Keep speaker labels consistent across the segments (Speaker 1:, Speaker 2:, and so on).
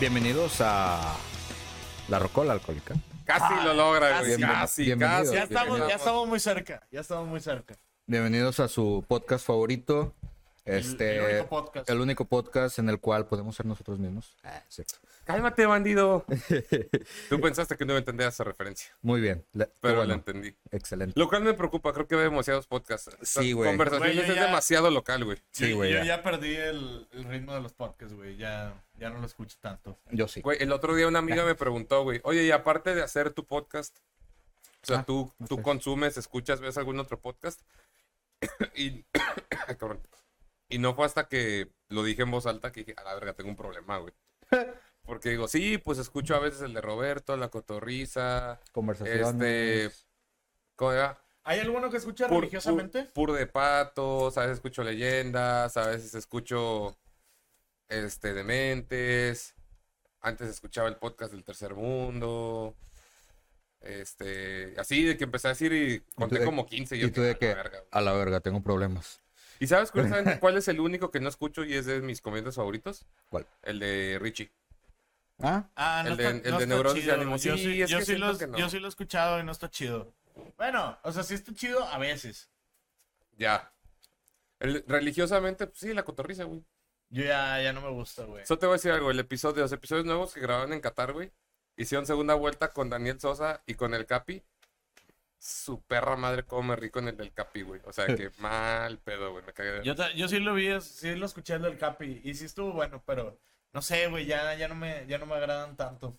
Speaker 1: Bienvenidos a La Rocola Alcohólica.
Speaker 2: Casi lo logra, güey.
Speaker 1: casi. Bienvenido,
Speaker 2: Casi, casi.
Speaker 1: bienvenido.
Speaker 3: Ya estamos,
Speaker 2: Bienvenido.
Speaker 3: ya estamos muy cerca, ya estamos muy cerca.
Speaker 1: Bienvenidos a su podcast favorito. Este,
Speaker 3: el único podcast.
Speaker 1: el único podcast en el cual podemos ser nosotros mismos. Ah, sí.
Speaker 2: Cálmate, bandido. Tú pensaste que no entendía esa referencia,
Speaker 1: Muy bien. La- qué
Speaker 2: pero
Speaker 1: bueno.
Speaker 2: la entendí.
Speaker 1: Excelente.
Speaker 2: Lo cual me preocupa, creo que veo demasiados podcasts.
Speaker 1: Sí,
Speaker 2: Estas
Speaker 1: güey.
Speaker 2: Conversaciones
Speaker 3: Güey, yo
Speaker 2: es
Speaker 3: ya-
Speaker 2: demasiado local, güey.
Speaker 1: Sí,
Speaker 3: yo,
Speaker 1: güey,
Speaker 3: yo
Speaker 1: ya.
Speaker 3: ya perdí el, el ritmo de los podcasts, güey. Ya, ya no lo escucho tanto.
Speaker 1: Yo sí.
Speaker 2: Güey, el otro día una amiga me preguntó, güey, oye, y aparte de hacer tu podcast, o sea,
Speaker 1: Ah,
Speaker 2: tú, tú
Speaker 1: ok.
Speaker 2: consumes, escuchas, ves algún otro podcast, y, Ay, cabrón. y no fue hasta que lo dije en voz alta que dije, a la verga, tengo un problema, güey. Porque digo, sí, pues escucho a veces el de Roberto, la cotorriza,
Speaker 1: Conversaciones.
Speaker 2: este, ¿cómo era?
Speaker 3: ¿Hay alguno que escucha
Speaker 2: Pur-
Speaker 3: religiosamente?
Speaker 2: pur- pur de patos, a veces escucho leyendas, a veces escucho este dementes. Antes escuchaba el podcast del tercer mundo. Este, así de que empecé a decir y conté
Speaker 1: de-
Speaker 2: como 15 y yo
Speaker 1: ¿Y tú
Speaker 2: dije,
Speaker 1: de
Speaker 2: "Ah,
Speaker 1: qué?
Speaker 2: la verga, güey".
Speaker 1: A la verga, tengo problemas.
Speaker 2: ¿Y sabes curiosamente cuál es el único que no escucho y es de mis comediantes favoritos?
Speaker 1: ¿Cuál?
Speaker 2: El de Richie.
Speaker 1: Ah,
Speaker 3: Ah,
Speaker 2: el de-
Speaker 3: está-
Speaker 2: el de
Speaker 3: está
Speaker 2: neurosis y
Speaker 3: chido,
Speaker 2: ánimo.
Speaker 3: güey. Yo,
Speaker 2: Sí,
Speaker 3: sí,
Speaker 2: es
Speaker 3: yo
Speaker 2: que
Speaker 3: sí
Speaker 2: siento
Speaker 3: los-
Speaker 2: que no.
Speaker 3: yo sí lo he escuchado y no está chido. Bueno, o sea, sí está chido a veces.
Speaker 2: Ya. El- religiosamente, pues sí, la cotorriza, güey.
Speaker 3: Yo ya, ya no me gusta, güey.
Speaker 2: Solo te voy a decir algo, el episodio, los episodios nuevos que grabaron en Qatar, güey, hicieron segunda vuelta con Daniel Sosa y con el Capi. Su perra madre cómo me rico en el del Capi, güey. O sea, que mal pedo, güey, me cagué. de-
Speaker 3: Yo, ta- yo sí lo vi, es- sí lo escuché el del Capi. Y sí estuvo bueno, pero no sé, güey, ya, ya, no me, ya no me agradan tanto.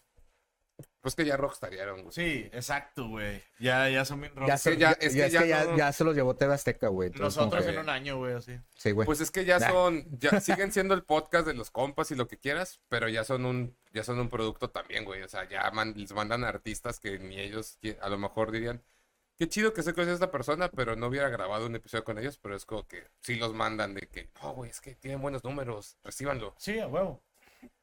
Speaker 2: Pues que ya rockstariaron, güey.
Speaker 3: Sí, exacto, güey. Ya, ya son bien
Speaker 1: ya
Speaker 3: rock.
Speaker 1: se,
Speaker 2: ya-
Speaker 1: ya,
Speaker 2: es
Speaker 1: ya-
Speaker 2: que
Speaker 1: es
Speaker 2: ya
Speaker 1: que ya,
Speaker 2: no-
Speaker 1: ya se los llevó TV Azteca, güey. Entonces, como
Speaker 3: Nosotros
Speaker 1: que-
Speaker 3: en un año, güey, así.
Speaker 1: Sí, güey.
Speaker 2: Pues es que ya
Speaker 1: Nah.
Speaker 2: son, ya siguen siendo el podcast de los compas y lo que quieras, pero ya son un, ya son un producto también, güey. O sea, ya man- les mandan artistas que ni ellos qui- a lo mejor dirían, qué chido que se conoce esta persona, pero no hubiera grabado un episodio con ellos, pero es como que sí los mandan de que, no, güey, es que tienen buenos números, recíbanlo.
Speaker 3: Sí, a huevo.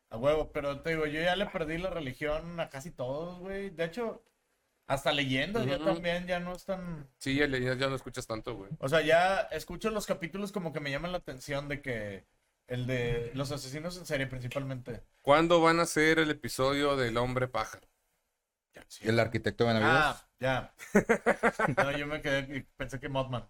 Speaker 3: A huevo, pero te digo, yo ya le perdí la religión a casi todos, güey. De hecho, hasta leyendas ya
Speaker 2: Ujú.
Speaker 3: también ya no están.
Speaker 2: Sí, el- ya, ya no escuchas tanto, güey.
Speaker 3: O sea, ya escucho los capítulos como que me llaman la atención de que el de los asesinos en serie principalmente.
Speaker 2: ¿Cuándo van a hacer el episodio del hombre pájaro?
Speaker 1: El arquitecto Benavides.
Speaker 3: Ah, ya. No, yo me quedé y pensé que Mothman.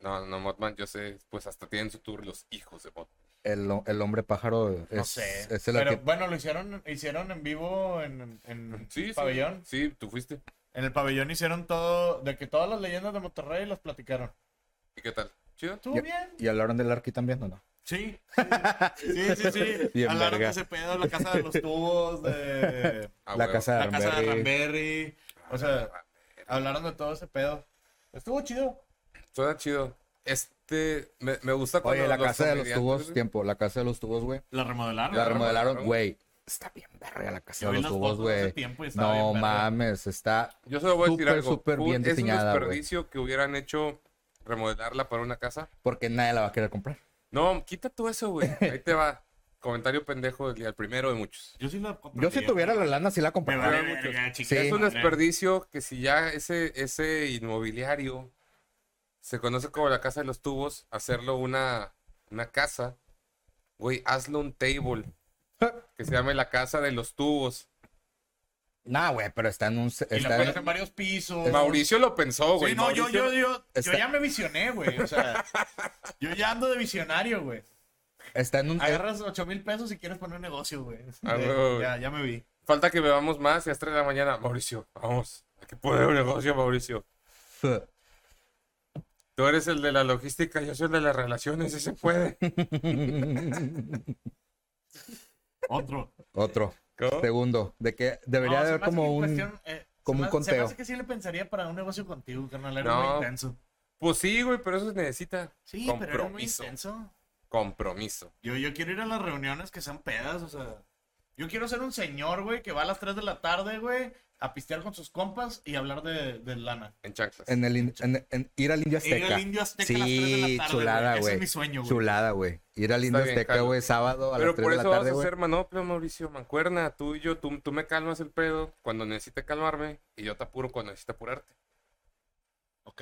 Speaker 2: No, no, Mothman, yo sé, pues hasta tienen su tour los hijos de Mothman.
Speaker 1: El, el hombre pájaro es,
Speaker 3: No sé.
Speaker 1: es el
Speaker 3: pero
Speaker 1: arquitecto.
Speaker 3: bueno, lo hicieron, hicieron en vivo en, en
Speaker 2: Sí, sí.
Speaker 3: pabellón.
Speaker 2: Sí, tú fuiste.
Speaker 3: En el pabellón hicieron todo, de que todas las leyendas de Monterrey las platicaron.
Speaker 2: ¿Y qué tal? ¿Chido?
Speaker 3: ¿Estuvo
Speaker 1: Ya-
Speaker 3: bien?
Speaker 1: ¿Y hablaron del arqui también o no?
Speaker 3: Sí, sí, sí, sí.
Speaker 1: Bien
Speaker 3: Hablaron
Speaker 1: verga.
Speaker 3: de ese pedo, la casa de los tubos, de
Speaker 2: Ah,
Speaker 1: la
Speaker 2: huevo.
Speaker 1: casa de
Speaker 3: la casa de
Speaker 1: Ramberry.
Speaker 3: Ramberry. O sea, hablaron de todo ese pedo. Estuvo chido.
Speaker 2: Suena chido. Este, me, me gusta cuando
Speaker 1: Oye, la
Speaker 2: los
Speaker 1: casa de los
Speaker 2: comediantes,
Speaker 1: tubos,
Speaker 2: güey,
Speaker 1: tiempo, la casa de los tubos, güey.
Speaker 3: La remodelaron.
Speaker 1: La remodelaron,
Speaker 2: remodelaron.
Speaker 1: güey. Está bien verga la casa
Speaker 3: Yo
Speaker 1: de
Speaker 3: vi
Speaker 1: los
Speaker 3: las
Speaker 1: tubos,
Speaker 3: fotos hace
Speaker 1: güey.
Speaker 3: tiempo y estaba
Speaker 1: No
Speaker 3: bien verga.
Speaker 1: mames, está
Speaker 2: Yo solo voy a decir
Speaker 1: Súper,
Speaker 2: algo.
Speaker 1: súper bien
Speaker 2: Fue-
Speaker 1: diseñada,
Speaker 2: Es un
Speaker 1: güey.
Speaker 2: desperdicio que hubieran hecho remodelarla para una casa.
Speaker 1: porque nadie la va a querer comprar.
Speaker 2: No, quita tú eso, güey. Ahí te va. Comentario pendejo del día, el primero de muchos.
Speaker 3: Yo sí la compré.
Speaker 1: Yo si tuviera la lana sí la
Speaker 3: Me
Speaker 1: compraba.
Speaker 3: vale
Speaker 2: muchos.
Speaker 3: verga, chica.
Speaker 1: Sí.
Speaker 2: Es un
Speaker 3: Vale.
Speaker 2: desperdicio que si ya ese, ese inmobiliario se conoce como la casa de los tubos, hacerlo una, una casa, güey, hazlo un table que se llame la casa de los tubos.
Speaker 1: Nah, güey, pero está en un está
Speaker 3: Y la pones
Speaker 1: en-
Speaker 3: en varios pisos.
Speaker 2: Mauricio lo pensó, güey.
Speaker 3: Sí, no, yo,
Speaker 2: Mauricio-
Speaker 3: yo, yo, yo
Speaker 1: Está-
Speaker 3: ya me visioné, güey. O sea, yo ya ando de visionario, güey.
Speaker 1: está en un
Speaker 3: Agarras 8 mil pesos si quieres poner un negocio, güey.
Speaker 2: Ah,
Speaker 3: De-
Speaker 2: huevo, güey.
Speaker 3: ya, ya me vi.
Speaker 2: Falta que bebamos más y a las 3 de la mañana. Mauricio, vamos. Hay que poner un negocio, Mauricio. Tú eres el de la logística, yo soy el de las relaciones, ese puede.
Speaker 3: Otro.
Speaker 1: otro.
Speaker 2: ¿Cómo?
Speaker 1: Segundo, de que debería
Speaker 3: No, se
Speaker 1: haber
Speaker 3: me hace que
Speaker 1: como un
Speaker 3: cuestión, eh,
Speaker 1: como un
Speaker 3: se me- Se me
Speaker 1: conteo.
Speaker 3: hace que sí le pensaría para un negocio contigo, carnal. Era
Speaker 2: No.
Speaker 3: muy intenso.
Speaker 2: Pues sí, güey, pero eso se necesita.
Speaker 3: Sí, pero era muy
Speaker 2: compromiso.
Speaker 3: intenso.
Speaker 2: compromiso.
Speaker 3: Yo, yo quiero ir a las reuniones que sean pedas, o sea. Yo quiero ser un señor, güey, que va a las 3 de la tarde, güey, a pistear con sus compas y hablar de, de lana. E
Speaker 2: En chanclas.
Speaker 1: en el in- en- en- ir al Indio Azteca.
Speaker 3: Ir al Indio Azteca a las 3 de
Speaker 1: Sí,
Speaker 3: la tarde, güey.
Speaker 1: chulada,
Speaker 3: Ese
Speaker 1: güey.
Speaker 3: es mi sueño, güey.
Speaker 1: Chulada, güey. Ir al Indio
Speaker 2: bien,
Speaker 1: Azteca,
Speaker 2: jalo.
Speaker 1: güey, sábado a las
Speaker 2: Pero
Speaker 1: 3
Speaker 2: por
Speaker 1: de la
Speaker 2: eso
Speaker 1: tarde,
Speaker 2: vas a
Speaker 1: güey.
Speaker 2: ser manopla, Mauricio, mancuerna. Tú y yo, tú, tú me calmas el pedo cuando necesite calmarme y yo te apuro cuando necesite apurarte.
Speaker 3: Ok.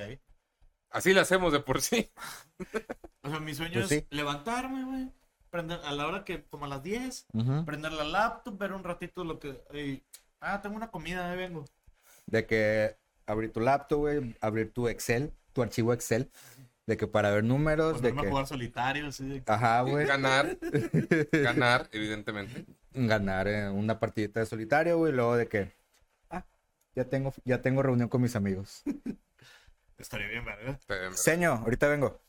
Speaker 2: Así lo hacemos de por sí.
Speaker 3: O sea, mi sueño
Speaker 1: Pues
Speaker 3: es
Speaker 1: sí.
Speaker 3: levantarme, güey, prender a la hora que, como a las 10,
Speaker 1: Ujú.
Speaker 3: prender la laptop, ver un ratito lo que. y, ah, tengo una comida, ahí vengo.
Speaker 1: De que abrir tu laptop, güey, abrir tu Excel, tu archivo Excel, de que para ver números, de
Speaker 3: Ponerme a
Speaker 1: que...
Speaker 3: jugar solitario, así. de-
Speaker 1: Ajá,
Speaker 2: Y
Speaker 1: güey.
Speaker 2: Ganar, ganar, evidentemente.
Speaker 1: Ganar eh, una partidita de solitario, güey, luego de que... Ah, ya tengo, ya tengo reunión con mis amigos.
Speaker 3: Estaría bien, verga.
Speaker 2: Pero-
Speaker 1: Seño, ahorita vengo.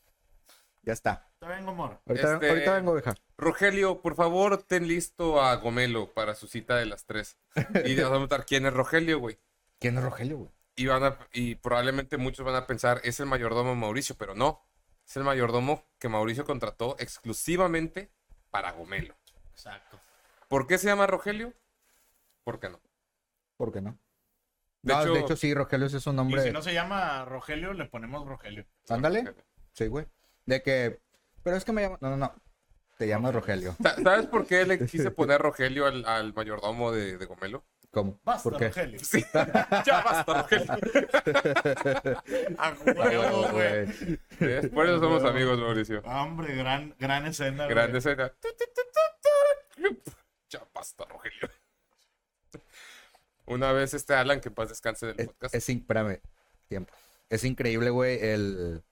Speaker 1: Ya está.
Speaker 3: Te vengo, amor.
Speaker 1: Ahorita,
Speaker 2: Este-
Speaker 1: ahorita vengo, vieja.
Speaker 2: Rogelio, por favor, ten listo a Gomelo para su cita de las 3. Y ya vas a preguntar quién es Rogelio, güey.
Speaker 1: ¿Quién es Rogelio, güey?
Speaker 2: Y, van a- y probablemente muchos van a pensar, es el mayordomo Mauricio, pero no. Es el mayordomo que Mauricio contrató exclusivamente para Gomelo.
Speaker 3: Exacto.
Speaker 2: ¿Por qué se llama Rogelio? ¿Por qué no?
Speaker 1: ¿Por qué no?
Speaker 2: De
Speaker 1: no,
Speaker 2: hecho-
Speaker 1: de hecho sí, Rogelio ese es un
Speaker 3: Y
Speaker 1: nombre.
Speaker 3: si no se llama Rogelio, le ponemos Rogelio.
Speaker 1: Ándale. Sí, güey. De que. Pero es que me llama. No, no, no. Te llamas Rogelio.
Speaker 2: Sa- ¿Sabes por qué le quise poner Rogelio al, al mayordomo de, de Gomelo?
Speaker 1: ¿Cómo?
Speaker 3: Basta,
Speaker 1: ¿Por qué?
Speaker 3: Rogelio.
Speaker 2: Sí. ya basta, Rogelio.
Speaker 3: A huevo,
Speaker 1: Huevo,
Speaker 3: güey.
Speaker 1: güey.
Speaker 2: ¿Ves? Por eso somos amigos, Mauricio.
Speaker 3: Ah, Hombre, gran, gran escena. güey.
Speaker 2: Grande escena. Ya basta, Rogelio. Una vez este Alan, que en paz descanse del
Speaker 1: Es,
Speaker 2: podcast.
Speaker 1: es in- espérame, tiempo. Es increíble, güey, el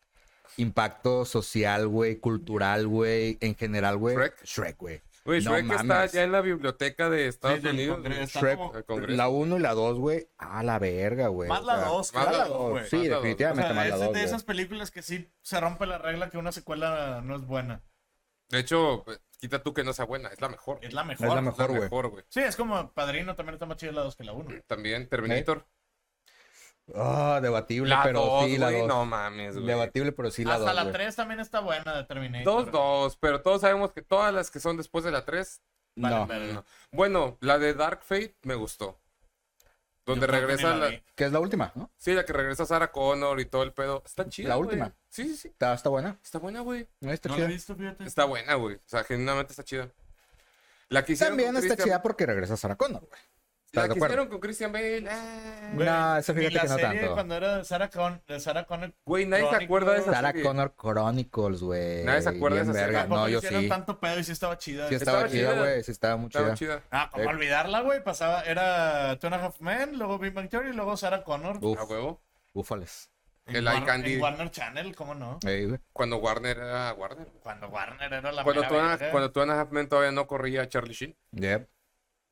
Speaker 1: impacto social, güey, cultural, güey, en general, güey.
Speaker 2: Shrek.
Speaker 1: güey.
Speaker 2: Güey,
Speaker 1: eh, no
Speaker 2: Shrek está
Speaker 1: mames.
Speaker 2: ya en la biblioteca de Estados
Speaker 3: Sí, del
Speaker 2: Unidos.
Speaker 3: Congreso. Está
Speaker 1: Shrek,
Speaker 3: como-
Speaker 2: El Congreso.
Speaker 1: la 1 y la 2, güey. A la verga, güey.
Speaker 3: Más
Speaker 1: O
Speaker 3: la
Speaker 1: sea, oh,
Speaker 3: dos,
Speaker 2: más
Speaker 3: que
Speaker 2: la
Speaker 3: la
Speaker 2: dos,
Speaker 3: dos, güey.
Speaker 1: Sí,
Speaker 2: Más la dos.
Speaker 3: O sea,
Speaker 1: definitivamente más la
Speaker 3: es
Speaker 1: 2.
Speaker 3: de esas películas que sí se rompe la regla que una secuela no es buena.
Speaker 2: De hecho, pues, quita tú que no sea buena, es la mejor.
Speaker 3: Es la
Speaker 1: Es
Speaker 3: mejor.
Speaker 1: la mejor, güey.
Speaker 2: mejor, güey.
Speaker 3: Sí, es como Padrino también está más chida la 2 que la 1.
Speaker 1: ¿Eh?
Speaker 2: También Terminator.
Speaker 1: Ah, debatible,
Speaker 2: La
Speaker 1: pero
Speaker 2: 2,
Speaker 1: sí, la
Speaker 2: güey.
Speaker 1: 2.
Speaker 2: No mames, güey.
Speaker 1: debatible, pero sí la 2.
Speaker 3: Hasta la 3 también está buena de Terminator.
Speaker 2: Dos, dos, pero todos sabemos que todas las que son después de la 3.
Speaker 3: Vale,
Speaker 1: No.
Speaker 3: verga.
Speaker 2: Bueno, la de Dark Fate me gustó. Donde
Speaker 3: Yo creo que
Speaker 2: regresa
Speaker 3: ni la
Speaker 2: la,
Speaker 3: vi.
Speaker 1: Que es la última, ¿no?
Speaker 2: Sí, la que regresa Sarah Connor y todo el pedo. Está chida.
Speaker 1: La
Speaker 2: güey.
Speaker 1: última.
Speaker 2: Sí, sí, sí.
Speaker 1: Está, está buena.
Speaker 2: Está buena, güey.
Speaker 1: No, está
Speaker 3: No la
Speaker 1: chida.
Speaker 3: he visto, fíjate.
Speaker 2: Está buena, güey. O sea, genuinamente está chida. La que hicieron
Speaker 1: También
Speaker 2: con
Speaker 1: está
Speaker 2: Christian-
Speaker 1: chida porque regresa Sarah Connor, güey. ¿Estás
Speaker 2: La
Speaker 1: de
Speaker 2: que
Speaker 1: acuerdo?
Speaker 2: hicieron con Christian Bale. ah.
Speaker 1: Güey. No, esa
Speaker 3: ni
Speaker 1: fíjate
Speaker 3: la
Speaker 1: que no
Speaker 3: serie
Speaker 1: tanto.
Speaker 3: cuando era de Sarah, Con de Sarah Connor.
Speaker 2: Güey, nadie se
Speaker 3: Crónico.
Speaker 2: acuerda de esa
Speaker 1: Sarah
Speaker 2: serie.
Speaker 1: Connor Chronicles, güey.
Speaker 2: Nadie se acuerda de
Speaker 1: Bien
Speaker 2: esa serie.
Speaker 1: verga.
Speaker 3: tampoco
Speaker 1: Ah, No,
Speaker 3: le
Speaker 1: yo
Speaker 3: hicieron
Speaker 1: sí.
Speaker 3: tanto pedo y sí estaba chida.
Speaker 1: Sí estaba,
Speaker 2: Estaba
Speaker 1: chida,
Speaker 2: chida.
Speaker 1: güey. Sí estaba muy
Speaker 2: Estaba
Speaker 1: chida.
Speaker 2: chida.
Speaker 3: Ah, como
Speaker 1: Eh.
Speaker 3: olvidarla, güey. Pasaba, era Two and a Half Men, luego Big Bang Theory, luego Sarah Connor.
Speaker 1: Uf,
Speaker 2: A huevo.
Speaker 1: búfales.
Speaker 2: El
Speaker 3: War-
Speaker 2: Eye Candy.
Speaker 3: en Warner Channel, ¿cómo no?
Speaker 1: Ey, güey.
Speaker 2: Cuando Warner era Warner.
Speaker 3: Cuando Warner era la ¿eh?
Speaker 2: Cuando
Speaker 3: mera
Speaker 2: tú,
Speaker 3: verga.
Speaker 2: cuando tú Half Men todavía no corría a Charlie Sheen.
Speaker 1: Yep.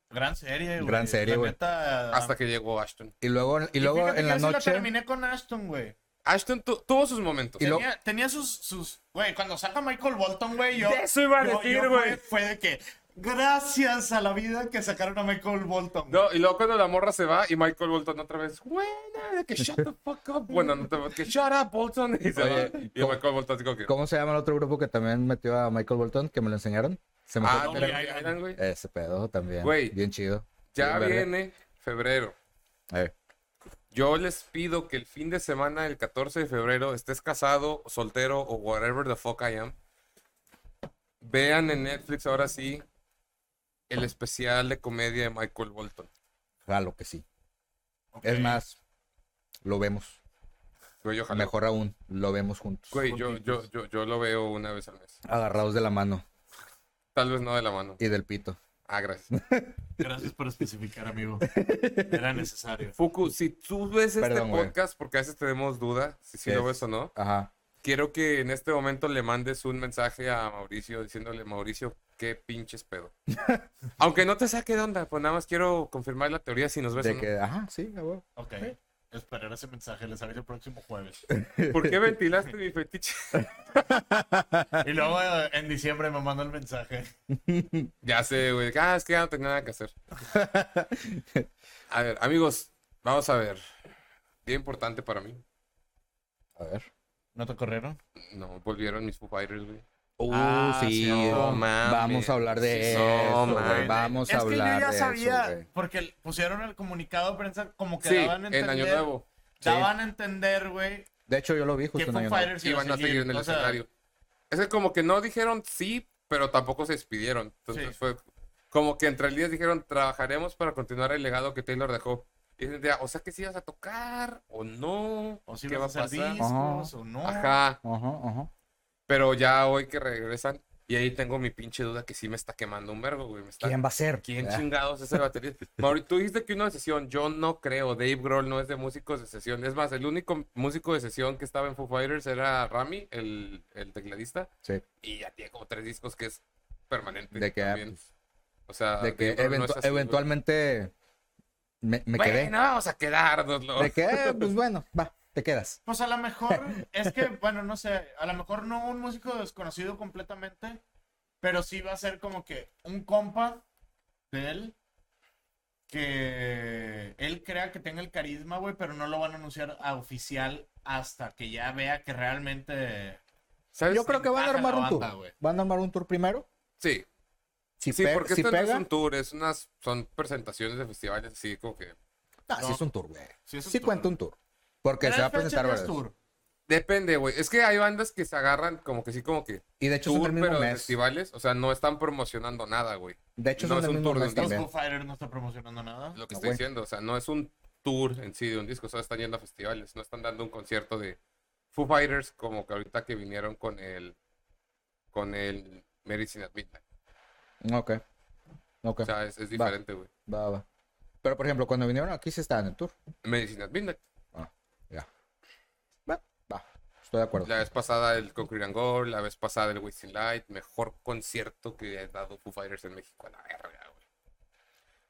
Speaker 3: Gran serie, güey.
Speaker 1: Gran serie,
Speaker 3: La
Speaker 1: güey.
Speaker 3: neta,
Speaker 2: Hasta que llegó Ashton.
Speaker 1: Y luego, y luego
Speaker 3: fíjate
Speaker 1: en
Speaker 3: que
Speaker 1: la
Speaker 3: yo sí
Speaker 1: noche.
Speaker 3: terminé con Ashton, güey.
Speaker 2: Ashton tu- tuvo sus momentos.
Speaker 1: Y lo-
Speaker 3: Tenía, tenía sus, sus... Güey, cuando saca Michael Bolton, güey, yo...
Speaker 2: De eso iba a
Speaker 3: yo-
Speaker 2: decir,
Speaker 3: yo
Speaker 2: güey.
Speaker 3: Fue, fue de que... Gracias a la vida que sacaron a Michael Bolton. güey.
Speaker 2: No, y luego cuando la morra se va y Michael Bolton otra vez, buena, de que shut the fuck up. Bueno, no te que shut up, Bolton. Y se
Speaker 1: Oye,
Speaker 2: va. Y
Speaker 1: ¿cómo-
Speaker 2: Michael Bolton dijo que.
Speaker 1: ¿Cómo se llama el otro grupo que también metió a Michael Bolton? Que me lo enseñaron. Se me
Speaker 2: Ah,
Speaker 1: fue.
Speaker 3: no,
Speaker 2: Lonely
Speaker 3: ya, ya.
Speaker 2: Island, güey.
Speaker 1: Ese pedo también.
Speaker 2: Güey.
Speaker 1: Bien chido. Bien
Speaker 2: Ya
Speaker 1: verga.
Speaker 2: viene febrero.
Speaker 1: Ey.
Speaker 2: Yo les pido que el fin de semana del 14 de febrero estés casado, soltero o whatever the fuck I am. Vean en Netflix ahora sí el especial de comedia de Michael Bolton.
Speaker 1: Jalo que sí.
Speaker 3: Ok.
Speaker 1: Es más, lo vemos.
Speaker 2: Güey, yo jalo.
Speaker 1: Mejor aún, lo vemos juntos.
Speaker 2: Güey, yo, yo, yo, yo lo veo una vez al mes.
Speaker 1: Agarrados de la mano
Speaker 2: Tal vez no de la mano.
Speaker 1: y del pito.
Speaker 2: Ah, gracias.
Speaker 3: Gracias por especificar, amigo. Era necesario.
Speaker 2: Fuku, si tú ves
Speaker 1: Perdón,
Speaker 2: este
Speaker 1: güey.
Speaker 2: podcast, porque a veces tenemos duda si sí
Speaker 1: Sí.
Speaker 2: lo ves o no,
Speaker 1: Ajá.
Speaker 2: quiero que en este momento le mandes un mensaje a Mauricio diciéndole, Mauricio, qué pinches pedo. Aunque no te saque de onda, pues nada más quiero confirmar la teoría si nos ves o
Speaker 1: De
Speaker 2: no.
Speaker 1: que, ajá, sí, a huevo.
Speaker 3: Ok. Esperar ese mensaje. Les aviso el próximo jueves.
Speaker 2: ¿Por qué ventilaste mi fetiche?
Speaker 3: Y luego eh, en diciembre me manda el mensaje.
Speaker 2: ya sé, güey. Ah, es que ya no tengo nada que hacer. a ver, amigos, vamos a ver. Día importante para mí.
Speaker 1: A ver.
Speaker 3: ¿No te corrieron?
Speaker 2: No, volvieron mis Foo Fighters, güey.
Speaker 1: Uh,
Speaker 3: Ah, sí,
Speaker 1: sí.
Speaker 2: no mames.
Speaker 1: Vamos a hablar de
Speaker 2: Sí, no
Speaker 1: eso, güey.
Speaker 2: mames.
Speaker 1: Vamos a
Speaker 3: es que yo
Speaker 1: hablar
Speaker 3: ya
Speaker 1: de
Speaker 3: sabía,
Speaker 1: eso, güey.
Speaker 3: porque pusieron el comunicado de prensa como que
Speaker 2: Sí,
Speaker 3: daban a
Speaker 2: en
Speaker 3: entender.
Speaker 2: Año Nuevo.
Speaker 1: Sí.
Speaker 3: Daban a entender, güey,
Speaker 1: De hecho, yo lo vi
Speaker 3: que
Speaker 1: justo en
Speaker 3: Foo
Speaker 1: Año Nuevo.
Speaker 3: Fighters
Speaker 2: Y
Speaker 3: iba
Speaker 2: van a seguir en el
Speaker 3: o sea,
Speaker 2: escenario. Es que como que no dijeron sí, pero tampoco se despidieron. Entonces
Speaker 3: Sí.
Speaker 2: fue como que entre el día dijeron, trabajaremos para continuar el legado que Taylor dejó. Y dicen, ya, o sea que si vas a tocar o no,
Speaker 3: O si
Speaker 2: qué va a
Speaker 3: vas a hacer
Speaker 2: pasar.
Speaker 3: discos o no.
Speaker 2: Ajá,
Speaker 1: Ajá, ajá.
Speaker 2: pero ya hoy que regresan, Y ahí tengo mi pinche duda que sí me está quemando un vergo, güey. Me está...
Speaker 1: ¿Quién va a ser?
Speaker 2: ¿Quién
Speaker 1: ¿Verdad?
Speaker 2: chingados es el baterista? Mauri, tú dijiste que uno de sesión. Yo no creo. Dave Grohl no es de músicos de sesión. Es más, el único músico de sesión que estaba en Foo Fighters era Rami, el, el tecladista.
Speaker 1: Sí.
Speaker 2: Y ya tiene como tres discos que es permanente.
Speaker 1: De que,
Speaker 2: también. O sea,
Speaker 1: De que
Speaker 2: Dave Grohl no
Speaker 1: eventu-
Speaker 2: es así, güey.
Speaker 1: eventualmente me, me quedé.
Speaker 2: Bueno, vamos a quedárnoslo.
Speaker 1: De que, eh, pues bueno, va, te quedas.
Speaker 3: Pues a lo mejor, es que, bueno, no sé, a lo mejor no un músico desconocido completamente, pero sí va a ser como que un compa de él que él crea que tenga el carisma, güey, pero no lo van a anunciar a oficial hasta que ya vea que realmente...
Speaker 2: ¿Sabes?
Speaker 1: Yo creo que van a
Speaker 3: encaja
Speaker 1: armar
Speaker 3: la
Speaker 1: un tour.
Speaker 3: banda, güey.
Speaker 1: Van a armar un tour primero.
Speaker 2: Sí,
Speaker 1: Si,
Speaker 2: sí,
Speaker 1: pe-
Speaker 2: porque
Speaker 1: si
Speaker 2: esto no
Speaker 1: pega.
Speaker 2: es un tour, es unas, son presentaciones de festivales así como que.
Speaker 1: Ah, sí
Speaker 3: No.
Speaker 1: es un tour, güey.
Speaker 3: Sí, es un
Speaker 1: Sí
Speaker 3: tour.
Speaker 1: cuenta un tour. Porque
Speaker 3: Tres
Speaker 1: se va a
Speaker 3: fechas
Speaker 1: presentar
Speaker 3: ya es
Speaker 1: varias.
Speaker 3: tour.
Speaker 2: Depende, güey. Es que hay bandas que se agarran como que sí, como que
Speaker 1: Y de hecho
Speaker 2: tour,
Speaker 1: son del mismo
Speaker 2: pero de
Speaker 1: mes.
Speaker 2: festivales. O sea, no están promocionando nada, güey.
Speaker 1: De hecho
Speaker 2: no
Speaker 1: son
Speaker 2: es
Speaker 1: del
Speaker 2: un
Speaker 1: mismo
Speaker 2: tour de
Speaker 1: mes
Speaker 2: un disco.
Speaker 3: Los
Speaker 1: también.
Speaker 3: Foo Fighters no está promocionando nada.
Speaker 2: Es lo que
Speaker 1: No,
Speaker 2: estoy
Speaker 1: Ah, güey.
Speaker 2: diciendo. O sea, no es un tour en sí de un disco. Solo están yendo a festivales. No están dando un concierto de Foo Fighters como que ahorita que vinieron con el. Con el Medicine at Midnight.
Speaker 1: Ok. Ok.
Speaker 2: O sea, es, es diferente, güey.
Speaker 1: Va, va. Pero por ejemplo, cuando vinieron aquí sí estaban en el tour.
Speaker 2: Medicine at Midnight.
Speaker 1: Ah, ya. Va, va. Estoy de acuerdo.
Speaker 2: La vez pasada el Concrete and Gold, la vez pasada el Wasting Light, mejor concierto que ha dado Foo Fighters en México a la verga, güey.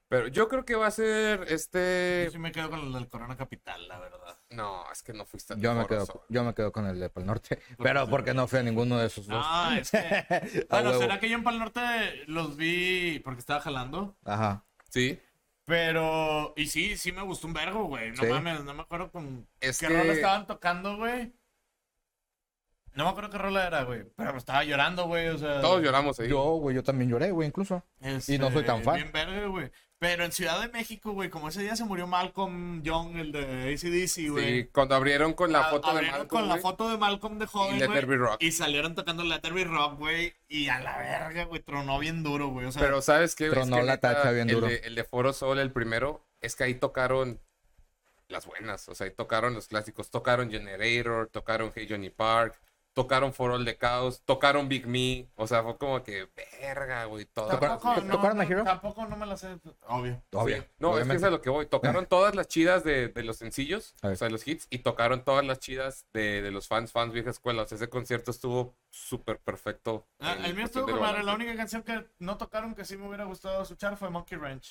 Speaker 2: Pero yo creo que va a ser
Speaker 3: Yo
Speaker 2: este.
Speaker 3: sí me quedo con el del Corona Capital, la verdad.
Speaker 2: No, es que no fuiste al
Speaker 1: Yo me,
Speaker 2: Foro
Speaker 1: quedo,
Speaker 2: Sol.
Speaker 1: yo me quedo con el de Pal Norte.
Speaker 2: Pues
Speaker 1: Pero porque no fui a ninguno de esos dos.
Speaker 3: No, Ah, es que...
Speaker 1: A
Speaker 3: Bueno,
Speaker 1: huevo.
Speaker 3: será que yo en Pal Norte los vi porque estaba jalando.
Speaker 1: Ajá.
Speaker 2: Sí,
Speaker 3: Pero, y sí, sí me gustó un vergo, güey. No
Speaker 1: Sí.
Speaker 3: mames, no me acuerdo con
Speaker 2: Es
Speaker 3: qué
Speaker 2: que-
Speaker 3: rola estaban tocando, güey. No me acuerdo qué rola era, güey. Pero estaba llorando, güey. O sea,
Speaker 2: todos lloramos ahí.
Speaker 1: Yo, güey, yo también lloré, güey, incluso.
Speaker 3: este,
Speaker 1: y no soy tan fan.
Speaker 3: Bien verga, güey. Pero en Ciudad de México, güey, como ese día se murió Malcolm Young, el de ACDC, güey. Ah,
Speaker 2: Sí, cuando abrieron con la foto de
Speaker 3: Abrieron
Speaker 2: Malcolm.
Speaker 3: con la
Speaker 2: güey.
Speaker 3: foto de Malcolm de joven,
Speaker 2: Y Let
Speaker 3: güey,
Speaker 2: There Be Rock.
Speaker 3: Y salieron tocando Letterby Rock, güey. Y a la verga, güey, tronó bien duro, güey. O sea,
Speaker 2: Pero sabes qué?
Speaker 1: Tronó
Speaker 2: Es que
Speaker 1: la
Speaker 2: neta,
Speaker 1: tacha bien
Speaker 2: el
Speaker 1: duro.
Speaker 2: De, el de Foro Sol, el primero, es que ahí tocaron las buenas, o sea, ahí tocaron los clásicos, tocaron Generator, tocaron Hey Johnny Park, tocaron For All the Chaos, tocaron Big Me, o sea, fue como que verga, güey, todas.
Speaker 1: Tocaron-
Speaker 2: las
Speaker 3: tampoco,
Speaker 2: buenas.
Speaker 3: no,
Speaker 1: ¿Tocaron a Hero?
Speaker 3: tampoco no me la sé, obvio.
Speaker 1: Obvio.
Speaker 2: Sí. No, es que es
Speaker 1: obviamente.
Speaker 2: a lo que voy. Tocaron todas las chidas de, de los sencillos,
Speaker 1: A ver.
Speaker 2: o sea, de los hits, y tocaron todas las chidas de, de los fans, fans vieja escuela. O sea, ese concierto estuvo súper perfecto.
Speaker 3: Ah,
Speaker 2: en
Speaker 3: el mío
Speaker 2: cuestión
Speaker 3: estuvo
Speaker 2: de
Speaker 3: con madre.
Speaker 2: balance.
Speaker 3: La única canción que no tocaron que sí me hubiera gustado escuchar fue Monkey Ranch.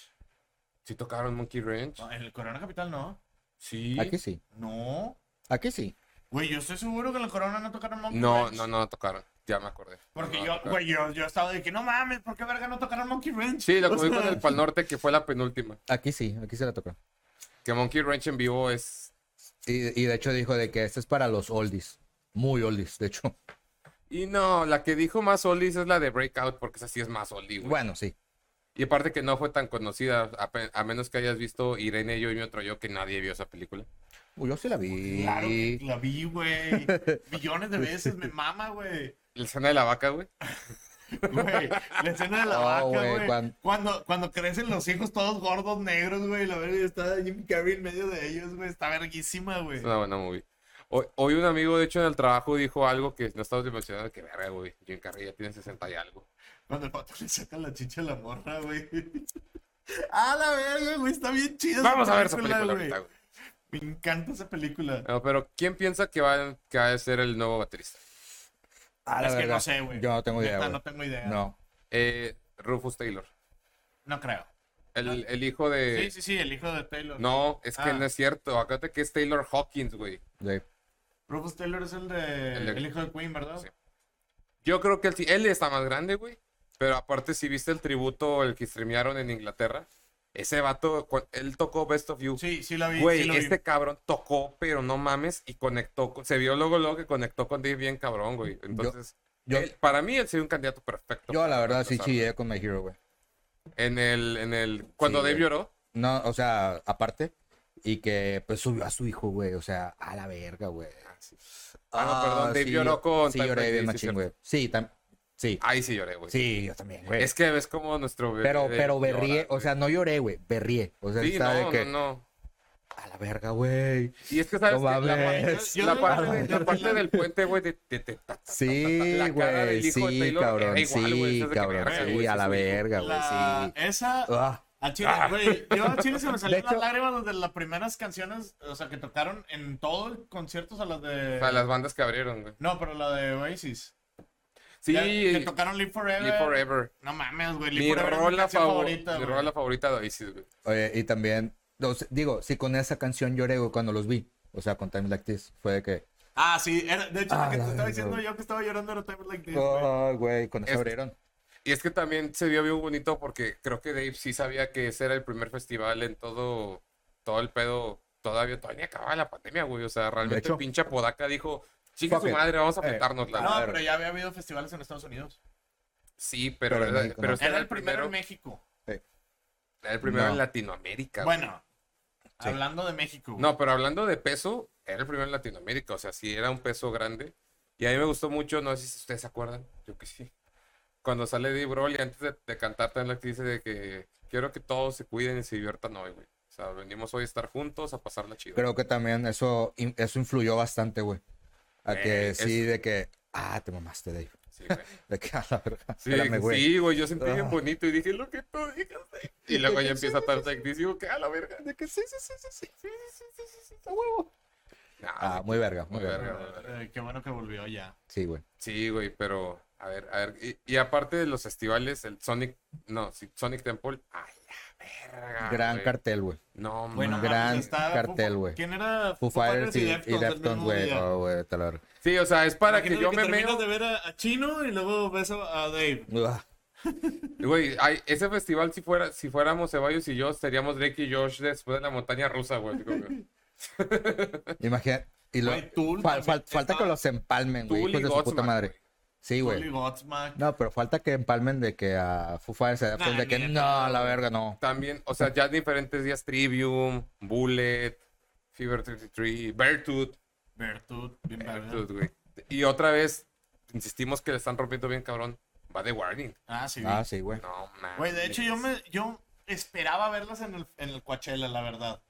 Speaker 2: Sí tocaron Monkey Ranch.
Speaker 3: No, en el Corona Capital no.
Speaker 2: Sí.
Speaker 1: Aquí sí.
Speaker 3: No.
Speaker 1: Aquí sí.
Speaker 3: Güey, yo estoy seguro que en el Corona no tocaron Monkey
Speaker 2: No,
Speaker 3: Ranch.
Speaker 2: no, no la tocaron. Ya me acordé.
Speaker 3: Porque
Speaker 2: No la
Speaker 3: yo,
Speaker 2: tocaron.
Speaker 3: güey, yo, yo estaba de que no mames, ¿por qué verga no tocaron Monkey Ranch?
Speaker 2: Sí, lo
Speaker 3: O
Speaker 2: que vi
Speaker 3: sea,
Speaker 2: con el Pal Norte, que fue la penúltima.
Speaker 1: Aquí sí. Aquí se la tocó.
Speaker 2: Que Monkey Ranch en vivo es.
Speaker 1: Y, y de hecho dijo de que este es para los oldies. Muy oldies, de hecho.
Speaker 2: Y no, la que dijo más Olis es la de Breakout, porque esa sí es más Oli, güey.
Speaker 1: Bueno, sí.
Speaker 2: Y aparte que no fue tan conocida, a, pe- a menos que hayas visto Irene, yo y mi otro yo, que nadie vio esa película.
Speaker 1: Uy, yo sí la vi.
Speaker 3: Claro que la vi, güey. Millones de veces, me mama, güey.
Speaker 2: La escena de la vaca, güey.
Speaker 3: Güey, la escena de la
Speaker 1: No,
Speaker 3: vaca,
Speaker 1: güey,
Speaker 3: güey.
Speaker 1: cuan-
Speaker 3: Cuando, cuando crecen los hijos todos gordos, negros, güey. La verga y está Jim Carrey en medio de ellos, güey. Está verguísima, güey.
Speaker 2: Es una buena movie. Hoy, hoy un amigo, de hecho, en el trabajo dijo algo que no estaba dimensionando. Que verga, güey. Jim Carrey ya tiene 60 y algo.
Speaker 3: Cuando el pato le saca la chicha a la morra, güey. Ah, la verga, güey. Está bien chida.
Speaker 2: Vamos a ver esa película ahorita, güey.
Speaker 3: Me encanta esa película.
Speaker 2: No, pero ¿quién piensa que va, que va a ser el nuevo baterista?
Speaker 1: A la
Speaker 3: es que
Speaker 1: verga.
Speaker 3: no sé, güey.
Speaker 1: Yo no tengo idea,
Speaker 3: Neta,
Speaker 1: güey.
Speaker 3: No tengo idea. No,
Speaker 1: No.
Speaker 2: Eh, Rufus Taylor.
Speaker 3: creo.
Speaker 2: El, el hijo de.
Speaker 3: Ah. Sí, sí, sí, el hijo de Taylor.
Speaker 2: No, es que
Speaker 3: Ah.
Speaker 2: no es cierto. Acuérdate que es Taylor Hawkins, güey.
Speaker 1: Sí.
Speaker 3: Rufus Taylor es el de.
Speaker 2: El
Speaker 3: El,
Speaker 2: de-
Speaker 3: hijo de Queen, ¿verdad?
Speaker 2: Sí. Yo creo que él, sí- él está más grande, güey. Pero aparte, si viste el tributo, el que streamearon en Inglaterra, ese vato, cu- él tocó Best of You.
Speaker 3: Sí, sí, la vi.
Speaker 2: Güey,
Speaker 3: sí lo vi.
Speaker 2: este cabrón tocó, pero no mames, y conectó. con- Se vio luego, luego que conectó con Dave bien cabrón, güey. Entonces,
Speaker 1: yo-
Speaker 2: él- para mí, él sería un candidato perfecto.
Speaker 1: Yo la
Speaker 2: para
Speaker 1: verdad sí
Speaker 2: reemplazarlo.
Speaker 1: chillé con My Hero, güey.
Speaker 2: En el, en el, cuando
Speaker 1: Sí, eh.
Speaker 2: Dave
Speaker 1: güey.
Speaker 2: lloró,
Speaker 1: No, o sea, aparte. Y que pues subió a su hijo, güey. O sea, a la verga, güey.
Speaker 2: Ah, no, perdón, Dave lloró con
Speaker 1: Sí,
Speaker 2: Time
Speaker 1: lloré
Speaker 2: Bandit,
Speaker 1: bien
Speaker 2: sí,
Speaker 1: machín,
Speaker 2: cierto. Ah,
Speaker 1: güey. Sí, tam- sí.
Speaker 2: ahí sí lloré, güey.
Speaker 1: Sí, yo también, güey.
Speaker 2: Es que ves como nuestro bebé
Speaker 1: Pero,
Speaker 2: de-
Speaker 1: pero
Speaker 2: llora,
Speaker 1: berrié, o
Speaker 2: güey.
Speaker 1: sea, no lloré, güey, berrié. O sea,
Speaker 2: Sí,
Speaker 1: está
Speaker 2: no,
Speaker 1: de que,
Speaker 2: no, no.
Speaker 1: a la verga, güey.
Speaker 2: Y es que, ¿sabes?
Speaker 1: No
Speaker 2: qué? la,
Speaker 1: mames.
Speaker 2: la
Speaker 3: Yo-
Speaker 2: parte,
Speaker 3: yo-
Speaker 2: de- la parte del puente, güey, de, de- de- ta-
Speaker 1: Sí,
Speaker 2: La cara del
Speaker 1: güey,
Speaker 2: hijo de
Speaker 1: sí,
Speaker 2: Taylor
Speaker 1: cabrón,
Speaker 2: era igual, güey,
Speaker 1: sí,
Speaker 2: desde que
Speaker 1: cabrón,
Speaker 2: verga,
Speaker 1: sí,
Speaker 2: güey,
Speaker 1: a
Speaker 2: ese
Speaker 1: la
Speaker 2: es un hijo.
Speaker 1: verga, güey,
Speaker 3: La-
Speaker 1: sí.
Speaker 3: Esa,
Speaker 1: Ah,
Speaker 3: al chile, güey. Yo al chile se me salieron
Speaker 1: hecho-
Speaker 3: las lágrimas desde las primeras canciones, o sea, que tocaron en todo el concierto, o sea, las de...
Speaker 2: o sea, las bandas que abrieron, güey.
Speaker 3: No, pero la de Oasis.
Speaker 2: Sí,
Speaker 3: Ya, que tocaron Live Forever.
Speaker 2: Live Forever.
Speaker 3: No mames, güey. Live
Speaker 2: Mi
Speaker 3: Forever es mi
Speaker 2: rola
Speaker 3: canción
Speaker 2: favor-
Speaker 3: favorita,
Speaker 2: mi
Speaker 3: güey.
Speaker 2: rola favorita de Oasis, güey.
Speaker 1: oye, y también, no sé, digo, sí, con esa canción lloré, güey, cuando los vi, o sea, con Time Like This, fue de que,
Speaker 3: Ah, sí. era- de hecho,
Speaker 1: Ah,
Speaker 3: lo
Speaker 1: la
Speaker 3: que te estaba
Speaker 1: verga,
Speaker 3: diciendo
Speaker 1: güey.
Speaker 3: yo que estaba llorando era Time Like This, güey.
Speaker 1: oh, güey, con eso
Speaker 2: Es-
Speaker 1: abrieron.
Speaker 2: Y es que también se vio bien bonito porque creo que Dave sí sabía que ese era el primer festival en todo, todo el pedo. Todavía, todavía ni acababa la pandemia, güey. O sea, realmente
Speaker 1: hecho.
Speaker 2: pincha Podaca dijo, chica
Speaker 1: Fuck
Speaker 2: su
Speaker 1: it.
Speaker 2: madre, vamos a
Speaker 1: Eh,
Speaker 2: aventarnos la.
Speaker 1: a
Speaker 3: No,
Speaker 1: ver.
Speaker 3: pero ya había habido festivales en Estados Unidos.
Speaker 2: Sí, pero,
Speaker 1: Pero en
Speaker 2: era,
Speaker 1: México,
Speaker 2: pero
Speaker 1: ¿no?
Speaker 2: este
Speaker 3: Era el primero en México.
Speaker 2: era el primero
Speaker 1: No.
Speaker 2: en Latinoamérica. güey.
Speaker 3: Bueno, hablando de México. güey.
Speaker 2: No, pero hablando de peso, era el primero en Latinoamérica, o sea, sí era un peso grande. Y a mí me gustó mucho, no sé si ustedes se acuerdan, yo que sí. Cuando sale Dave Broly, antes de, de cantar, también la actriz dice de que quiero que todos se cuiden y se diviertan hoy, güey. O sea, venimos hoy a estar juntos, a pasarla chido.
Speaker 1: Creo que también eso, in- eso influyó bastante, güey, a
Speaker 2: Eh,
Speaker 1: que
Speaker 2: es-
Speaker 1: sí, de que, ah, te mamaste, Dave,
Speaker 2: Sí, güey.
Speaker 1: de que a la verga,
Speaker 2: Sí,
Speaker 1: espérame, güey.
Speaker 2: sí, güey, yo sentí bien
Speaker 1: Ah.
Speaker 2: bonito y dije lo que tú dijiste. Y luego ya empieza a estar actriz y digo que a la verga. De que sí, sí, sí, sí, sí, sí, sí, sí, sí, sí, a huevo. Nah,
Speaker 1: Ah, muy verga, muy
Speaker 2: Muy
Speaker 1: verga,
Speaker 2: verga.
Speaker 3: Eh, qué bueno que volvió ya.
Speaker 1: sí, güey.
Speaker 2: Sí, güey, pero a ver, a ver. Y, y aparte de los festivales, el Sonic, no, sí, Sonic Temple, ay, la
Speaker 3: Ah,
Speaker 2: verga.
Speaker 1: Gran
Speaker 2: güey.
Speaker 1: cartel, güey.
Speaker 2: No,
Speaker 3: Bueno,
Speaker 2: mames.
Speaker 1: gran
Speaker 3: mames, está
Speaker 1: cartel,
Speaker 3: Foo-
Speaker 1: güey.
Speaker 3: ¿Quién era
Speaker 1: Foo Fighters y, y
Speaker 3: Deftones el
Speaker 1: Deftones,
Speaker 3: mismo
Speaker 1: güey.
Speaker 3: día?
Speaker 1: Oh, güey, te la verga.
Speaker 2: Sí, o sea, es para que
Speaker 3: Imagínate
Speaker 2: yo me
Speaker 3: terminas
Speaker 2: meo.
Speaker 3: de ver a, a Chino y luego ves a, a Dave.
Speaker 1: Uah.
Speaker 2: Güey, ay, ese festival, si fuera, si fuéramos Ceballos y yo, seríamos Drake y Josh después de la montaña rusa, güey. Digo, güey.
Speaker 1: Imagina- Y lo-
Speaker 3: Güey, Tool
Speaker 1: fal-
Speaker 3: también
Speaker 1: fal-
Speaker 3: está-
Speaker 1: falta que los empalmen, güey.
Speaker 2: Tool
Speaker 1: Hijos
Speaker 2: y
Speaker 1: de su puta
Speaker 2: Godsmack,
Speaker 1: madre.
Speaker 2: güey.
Speaker 1: Sí,
Speaker 3: Sully
Speaker 1: güey.
Speaker 3: Godsmack.
Speaker 1: No, pero falta que empalmen de que a Foo Fighters se
Speaker 3: Nah,
Speaker 1: de que
Speaker 3: neta,
Speaker 1: no, la verga, no.
Speaker 2: También, o sea, ya diferentes días, Trivium, Bullet, Fever 33, Vertut,
Speaker 3: Bertut, bien verga.
Speaker 2: Vertut, güey. Y otra vez, insistimos que le están rompiendo bien, cabrón. Va de Warning.
Speaker 3: Ah, sí.
Speaker 1: Ah, sí, güey.
Speaker 2: No, mames.
Speaker 3: Güey, de hecho yo me yo esperaba verlas en el, en el Coachella, la verdad.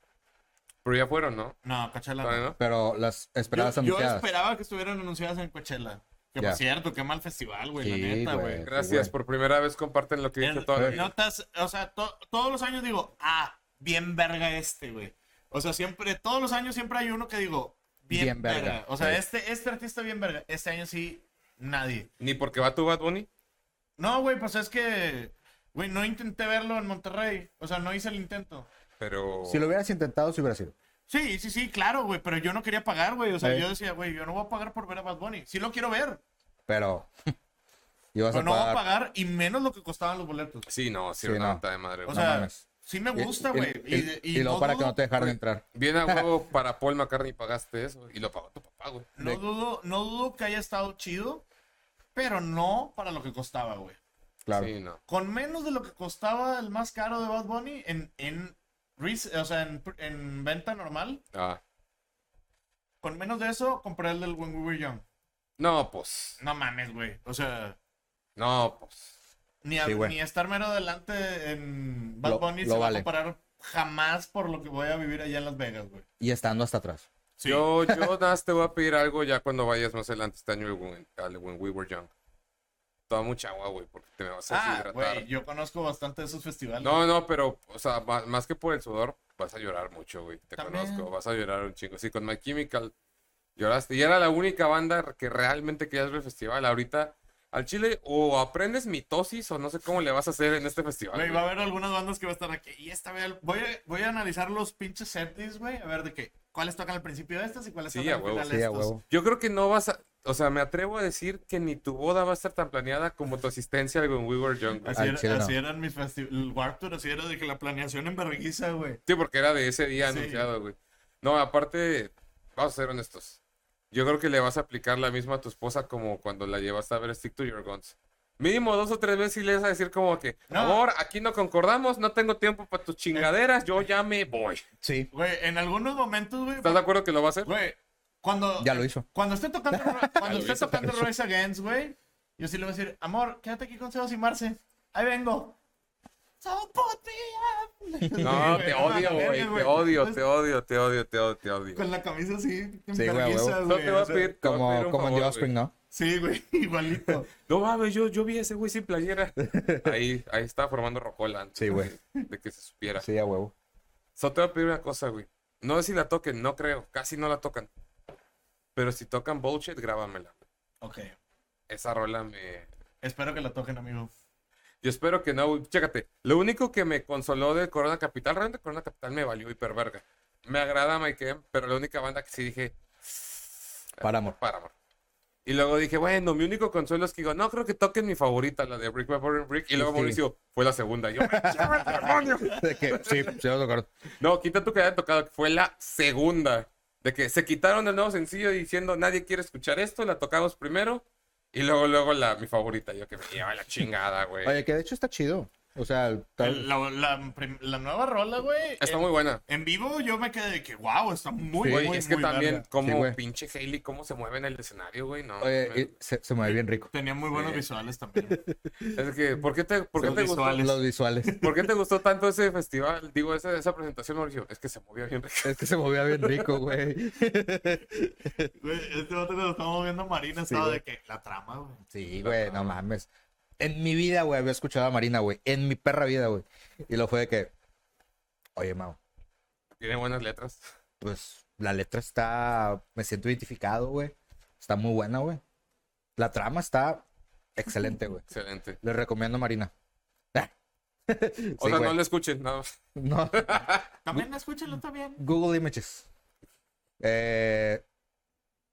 Speaker 2: Pero ya fueron, ¿no?
Speaker 3: No, Coachella. no.
Speaker 2: Todavía no.
Speaker 1: Pero las
Speaker 3: Yo,
Speaker 1: esperadas
Speaker 3: yo
Speaker 1: anunciadas.
Speaker 3: esperaba que estuvieran anunciadas en Coachella. Que
Speaker 1: Ya.
Speaker 3: por cierto, qué mal festival, güey,
Speaker 1: Sí,
Speaker 3: la neta,
Speaker 1: güey.
Speaker 3: güey.
Speaker 2: Gracias,
Speaker 1: güey.
Speaker 2: por primera vez comparten lo que dije
Speaker 3: El-
Speaker 2: toda la vida.
Speaker 3: Notas, o sea, to- todos los años digo, ah, bien verga este, güey. O sea, siempre, todos los años siempre hay uno que digo, bien,
Speaker 1: Bien verga.
Speaker 3: verga. O sea,
Speaker 1: Sí.
Speaker 3: este, este artista bien verga. Este año sí, nadie.
Speaker 2: Ni porque va tu Bad Bunny.
Speaker 3: No, güey, pues es que, güey, no intenté verlo en Monterrey. O sea, no hice el intento.
Speaker 2: Pero.
Speaker 1: Si lo hubieras intentado, sí hubiera sido.
Speaker 3: Sí, sí, sí, claro, güey, pero yo no quería pagar, güey. O sea,
Speaker 1: Sí.
Speaker 3: yo decía, güey, yo no voy a pagar por ver a Bad Bunny. Sí lo quiero ver,
Speaker 1: Pero. Ibas
Speaker 3: pero
Speaker 1: a
Speaker 3: no voy a
Speaker 1: pagar.
Speaker 3: pagar y menos lo que costaban los boletos.
Speaker 2: Sí, no, sí,
Speaker 1: Sí,
Speaker 2: era una
Speaker 1: no.
Speaker 2: venta de madre.
Speaker 3: O
Speaker 2: güey.
Speaker 1: no
Speaker 3: sea,
Speaker 1: mames.
Speaker 3: sí me
Speaker 1: Y-
Speaker 3: gusta,
Speaker 1: y-
Speaker 3: güey.
Speaker 1: Y, y luego para que no te dejaran entrar.
Speaker 2: Bien a huevo para Paul McCartney pagaste eso. Y lo pagó tu papá, güey.
Speaker 3: No
Speaker 1: De-
Speaker 3: dudo, no dudo que haya estado chido, pero no para lo que costaba, güey.
Speaker 1: Claro.
Speaker 2: Sí, no.
Speaker 3: Con menos de lo que costaba el más caro de Bad Bunny en, en, res- o sea, en, en venta normal,
Speaker 2: Ah.
Speaker 3: con menos de eso compré el del When We Were Young.
Speaker 2: No, pues.
Speaker 3: No mames, güey. O sea,
Speaker 2: No, pues.
Speaker 3: ni, a-
Speaker 1: Sí, güey.
Speaker 3: ni estar mero adelante en Bad
Speaker 1: Lo-
Speaker 3: Bunny
Speaker 1: lo
Speaker 3: se
Speaker 1: vale.
Speaker 3: va a comparar jamás por lo que voy a vivir allá en Las Vegas, güey.
Speaker 1: Y estando hasta atrás.
Speaker 3: Sí.
Speaker 2: Yo, yo nada más te voy a pedir algo ya cuando vayas más adelante este año al When, al When We Were Young. Toma mucha agua, güey, porque te me vas a
Speaker 3: Ah,
Speaker 2: deshidratar.
Speaker 3: güey, yo conozco bastante de esos festivales.
Speaker 2: No, no, pero, o sea, ma- más, que por el sudor, vas a llorar mucho, güey. Te
Speaker 3: También.
Speaker 2: conozco, vas a llorar un chingo. Sí, con My Chemical lloraste. Y era la única banda que realmente querías ver el festival. Ahorita, al Chile, o aprendes mitosis o no sé cómo le vas a hacer en este festival.
Speaker 3: Güey, va
Speaker 2: güey.
Speaker 3: a haber algunas bandas que va a estar aquí. Y esta vez voy a, voy a analizar los pinches setlists, güey. A ver de qué. ¿Cuáles tocan al principio de estas y cuáles
Speaker 2: Sí,
Speaker 3: tocan
Speaker 2: a
Speaker 3: al
Speaker 2: huevo.
Speaker 3: final de
Speaker 1: Sí, a
Speaker 3: estos?
Speaker 1: huevo.
Speaker 2: Yo creo que no vas a. O sea, me atrevo a decir que ni tu boda va a estar tan planeada como tu asistencia al When We Were Young. güey.
Speaker 3: Así,
Speaker 1: Al
Speaker 3: era-
Speaker 1: chile no.
Speaker 3: así eran mis festivales. El Warped Tour, así era de que la planeación en vergüenza, güey.
Speaker 2: Sí, porque era de ese día
Speaker 3: Sí.
Speaker 2: anunciado, güey. No, aparte, vamos a ser honestos. Yo creo que le vas a aplicar la misma a tu esposa como cuando la llevaste a ver Stick to Your Guns. Mínimo dos o tres veces y le vas a decir como que,
Speaker 3: No.
Speaker 2: amor, aquí no concordamos, no tengo tiempo para tus chingaderas, yo ya me voy.
Speaker 1: Sí.
Speaker 3: Güey, en algunos momentos, güey.
Speaker 2: ¿Estás de acuerdo que lo va a hacer?
Speaker 3: Güey, cuando.
Speaker 1: Ya lo hizo.
Speaker 3: Cuando esté tocando, cuando
Speaker 2: lo
Speaker 3: esté
Speaker 2: hizo,
Speaker 3: tocando Rise Against, güey. Yo sí le voy a decir, amor, quédate aquí con Sebas y Marce. Ahí vengo. So put me up.
Speaker 2: No, te odio,
Speaker 3: no,
Speaker 2: güey.
Speaker 3: verga, Pues,
Speaker 2: Te odio, te odio, te odio, te odio, te odio.
Speaker 3: Con la camisa así, en
Speaker 1: Sí, güey,
Speaker 3: vergüenza,
Speaker 1: güey.
Speaker 2: No te voy a
Speaker 3: o sea,
Speaker 2: pedir, te voy a
Speaker 1: Como,
Speaker 2: pedir un
Speaker 1: como en
Speaker 2: favor,
Speaker 1: The
Speaker 2: güey.
Speaker 1: Offspring, ¿no?
Speaker 3: Sí, güey, igualito.
Speaker 2: No mames, yo, yo vi a ese güey sin playera. Ahí, ahí estaba formando Rocola antes
Speaker 1: Sí, güey.
Speaker 2: de que se supiera.
Speaker 1: Sí, a huevo.
Speaker 2: Solo te voy a pedir una cosa, güey. No sé si la toquen, no creo. Casi no la tocan. Pero si tocan bullshit, grábamela.
Speaker 3: Ok.
Speaker 2: Esa rola me.
Speaker 3: Espero que la toquen, amigo.
Speaker 2: Yo espero que no, güey. Chécate. Lo único que me consoló de Corona Capital, realmente Corona Capital me valió hiperverga. Me agrada Mike M, pero la única banda que sí dije.
Speaker 1: Paramore.
Speaker 2: Paramore. Y luego dije, bueno, mi único consuelo es que digo, no, creo que toquen mi favorita, la de Brick by Brick. Brick. Y luego
Speaker 1: Sí.
Speaker 2: Mauricio, fue la segunda. Y Yo, "Me lleva el demonio".
Speaker 1: De que, sí, se lo tocaron.
Speaker 2: No, quita tú que hayan tocado, que fue la segunda. De que se quitaron el nuevo sencillo diciendo, nadie quiere escuchar esto, la tocamos primero. Y luego, luego, la, mi favorita. Yo que me lleva la chingada, güey.
Speaker 1: Oye, que de hecho está chido. O sea, tal...
Speaker 3: La, la prim- la nueva rola, güey.
Speaker 2: Está
Speaker 3: en,
Speaker 2: muy buena.
Speaker 3: en vivo yo me quedé de que, wow, está muy,
Speaker 2: Güey,
Speaker 3: muy,
Speaker 2: es que
Speaker 3: muy
Speaker 2: también,
Speaker 3: verga.
Speaker 1: Sí,
Speaker 2: como
Speaker 1: güey.
Speaker 2: pinche Hailey, cómo se mueve en el escenario, güey, no.
Speaker 1: Oye,
Speaker 2: me-
Speaker 1: y se, se mueve bien rico.
Speaker 3: Tenía muy buenos
Speaker 2: Sí.
Speaker 3: visuales también.
Speaker 2: Es que, ¿por qué te, por qué
Speaker 3: Los
Speaker 2: te gustó?
Speaker 3: visuales.
Speaker 1: Los visuales.
Speaker 2: ¿Por qué te gustó tanto ese festival? Digo, esa, esa presentación, Mauricio. Es que se movió bien rico.
Speaker 1: Es que se movía bien rico, güey.
Speaker 3: Güey, este otro que lo estamos viendo Marina estaba
Speaker 1: güey.
Speaker 3: de que la trama, güey.
Speaker 1: Sí, güey, no mames. En mi vida, güey, había escuchado a Marina, güey. En mi perra vida, güey. Y lo fue de que, oye, Mau,
Speaker 2: Tiene buenas letras.
Speaker 1: pues la letra está, me siento identificado, güey. Está muy buena, güey. La trama está excelente, güey.
Speaker 2: Excelente.
Speaker 1: Les recomiendo a Marina. Ah. Sí,
Speaker 2: O sea, no
Speaker 1: güey.
Speaker 2: lo escuchen, nada más.
Speaker 1: No,
Speaker 3: También escúchalo también.
Speaker 1: Google Images. Eh,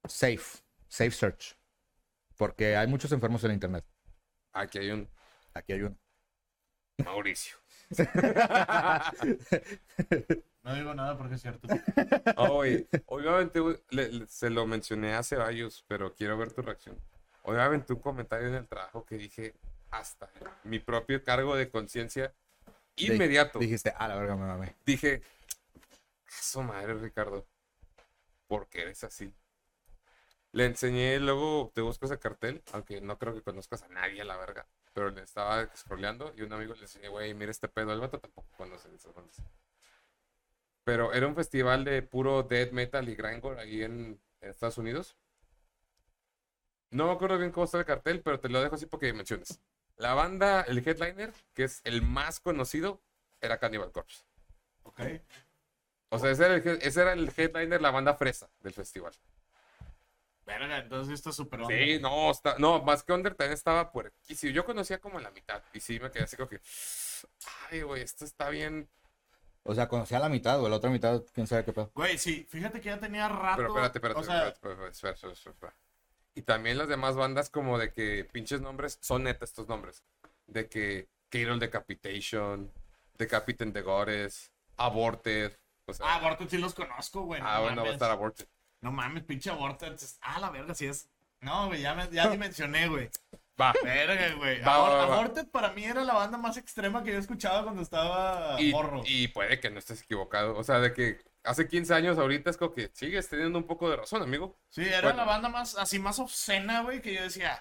Speaker 1: safe. Safe Search. Porque hay muchos enfermos en la internet.
Speaker 2: Aquí hay un
Speaker 1: Aquí hay uno.
Speaker 2: Mauricio.
Speaker 3: No digo nada porque es cierto.
Speaker 2: Oye, obviamente güey, le- le- se lo mencioné a Ceballos, pero quiero ver tu reacción. Hoy aventé un comentario en el trabajo que dije hasta mi propio cargo de conciencia
Speaker 1: De-
Speaker 2: inmediato.
Speaker 1: dijiste, a la verga, me mamé.
Speaker 2: dije, "A su madre, Ricardo, ¿por qué eres así? Le enseñé luego, te busco ese cartel, aunque no creo que conozcas a nadie a la verga, pero le estaba scrolleando y un amigo le enseñé, güey, mira este pedo, el vato tampoco conoce de esas bandas". Pero era un festival de puro death metal y grindcore ahí en, en Estados Unidos. No me acuerdo bien cómo está el cartel, pero te lo dejo así porque menciones. La banda, el headliner, que es el más conocido, era Cannibal Corpse.
Speaker 3: Ok.
Speaker 2: O sea, ese era, el, he- ese era el headliner, la banda fresa del festival.
Speaker 3: Verga, entonces esto es súper onda.
Speaker 2: Sí, no, está, no, más que Under también estaba puerquísimo. Yo conocía como la mitad y sí me quedé así como que, ay, güey, esto está bien.
Speaker 1: O sea, conocía la mitad, o La otra mitad, quién sabe qué pedo.
Speaker 3: Güey, sí, fíjate que ya tenía rato.
Speaker 2: Pero espérate, espérate,
Speaker 3: Ah, o sea,
Speaker 2: espérate, espérate, espera, espera, espera, espera. Y también las demás bandas como de que pinches nombres, son neta estos nombres. De que Carol Decapitation, Decapiten de Gores, Aborted. O sea,
Speaker 3: Ah, Bortet sí los conozco, güey. no
Speaker 2: ah, bueno, va a
Speaker 3: mames.
Speaker 2: estar Aborted.
Speaker 3: No mames, pinche aborto. Entonces, ah, la verga, sí es. No, güey, ya, me, ya dimensioné, güey.
Speaker 2: Va.
Speaker 3: Verga, güey.
Speaker 2: Va, va, va, va.
Speaker 3: Aborted para mí era la banda más extrema que yo escuchaba cuando estaba
Speaker 2: y,
Speaker 3: morro.
Speaker 2: y puede que no estés equivocado. O sea, de que hace 15 años ahorita es como que sigues teniendo un poco de razón, amigo.
Speaker 3: sí, era
Speaker 2: bueno.
Speaker 3: la banda más, así más obscena, güey, que yo decía,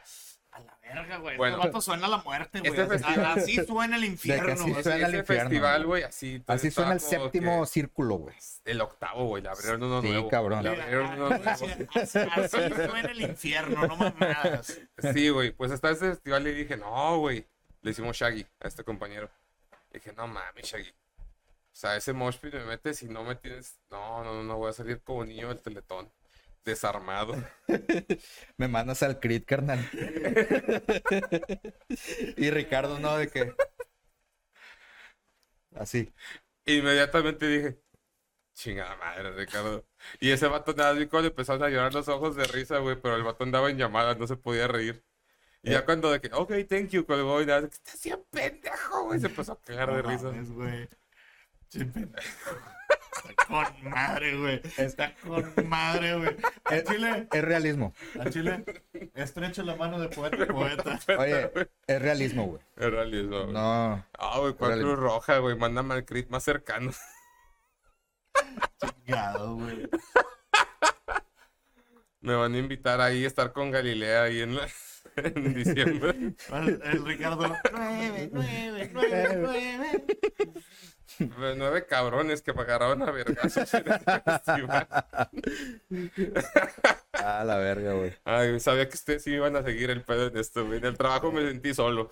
Speaker 3: a la verga, güey.
Speaker 2: Bueno.
Speaker 3: este vato suena a la muerte, güey.
Speaker 2: Este
Speaker 3: así,
Speaker 2: festival-
Speaker 3: así suena el infierno,
Speaker 1: así
Speaker 3: güey.
Speaker 1: Pues suena- Suena al
Speaker 2: Ese
Speaker 1: infierno,
Speaker 2: festival,
Speaker 1: güey.
Speaker 2: güey, así. entonces
Speaker 1: Así suena el
Speaker 2: estaba como
Speaker 1: séptimo
Speaker 2: que
Speaker 1: círculo, güey.
Speaker 2: El octavo, güey. Le abrieron uno
Speaker 1: Sí,
Speaker 2: nuevo.
Speaker 1: cabrón.
Speaker 2: Le
Speaker 3: Mira,
Speaker 2: abrieron uno
Speaker 3: ah,
Speaker 2: nuevo.
Speaker 3: güey, Así, así suena el infierno, no mamadas.
Speaker 2: Sí, güey. Pues hasta ese festival le dije, no, güey. Le hicimos Shaggy a este compañero. Le dije, no mames, Shaggy. O sea, ese mosh pit me metes y no me tienes. No, no, no, no. Voy a salir como niño del teletón. Desarmado.
Speaker 1: Me mandas al crit, carnal. y Ricardo, no, de que. Así.
Speaker 2: Inmediatamente dije, chingada madre, Ricardo. Y ese vato nada, vi cuando empezaron a llorar los ojos de risa, güey, pero el vato andaba en llamada, no se podía reír. Y ya cuando de que, ok, thank you, colgó y nada, estás bien pendejo, güey, se empezó a cagar de
Speaker 3: No
Speaker 2: risa.
Speaker 3: mames, güey. Che, pendejo. Está con madre, güey. Está con madre, güey. A Chile,
Speaker 1: Es realismo.
Speaker 3: a Chile, estrecho la mano de poeta, poeta.
Speaker 1: Oye, es realismo, güey.
Speaker 2: En realidad, güey.
Speaker 1: No.
Speaker 2: Ah, güey, cuál
Speaker 1: Órale.
Speaker 2: Cruz roja, güey, mándame al crit más cercano.
Speaker 3: Chingado, güey.
Speaker 2: Me van a invitar ahí a estar con Galilea ahí en la... en diciembre.
Speaker 3: El, el Ricardo. Nueve, nueve, nueve, nueve.
Speaker 2: Nueve cabrones que me agarraron a vergazos en este festival.
Speaker 1: Ah, la verga, güey.
Speaker 2: Ay, güey, sabía que ustedes sí iban a seguir el pedo en esto, güey. En el trabajo me sentí solo.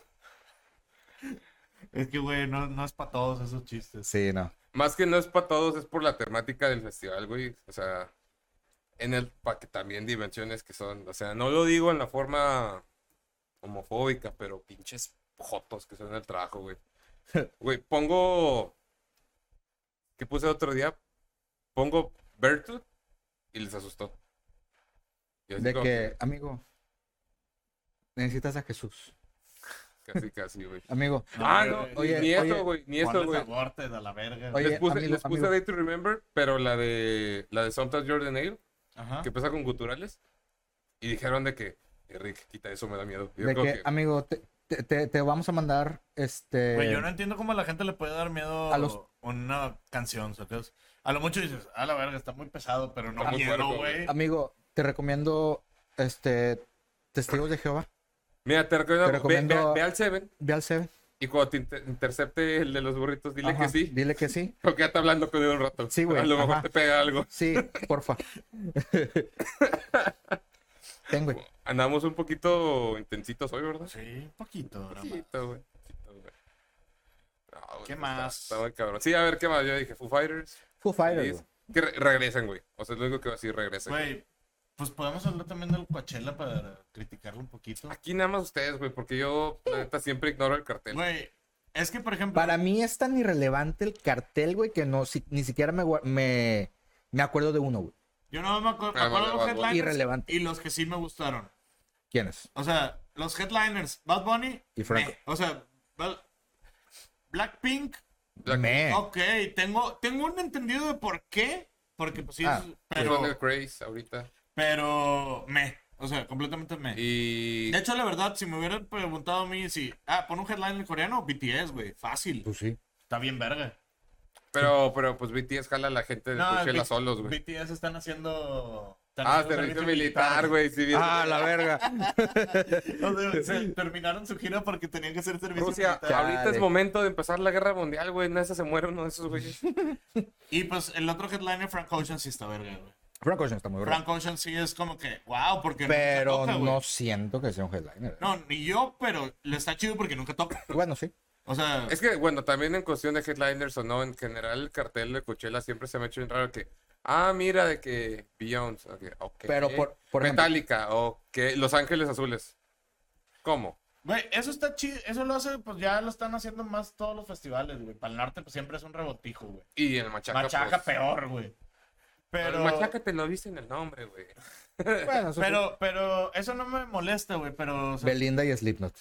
Speaker 3: Es que, güey, no, no es para todos esos chistes.
Speaker 1: Sí, no.
Speaker 2: Más que no es para todos, es por la temática del festival, güey. O sea, en el para que también dimensiones que son. O sea, no lo digo en la forma homofóbica, pero pinches jotos que son el trabajo, güey. Güey, pongo. ¿Qué puse otro día? Pongo Bertut y les asustó. Y así
Speaker 1: De
Speaker 2: como
Speaker 1: que, amigo, necesitas a Jesús.
Speaker 2: Casi, casi, güey.
Speaker 1: Amigo,
Speaker 2: ah, no,
Speaker 1: Oye,
Speaker 2: ni
Speaker 1: oye.
Speaker 2: eso, güey, ni eso,
Speaker 3: Ponles
Speaker 2: güey.
Speaker 3: abortes a la verga.
Speaker 1: Oye,
Speaker 2: les puse,
Speaker 1: amigo,
Speaker 2: les puse
Speaker 1: amigo.
Speaker 2: Day to Remember, pero la de la de Sometimes You're the Nail,
Speaker 3: Ajá.
Speaker 2: que empieza con guturales. Y dijeron de que, Rick, quita eso, me da miedo. Y yo
Speaker 1: de
Speaker 2: como
Speaker 1: que,
Speaker 2: que,
Speaker 1: amigo, te, te- te- te vamos a mandar este.
Speaker 3: Güey, yo no entiendo cómo a la gente le puede dar miedo
Speaker 1: A
Speaker 3: a
Speaker 1: los-
Speaker 3: una canción, ¿sabes? A lo mucho dices, a la verga, está muy pesado, pero no
Speaker 2: Está muy
Speaker 3: quiero,
Speaker 2: puerco,
Speaker 3: güey.
Speaker 1: Amigo, te recomiendo este Testigos de Jehová.
Speaker 2: Mira, te recomiendo,
Speaker 1: Te
Speaker 2: ve- Ve,
Speaker 1: recomiendo-
Speaker 2: ve al Seven
Speaker 1: Ve al Seven.
Speaker 2: y cuando te inter- intercepte el de los burritos, dile
Speaker 1: Ajá,
Speaker 2: que sí.
Speaker 1: Dile que sí.
Speaker 2: Porque ya está hablando con él un rato.
Speaker 1: Sí, güey,
Speaker 2: A lo mejor
Speaker 1: ajá.
Speaker 2: te pega algo.
Speaker 1: Sí, porfa. Ten, güey.
Speaker 2: Andamos un poquito intensitos hoy, ¿verdad?
Speaker 3: Sí, un poquito, nada más.
Speaker 2: Poquito, güey. poquito, güey. No, güey,
Speaker 3: ¿Qué
Speaker 2: está-
Speaker 3: más?
Speaker 2: Está muy cabrón. Sí, a ver, ¿qué más? Yo dije Foo Fighters.
Speaker 1: Foo Fighters.
Speaker 2: Police, Que re- regresen, güey. O sea, es lo único que voy a decir, regresen.
Speaker 3: Güey, pues podemos hablar también del Coachella para criticarlo un poquito.
Speaker 2: Aquí nada más ustedes, güey, porque yo, la neta, siempre ignoro el cartel.
Speaker 3: Güey, es que, por ejemplo,
Speaker 1: Para mí es tan irrelevante el cartel, güey, que no, si- ni siquiera me, gua- me, me acuerdo de uno, güey.
Speaker 3: yo no me acuerdo, me
Speaker 2: Ah,
Speaker 3: acuerdo
Speaker 2: vale,
Speaker 3: los
Speaker 2: Bad Bunny.
Speaker 3: headliners
Speaker 1: Irrelevante.
Speaker 3: y los que sí me gustaron.
Speaker 1: ¿Quién es?
Speaker 3: O sea, los headliners, Bad Bunny
Speaker 1: Y Franco.
Speaker 3: meh. O sea, Bad- Blackpink,
Speaker 2: Black-
Speaker 1: Me.
Speaker 3: ok, tengo, tengo un entendido de por qué, porque pues sí,
Speaker 1: Ah,
Speaker 3: es-
Speaker 2: Pero...
Speaker 3: pero,
Speaker 2: el Craze ahorita.
Speaker 3: pero me, o sea, completamente me.
Speaker 2: Y...
Speaker 3: De hecho, la verdad, si me hubieran preguntado a mí si, ah, pon un headliner coreano, BTS, güey, fácil.
Speaker 1: Pues sí.
Speaker 3: Está bien verga.
Speaker 2: Pero, pero, pues BTS jala a la gente de Coachella
Speaker 3: B-
Speaker 2: solos, Pues, güey.
Speaker 3: BTS están haciendo. están
Speaker 2: Ah,
Speaker 3: haciendo
Speaker 2: servicio militar, güey. Sí, bien.
Speaker 1: Ah, la verga.
Speaker 3: O sea, se terminaron su gira porque tenían que hacer servicio
Speaker 2: Rusia,
Speaker 3: militar.
Speaker 2: ahorita es
Speaker 1: Chale.
Speaker 2: momento de empezar la guerra mundial, güey. Nada, se muere uno de esos güeyes.
Speaker 3: Y pues el otro headliner, Frank Ocean, sí está verga, güey.
Speaker 1: Frank Ocean está muy bueno.
Speaker 3: Frank Ocean sí es como que, wow, porque nunca
Speaker 1: Pero
Speaker 3: toca, güey.
Speaker 1: no siento que sea un headliner.
Speaker 3: No, ni yo, pero le está chido porque nunca toca.
Speaker 1: Bueno, sí.
Speaker 3: O sea,
Speaker 2: Es que, bueno, también en cuestión de headliners o no, en general el cartel de Coachella siempre se me ha hecho bien raro que, ah, mira, de que Beyoncé, ok, ok.
Speaker 1: Pero por- por ejemplo-
Speaker 2: Metallica, o que Los Ángeles Azules. ¿Cómo?
Speaker 3: güey, eso está chido. Eso lo hace, pues ya lo están haciendo más todos los festivales, güey. Para el norte, pues siempre es un rebotijo, güey.
Speaker 2: Y el Machaca,
Speaker 3: Machaca
Speaker 2: pues,
Speaker 3: peor, güey. Pero.
Speaker 2: El Machaca pues, te lo dice en el nombre, güey.
Speaker 1: Bueno, eso sí.
Speaker 3: Pero, pero, eso no me molesta, güey, pero... o sea,
Speaker 1: Belinda y Slipknot.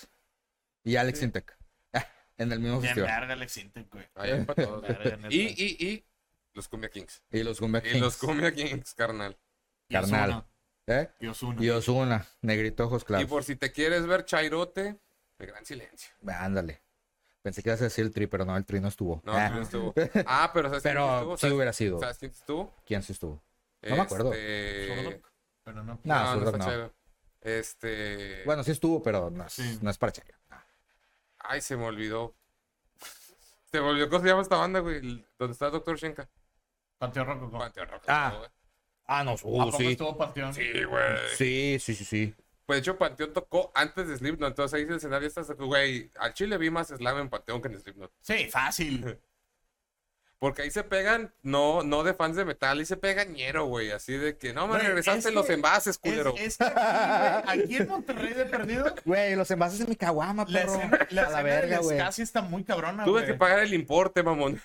Speaker 1: Y Alex Intec. Ah, en el mismo
Speaker 3: bien
Speaker 1: festival.
Speaker 3: verga Alex Intec, güey.
Speaker 2: Ahí es para todos.
Speaker 3: Verga, neta.
Speaker 2: Y, y, y los Cumbia Kings.
Speaker 1: Y los Gumbia
Speaker 2: Y los Cumbia Kings, carnal.
Speaker 3: Y Ozuna,
Speaker 1: carnal. ¿Eh?
Speaker 3: Y Ozuna.
Speaker 1: Y Osuna, Negrito Ojos
Speaker 2: Y
Speaker 1: Claros.
Speaker 2: por si te quieres ver Chairote, de gran silencio.
Speaker 1: Ándale. Pensé que ibas a decir el tri, pero no, el tri no estuvo.
Speaker 2: No,
Speaker 1: Ah,
Speaker 2: no estuvo. Ah, pero ¿sabes quién
Speaker 1: Pero
Speaker 2: estuvo?
Speaker 1: sí
Speaker 2: ¿Sabes-
Speaker 1: hubiera sido.
Speaker 2: ¿Sabes quién estuvo?
Speaker 1: ¿Quién sí estuvo? No me acuerdo.
Speaker 2: Este...
Speaker 3: Sordo, Pero no.
Speaker 1: Nah,
Speaker 2: no, no
Speaker 1: Zurdo
Speaker 2: está
Speaker 1: no.
Speaker 2: chido. Este.
Speaker 1: Bueno, sí estuvo, pero no es,
Speaker 3: eh, Sí.
Speaker 1: no es para checar.
Speaker 2: Ay, se me olvidó. Se me olvidó cómo se llama esta banda, güey. El- Donde está Doctor Shenka.
Speaker 3: Panteón Rococo.
Speaker 2: Panteón Rock.
Speaker 1: Ah.
Speaker 2: ¿no, güey?
Speaker 1: Ah, no,
Speaker 3: ¿A
Speaker 1: estuvo,
Speaker 3: poco
Speaker 1: sí.
Speaker 3: estuvo Panteón?
Speaker 2: Sí, güey.
Speaker 1: Sí, sí, sí, sí.
Speaker 2: Pues de hecho, Panteón tocó antes de Slipknot. Entonces ahí el escenario está. Güey, al Chile vi más slam en Panteón que en Slipknot.
Speaker 3: Sí, fácil.
Speaker 2: Porque ahí se pegan, no, no de fans de metal, ahí se pegan ñero, güey. Así de que, no, me
Speaker 3: Güey,
Speaker 2: regresaste
Speaker 3: es que-
Speaker 2: los envases,
Speaker 3: es,
Speaker 2: culero.
Speaker 3: es que aquí, güey, aquí en Monterrey de perdido,
Speaker 1: Güey, los envases en mi caguama,
Speaker 3: la
Speaker 1: perro.
Speaker 3: escena, la
Speaker 1: a la
Speaker 3: escena
Speaker 1: verga,
Speaker 3: del
Speaker 1: güey.
Speaker 3: ska sí está muy cabrona,
Speaker 2: Tuve
Speaker 3: güey.
Speaker 2: que pagar el importe, mamón.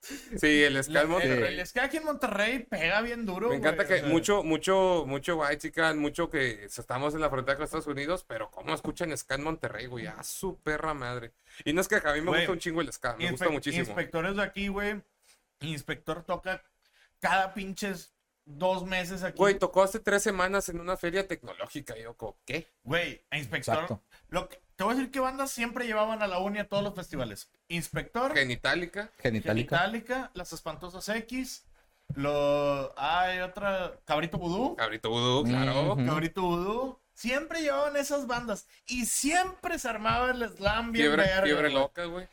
Speaker 2: sí, el ska en Monterrey.
Speaker 3: El ska aquí en Monterrey pega bien duro,
Speaker 2: Me encanta
Speaker 3: güey,
Speaker 2: que
Speaker 3: o sea,
Speaker 2: mucho, mucho, mucho guay, chican, mucho que estamos en la frontera con Estados Unidos, pero cómo escuchan ska en Monterrey, güey, a su perra madre. Y no es que a mí me
Speaker 3: Güey,
Speaker 2: gusta un chingo el ska, me gusta
Speaker 3: Inspec-
Speaker 2: muchísimo.
Speaker 3: Inspectores de aquí, güey. Inspector toca cada pinches dos meses aquí.
Speaker 2: Güey, tocó hace tres semanas en una feria tecnológica, y yo como, ¿qué?
Speaker 3: Güey, a Inspector.
Speaker 1: Exacto.
Speaker 3: Lo que- te voy a decir qué bandas siempre llevaban a la uni a todos los festivales. Inspector,
Speaker 2: Genitálica,
Speaker 1: Genitalica.
Speaker 3: Genitalica, Las Espantosas X, Lo... Hay otra... Cabrito Vudú.
Speaker 2: Cabrito Vudú, claro.
Speaker 1: Ujú.
Speaker 3: Cabrito Vudú. Siempre llevaban esas bandas. Y siempre se armaba el slam bien
Speaker 2: Fiebre,
Speaker 3: verga,
Speaker 2: fiebre
Speaker 3: güey.
Speaker 2: loca, güey.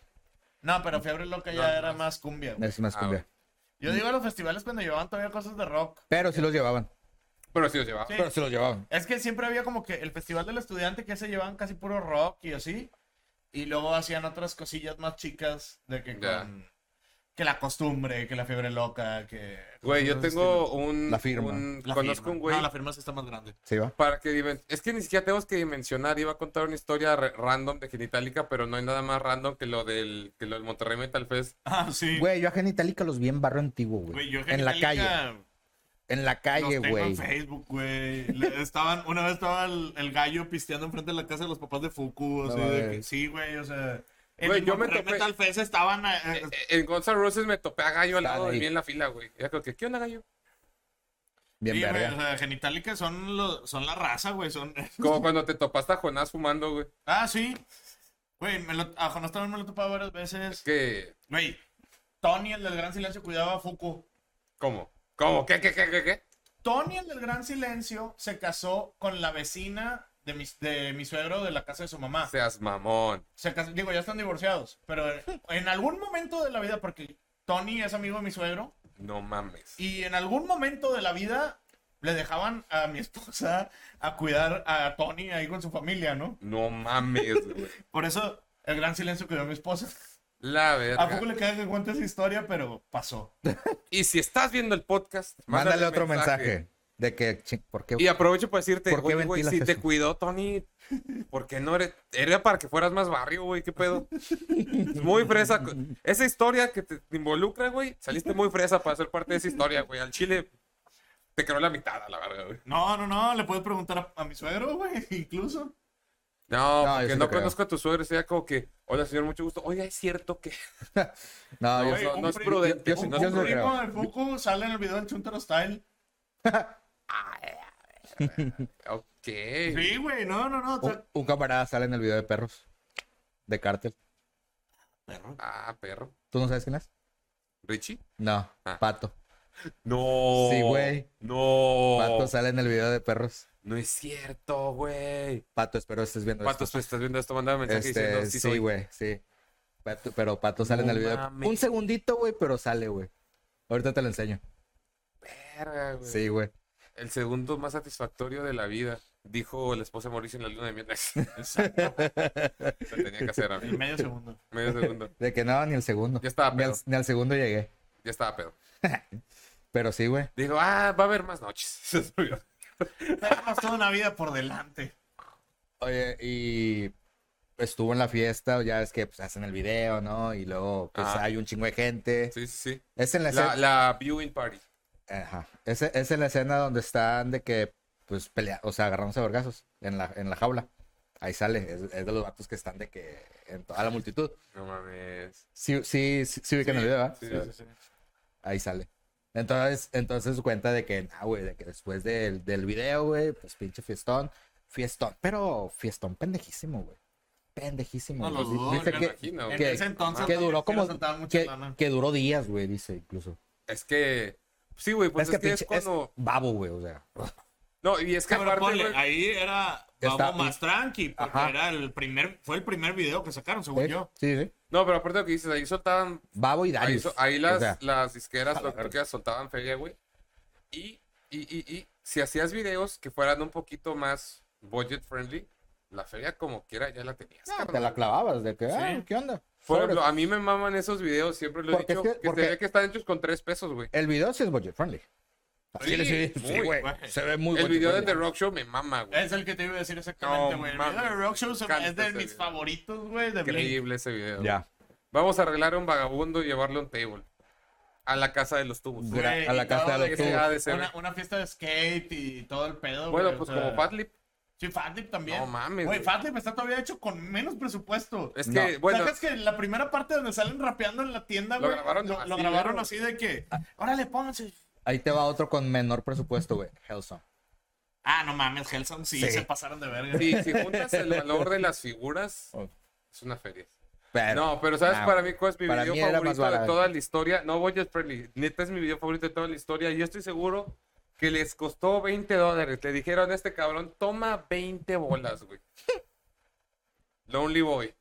Speaker 3: No, pero Fiebre Loca ya
Speaker 2: No,
Speaker 3: era
Speaker 2: no.
Speaker 3: más cumbia. güey.
Speaker 1: Es más
Speaker 2: Ah,
Speaker 1: cumbia.
Speaker 2: ok.
Speaker 3: Yo digo a los festivales cuando llevaban todavía cosas de rock.
Speaker 1: Pero sí los llevaban.
Speaker 2: Pero sí los llevaba.
Speaker 3: Sí.
Speaker 1: Pero sí los llevaban.
Speaker 3: Es que siempre había como que el Festival del Estudiante que se llevaban casi puro rock y así. Y luego hacían otras cosillas más chicas de que
Speaker 2: Ya.
Speaker 3: con... Que la costumbre, que la fiebre loca, que...
Speaker 2: Güey, yo
Speaker 3: cosas
Speaker 2: tengo un.
Speaker 1: La firma.
Speaker 2: un-
Speaker 3: La
Speaker 2: conozco
Speaker 3: firma.
Speaker 2: un güey.
Speaker 3: No, la firma sí está más grande.
Speaker 1: Sí, va.
Speaker 2: Para que dimen- es que ni siquiera tenemos que dimensionar, iba a contar una historia re- random de Genitalica, pero no hay nada más random que lo del, que lo del Monterrey Metal Fest.
Speaker 3: Ah, sí.
Speaker 1: Güey, yo a Genitalica los vi en barrio antiguo, güey.
Speaker 3: Güey, yo
Speaker 1: en la
Speaker 3: Genitalica
Speaker 1: calle. En la calle,
Speaker 3: los tengo
Speaker 1: güey.
Speaker 3: en Facebook, güey. Le- Estaban, una vez estaba el, el gallo pisteando enfrente de la casa de los papás de Fuku. así
Speaker 1: No,
Speaker 3: de
Speaker 1: güey.
Speaker 3: que- sí, güey, o sea. En
Speaker 2: Güey,
Speaker 3: el
Speaker 2: yo me
Speaker 3: Monterrey
Speaker 2: topé-
Speaker 3: Metal Fest estaban. eh, eh,
Speaker 2: Eh, En Guns N' Roses me topé a Gallo al
Speaker 1: Están
Speaker 2: lado de
Speaker 1: ahí.
Speaker 2: mí en la fila, güey. Ya creo que, ¿qué onda, Gallo?
Speaker 1: Bien
Speaker 3: sí, güey,
Speaker 1: verga.
Speaker 3: o sea, Genitalica son, lo- son la raza, güey. Son...
Speaker 2: Como cuando te topaste a Jonás fumando, güey.
Speaker 3: Ah, sí. Güey, me lo- a Jonás también me lo he topado varias veces.
Speaker 2: Es que,
Speaker 3: Güey, Tony, el del Gran Silencio, cuidaba a Fuku.
Speaker 2: ¿cómo? ¿Cómo? ¿Qué, qué, qué, qué, qué?
Speaker 3: Tony, el del Gran Silencio, se casó con la vecina de mi, de mi suegro de la casa de su mamá.
Speaker 2: Seas mamón.
Speaker 3: se cas- digo, ya están divorciados, pero en algún momento de la vida, porque Tony es amigo de mi suegro,
Speaker 2: No mames.
Speaker 3: y en algún momento de la vida le dejaban a mi esposa a cuidar a Tony ahí con su familia, ¿no?
Speaker 2: No mames, güey.
Speaker 3: Por eso el gran silencio cuidó a mi esposa.
Speaker 2: La
Speaker 3: ¿A
Speaker 2: verga.
Speaker 3: poco le queda que cuente esa historia? Pero pasó.
Speaker 2: Y si estás viendo el podcast,
Speaker 1: Mándale otro mensaje. De que, chi- ¿por qué?
Speaker 2: Y aprovecho para decirte,
Speaker 1: ¿Por qué
Speaker 2: oye, güey,
Speaker 1: ventilas
Speaker 2: si te
Speaker 1: eso?
Speaker 2: cuidó, Tony, ¿por qué no eres? Era para que fueras más barrio, güey, qué pedo. Es Muy fresa. Esa historia que te involucra, güey, saliste muy fresa para ser parte de esa historia, güey. Al chile te quedó la mitad, a la verdad, güey.
Speaker 3: No, no, no, le puedes preguntar a, a mi suegro, güey, incluso.
Speaker 2: No,
Speaker 1: No, yo
Speaker 2: porque
Speaker 1: sí
Speaker 2: no
Speaker 1: te creo.
Speaker 2: conozco a tu suegro, sería como que, hola, señor, mucho gusto. Oiga, es cierto que.
Speaker 1: No,
Speaker 2: No,
Speaker 1: yo
Speaker 2: güey,
Speaker 1: so-
Speaker 2: no es
Speaker 3: primo-
Speaker 2: prudente,
Speaker 1: yo sí-
Speaker 3: un-
Speaker 1: yo sí
Speaker 3: un
Speaker 1: lo
Speaker 3: primo
Speaker 1: creo.
Speaker 3: de Fuku sale en el video del Chuntaro Style.
Speaker 2: Ok.
Speaker 3: Sí, güey, no, no, no. o sea,
Speaker 1: un, un camarada sale en el video de perros. De cártel.
Speaker 2: Ah, perro.
Speaker 1: ¿Tú no sabes quién es?
Speaker 2: ¿Richie?
Speaker 1: No,
Speaker 2: Ah.
Speaker 1: Pato.
Speaker 2: No.
Speaker 1: Sí, güey.
Speaker 2: No.
Speaker 1: Pato sale en el video de perros.
Speaker 2: No es cierto, güey.
Speaker 1: Pato, espero estés viendo
Speaker 2: Pato,
Speaker 1: esto.
Speaker 2: si estás viendo esto, mandame mensaje
Speaker 1: Este,
Speaker 2: diciendo sí,
Speaker 1: sí,
Speaker 2: soy.
Speaker 1: güey, sí. Pato- pero Pato sale
Speaker 2: No
Speaker 1: en el video.
Speaker 2: mames.
Speaker 1: Un segundito, güey, pero sale, güey. Ahorita te lo enseño.
Speaker 2: Verga, güey.
Speaker 1: Sí, güey.
Speaker 2: El segundo más satisfactorio de la vida, dijo la esposa de Mauricio en la luna de miel.
Speaker 3: exacto,
Speaker 2: Lo tenía que hacer,
Speaker 3: en
Speaker 2: amigo.
Speaker 3: medio segundo.
Speaker 2: Medio segundo.
Speaker 1: De que no, ni el segundo.
Speaker 2: Ya estaba,
Speaker 1: ni al,
Speaker 2: pero-
Speaker 1: ni al segundo llegué.
Speaker 2: Ya estaba pedo.
Speaker 1: Pero sí, güey.
Speaker 2: Dijo, ah, va a haber más noches. Se subió.
Speaker 3: Tenemos toda una vida por delante.
Speaker 1: Oye, y estuvo en la fiesta, ya ves que pues, hacen el video, ¿no? Y luego pues
Speaker 2: Ah.
Speaker 1: hay un chingo de gente.
Speaker 2: Sí, sí, sí.
Speaker 1: Es en la,
Speaker 2: La,
Speaker 1: escena,
Speaker 2: la viewing party.
Speaker 1: Ajá. Es, es en la escena donde están de que pues pelea, o sea, agarrándose a vergazos en la, en la jaula. Ahí sale, es, es de los vatos que están de que en toda la multitud.
Speaker 2: No mames.
Speaker 1: Sí, sí, sí, sí ubican el video, ¿verdad?
Speaker 2: Sí, sí, sí.
Speaker 1: Ahí sale. Entonces, entonces cuenta de que, nah, güey, de que después del, del video, güey, pues pinche fiestón, fiestón, pero fiestón pendejísimo, güey. Pendejísimo.
Speaker 3: No lo
Speaker 1: güey.
Speaker 3: dudo,
Speaker 1: Dice
Speaker 2: me
Speaker 1: que,
Speaker 2: imagino,
Speaker 1: que-
Speaker 3: En ese entonces
Speaker 1: que duró como
Speaker 3: se soltaban mucha
Speaker 1: que,
Speaker 3: lana.
Speaker 1: que duró días, güey, dice incluso.
Speaker 2: Es que. Sí, güey, pues es, que,
Speaker 1: pinche-
Speaker 2: es cuando.
Speaker 1: babo, güey, o sea.
Speaker 2: No, y es que
Speaker 3: Pero
Speaker 2: aparte,
Speaker 3: ponle,
Speaker 2: güey,
Speaker 3: ahí era
Speaker 1: Está-
Speaker 3: Vamos más tranqui, porque
Speaker 1: Ajá.
Speaker 3: era el primer, fue el primer video que sacaron, según
Speaker 1: ¿eh?
Speaker 3: yo.
Speaker 1: Sí, sí.
Speaker 2: No, pero aparte de lo que dices, ahí soltaban
Speaker 1: Babo y
Speaker 2: Ahí,
Speaker 1: Darius.
Speaker 2: so- ahí las,
Speaker 1: O sea,
Speaker 2: las disqueras,
Speaker 1: a la
Speaker 2: las marcas soltaban feria, güey. Y, y, y, y si hacías videos que fueran un poquito más budget friendly, la feria como quiera ya la tenías.
Speaker 1: ah, te
Speaker 2: carnal.
Speaker 1: la clavabas de que, ah,
Speaker 3: Sí.
Speaker 1: ¿qué onda?
Speaker 2: Por
Speaker 1: Sobres.
Speaker 2: ejemplo, ah. a mí me maman esos videos, siempre lo he
Speaker 1: Porque es
Speaker 2: dicho,
Speaker 1: que-
Speaker 2: que,
Speaker 1: porque-
Speaker 2: se ve que están hechos con tres pesos, güey.
Speaker 1: El video sí es budget friendly. Así
Speaker 2: Sí,
Speaker 1: le- sí, sí,
Speaker 2: muy,
Speaker 1: güey.
Speaker 3: güey.
Speaker 1: Se ve muy
Speaker 2: El
Speaker 1: budget
Speaker 2: video de
Speaker 1: friendly.
Speaker 2: The Rock Show me mama, güey.
Speaker 3: Es el que te iba a decir exactamente,
Speaker 2: No,
Speaker 3: güey. el
Speaker 2: mames,
Speaker 3: video de Rock Show se-
Speaker 2: encanta
Speaker 3: es de
Speaker 2: ese
Speaker 3: mis
Speaker 2: video.
Speaker 3: favoritos, güey, de Blink.
Speaker 2: Increíble ese video.
Speaker 1: Ya.
Speaker 2: Vamos a arreglar a un vagabundo y llevarlo a un table. A la casa de los tubos.
Speaker 1: Gra-
Speaker 3: Güey,
Speaker 1: a la
Speaker 3: y
Speaker 1: casa
Speaker 3: todo
Speaker 1: de
Speaker 3: de
Speaker 1: los
Speaker 2: que
Speaker 1: tubos.
Speaker 2: sea de ese-
Speaker 3: Una, una fiesta de skate y todo el pedo,
Speaker 2: Bueno,
Speaker 3: güey,
Speaker 2: pues
Speaker 3: o sea,
Speaker 2: como Fatlip.
Speaker 3: Sí, Fatlip también.
Speaker 2: No mames,
Speaker 3: Güey,
Speaker 2: güey.
Speaker 3: Fatlip está todavía hecho con menos presupuesto.
Speaker 2: Es que,
Speaker 1: No.
Speaker 2: bueno,
Speaker 3: ¿Sabes que la primera parte donde salen rapeando en la tienda,
Speaker 2: Lo
Speaker 3: güey?
Speaker 2: grabaron
Speaker 3: lo, lo
Speaker 2: así, Ah.
Speaker 3: grabaron
Speaker 2: güey.
Speaker 3: así de que, órale, pónganse.
Speaker 1: Ahí te va otro con menor presupuesto, güey. Hellsong.
Speaker 3: Ah, no mames, Hellson sí,
Speaker 1: Sí.
Speaker 3: se pasaron de verga.
Speaker 2: si, si juntas el valor de las figuras,
Speaker 1: Oh.
Speaker 2: es una feria.
Speaker 1: Pero,
Speaker 2: No, pero ¿sabes
Speaker 1: nah,
Speaker 2: para
Speaker 1: güey.
Speaker 2: mí cuál es mi
Speaker 1: Para
Speaker 2: video
Speaker 1: mí era más
Speaker 2: favorito de
Speaker 1: barato.
Speaker 2: toda la historia? No, voy Presley. Neta es mi video favorito de toda la historia. Y yo estoy seguro que les costó 20 dólares. Le dijeron a este cabrón, toma 20 bolas, güey. Lonely Boy.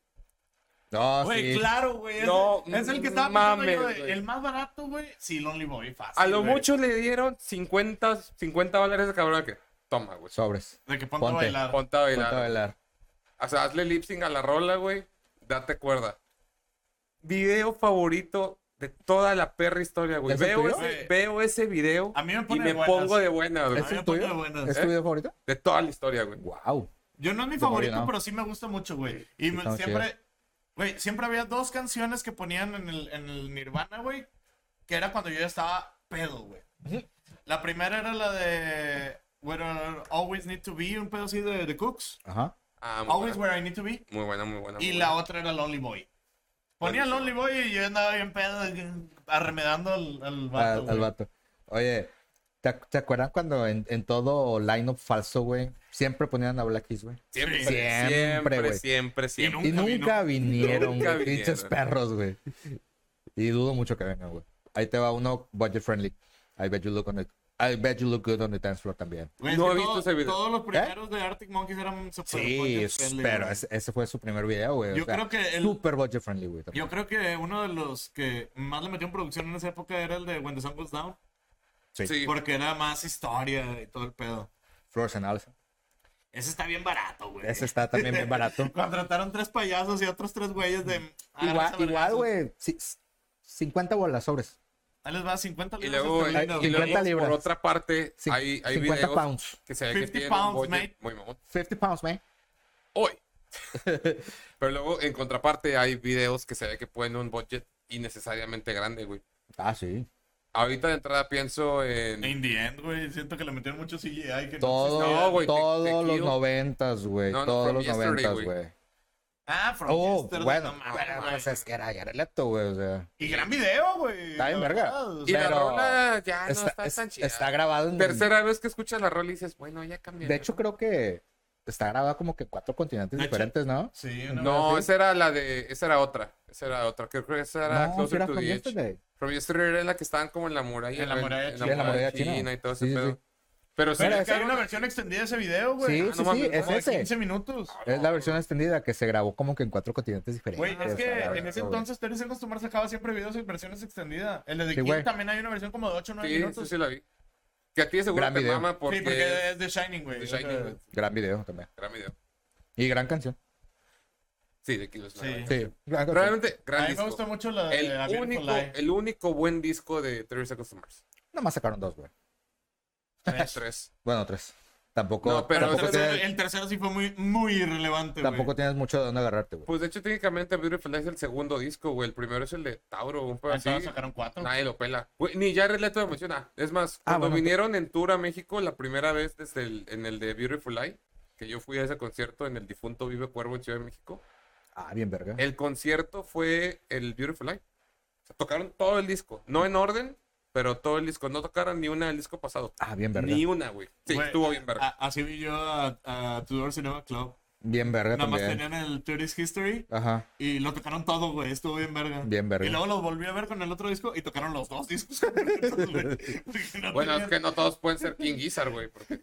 Speaker 1: No,
Speaker 3: Güey,
Speaker 1: sí.
Speaker 3: claro, güey. Es,
Speaker 2: No,
Speaker 3: es el que estaba pensando
Speaker 2: mames,
Speaker 3: yo de-
Speaker 2: güey.
Speaker 3: El más barato, güey. Sí, Lonely Boy, fácil.
Speaker 2: A lo
Speaker 3: güey.
Speaker 2: mucho le dieron 50, 50 dólares a ese cabrón que, toma, güey.
Speaker 1: Sobres.
Speaker 3: De que ponte, a
Speaker 1: Ponte.
Speaker 3: bailar.
Speaker 2: Ponte a
Speaker 1: Ponte
Speaker 2: bailar.
Speaker 1: a bailar.
Speaker 2: O sea, hazle lip sync a la rola, güey. Date cuerda. Video favorito de toda la perra historia, güey.
Speaker 1: ¿Es el
Speaker 2: Veo
Speaker 1: tuyo?
Speaker 2: ese,
Speaker 3: Sí.
Speaker 2: veo ese video
Speaker 3: A mí me
Speaker 2: y
Speaker 3: pone
Speaker 2: me
Speaker 3: de buenas.
Speaker 2: pongo de buena, güey.
Speaker 1: ¿Es el
Speaker 3: me pone
Speaker 1: tuyo?
Speaker 3: de buenas.
Speaker 1: ¿Es
Speaker 2: ¿Eh?
Speaker 1: tu video favorito?
Speaker 2: De toda la historia, güey.
Speaker 1: Wow.
Speaker 3: Yo no es mi
Speaker 1: De morir,
Speaker 3: favorito,
Speaker 1: ¿no?
Speaker 3: pero sí me gusta mucho, güey. Y me-
Speaker 1: Está
Speaker 3: siempre, güey, siempre había dos canciones que ponían en el, en el Nirvana, güey, que era cuando yo ya estaba pedo, güey. La primera era la de Where I Always Need to Be, un pedo así de, de Cooks.
Speaker 1: Ajá.
Speaker 2: Ah, muy
Speaker 3: Always
Speaker 2: buena.
Speaker 3: Where I Need to Be.
Speaker 2: Muy buena, muy buena.
Speaker 3: Y
Speaker 2: muy
Speaker 3: la
Speaker 2: buena.
Speaker 3: otra era Lonely Boy. Ponía
Speaker 2: Buenísimo.
Speaker 3: Lonely Boy y yo andaba bien pedo, arremedando al, al vato.
Speaker 1: al, al
Speaker 3: güey.
Speaker 1: vato. Oye, ¿te, ac- te acuerdas cuando en, en todo line-up falso, güey? Siempre ponían a Black Keys, güey.
Speaker 2: Siempre,
Speaker 3: Sí.
Speaker 2: siempre,
Speaker 1: Siempre,
Speaker 2: siempre,
Speaker 1: güey.
Speaker 2: siempre.
Speaker 1: Y
Speaker 3: Nunca
Speaker 1: nunca vinieron,
Speaker 2: Nunca
Speaker 1: güey. Pinches
Speaker 2: vinieron.
Speaker 1: perros, güey. Y dudo mucho que vengan, güey. Ahí te va uno budget friendly. I bet you look on it. I bet you look good on the dance floor también.
Speaker 3: Güey, es
Speaker 2: No
Speaker 3: que
Speaker 2: he visto
Speaker 3: todo-
Speaker 2: ese video.
Speaker 3: Todos los primeros de Arctic Monkeys eran super
Speaker 1: ¿Eh? Sí,
Speaker 3: budget
Speaker 1: es-
Speaker 3: friendly,
Speaker 1: pero
Speaker 3: güey.
Speaker 1: ese, ese fue su primer video, güey.
Speaker 3: Yo creo que el-
Speaker 1: Super budget friendly, güey. también.
Speaker 3: Yo creo que uno de los que más le metió en producción en esa época era el de When the Sun Goes Down.
Speaker 1: Sí.
Speaker 2: Sí.
Speaker 3: Porque era más historia y todo el pedo.
Speaker 1: Flores and Allison.
Speaker 3: Ese está bien barato, güey.
Speaker 1: Ese está también bien barato.
Speaker 3: Contrataron tres payasos y otros tres güeyes de.
Speaker 1: igual,
Speaker 3: Agárrense a
Speaker 1: igual,
Speaker 3: vergazos.
Speaker 1: güey. sí, 50 bolas sobres.
Speaker 3: Ahí les va 50
Speaker 2: Y
Speaker 3: libras. este
Speaker 2: luego,
Speaker 1: Ay,
Speaker 2: y luego,
Speaker 1: 50 libras.
Speaker 2: por otra parte,
Speaker 1: Sí,
Speaker 2: hay, hay
Speaker 1: 50
Speaker 2: videos
Speaker 1: pounds.
Speaker 2: que se ve que
Speaker 3: 50
Speaker 2: tienen
Speaker 3: pounds,
Speaker 2: un budget
Speaker 3: mate.
Speaker 2: muy mamón.
Speaker 1: 50 pounds, man.
Speaker 2: hoy. Pero luego, en contraparte, hay videos que se ve que pueden un budget innecesariamente grande, güey.
Speaker 1: Ah, sí.
Speaker 2: Ahorita de entrada pienso en...
Speaker 3: In the end, güey. Siento que le metieron mucho CGI. Que no
Speaker 1: Todo,
Speaker 3: existía.
Speaker 2: No, güey, te-
Speaker 1: todos
Speaker 2: te
Speaker 1: los
Speaker 2: quiero.
Speaker 1: noventas, güey.
Speaker 2: No, no,
Speaker 1: todos
Speaker 2: From
Speaker 1: los
Speaker 2: Yesterday,
Speaker 1: noventas,
Speaker 2: güey.
Speaker 1: güey.
Speaker 3: Ah, From
Speaker 1: Oh,
Speaker 3: Yesterday,
Speaker 1: bueno,
Speaker 3: no mames,
Speaker 1: bueno,
Speaker 3: güey.
Speaker 1: pues, es que era Yareleto, güey, o sea.
Speaker 3: Y gran video, güey.
Speaker 1: Está bien
Speaker 3: la
Speaker 1: verga.
Speaker 3: verdad, o
Speaker 2: Y
Speaker 3: sea,
Speaker 2: la
Speaker 1: pero-
Speaker 2: rola ya Ah, no está,
Speaker 1: Está, es-
Speaker 2: tan chida.
Speaker 1: está grabado en...
Speaker 2: Tercera vez que escuchas la rola y dices, bueno, ya cambié.
Speaker 1: De hecho, creo que está grabado como que en cuatro continentes
Speaker 3: De hecho,
Speaker 1: diferentes, ¿no?
Speaker 3: Sí, una
Speaker 2: No,
Speaker 1: ¿sí?
Speaker 2: esa era la de... Esa era otra. Esa era otra. Creo que esa era
Speaker 1: No, este sí
Speaker 2: Closer
Speaker 1: era
Speaker 2: to
Speaker 1: From
Speaker 2: the Edge.
Speaker 1: Yesterday.
Speaker 2: From Yesterday era la que estaban como en la muralla.
Speaker 3: En la
Speaker 2: güey,
Speaker 3: muralla
Speaker 2: en
Speaker 3: china.
Speaker 2: la
Speaker 1: En la muralla
Speaker 2: muralla
Speaker 1: china.
Speaker 2: china y todo ese
Speaker 1: Sí, sí,
Speaker 2: pedo.
Speaker 1: sí.
Speaker 2: Pero sí,
Speaker 3: Pero
Speaker 1: Mira,
Speaker 3: es que hay
Speaker 2: era-
Speaker 3: una versión extendida de ese video, güey. Ah,
Speaker 1: Sí,
Speaker 2: ah, no
Speaker 1: sí, sí,
Speaker 2: mames,
Speaker 1: es
Speaker 3: Como de
Speaker 1: ese.
Speaker 3: 15 minutos.
Speaker 1: Es la versión extendida que se grabó como que en cuatro continentes diferentes.
Speaker 3: Güey, es
Speaker 1: o sea,
Speaker 3: que
Speaker 1: la
Speaker 3: en
Speaker 1: verdad,
Speaker 3: ese
Speaker 1: güey.
Speaker 3: entonces Terry Seconds to Mars sacaba siempre videos en versiones extendidas. El de The
Speaker 1: Sí,
Speaker 3: King
Speaker 1: güey.
Speaker 3: también hay una versión como de 8 o 9
Speaker 2: Sí,
Speaker 3: minutos.
Speaker 2: sí, sí la vi. Que a ti de seguro
Speaker 1: Gran
Speaker 2: te
Speaker 1: video.
Speaker 2: mama porque...
Speaker 3: Sí, porque es The Shining, güey.
Speaker 2: The
Speaker 3: o sea,
Speaker 2: Shining, güey.
Speaker 1: Gran video también.
Speaker 2: Gran video.
Speaker 1: Y gran canción.
Speaker 2: Sí, de Kilos.
Speaker 3: Sí.
Speaker 1: Sí, gran canción.
Speaker 2: Realmente,
Speaker 3: A
Speaker 2: gran
Speaker 3: mí me
Speaker 2: disco.
Speaker 3: gusta mucho la de A
Speaker 2: el
Speaker 3: Beautiful
Speaker 2: único,
Speaker 3: Lie.
Speaker 2: el único buen disco de 30 Seconds to Mars.
Speaker 1: Nomás sacaron dos, güey.
Speaker 3: Tres.
Speaker 2: Tres.
Speaker 1: Bueno, tres. Tampoco,
Speaker 2: No, pero
Speaker 1: tampoco,
Speaker 3: El tercero-
Speaker 1: tienes,
Speaker 3: El tercero sí fue muy, muy irrelevante, este, güey.
Speaker 1: tampoco tienes mucho de dónde agarrarte, güey.
Speaker 2: Pues de hecho, técnicamente, Beautiful Lie es el segundo disco, güey. El primero es el de Tauro, un pedo
Speaker 3: Ah,
Speaker 2: así.
Speaker 3: todos sacaron cuatro.
Speaker 2: Nadie lo pela. Güey, ni ya Leto lo menciona. Es más,
Speaker 1: Ah,
Speaker 2: cuando
Speaker 1: bueno,
Speaker 2: vinieron en tour a México la primera vez desde el, en el de Beautiful Lie, que yo fui a ese concierto en el difunto Vive Cuervo en Ciudad de México,
Speaker 1: Ah, bien verga.
Speaker 2: el concierto fue el Beautiful Lie. O sea, tocaron todo el disco. No en orden, pero todo el disco. No tocaron ni una del disco pasado.
Speaker 1: Ah, bien verga.
Speaker 2: Ni una, güey. Sí,
Speaker 3: Güey,
Speaker 2: estuvo bien verga.
Speaker 3: a- Así vi yo a, a Tudor Cinema Club.
Speaker 1: Bien verga
Speaker 3: Nada más
Speaker 1: también.
Speaker 3: tenían el Tourist History
Speaker 1: Ajá.
Speaker 3: y lo tocaron todo, güey. Estuvo bien verga.
Speaker 1: Bien verga.
Speaker 3: Y luego los volví a ver con el otro disco y tocaron los dos discos. completos, güey. Porque no
Speaker 2: Bueno, es
Speaker 3: tenían-
Speaker 2: que no todos pueden ser King Gizzard, güey. Porque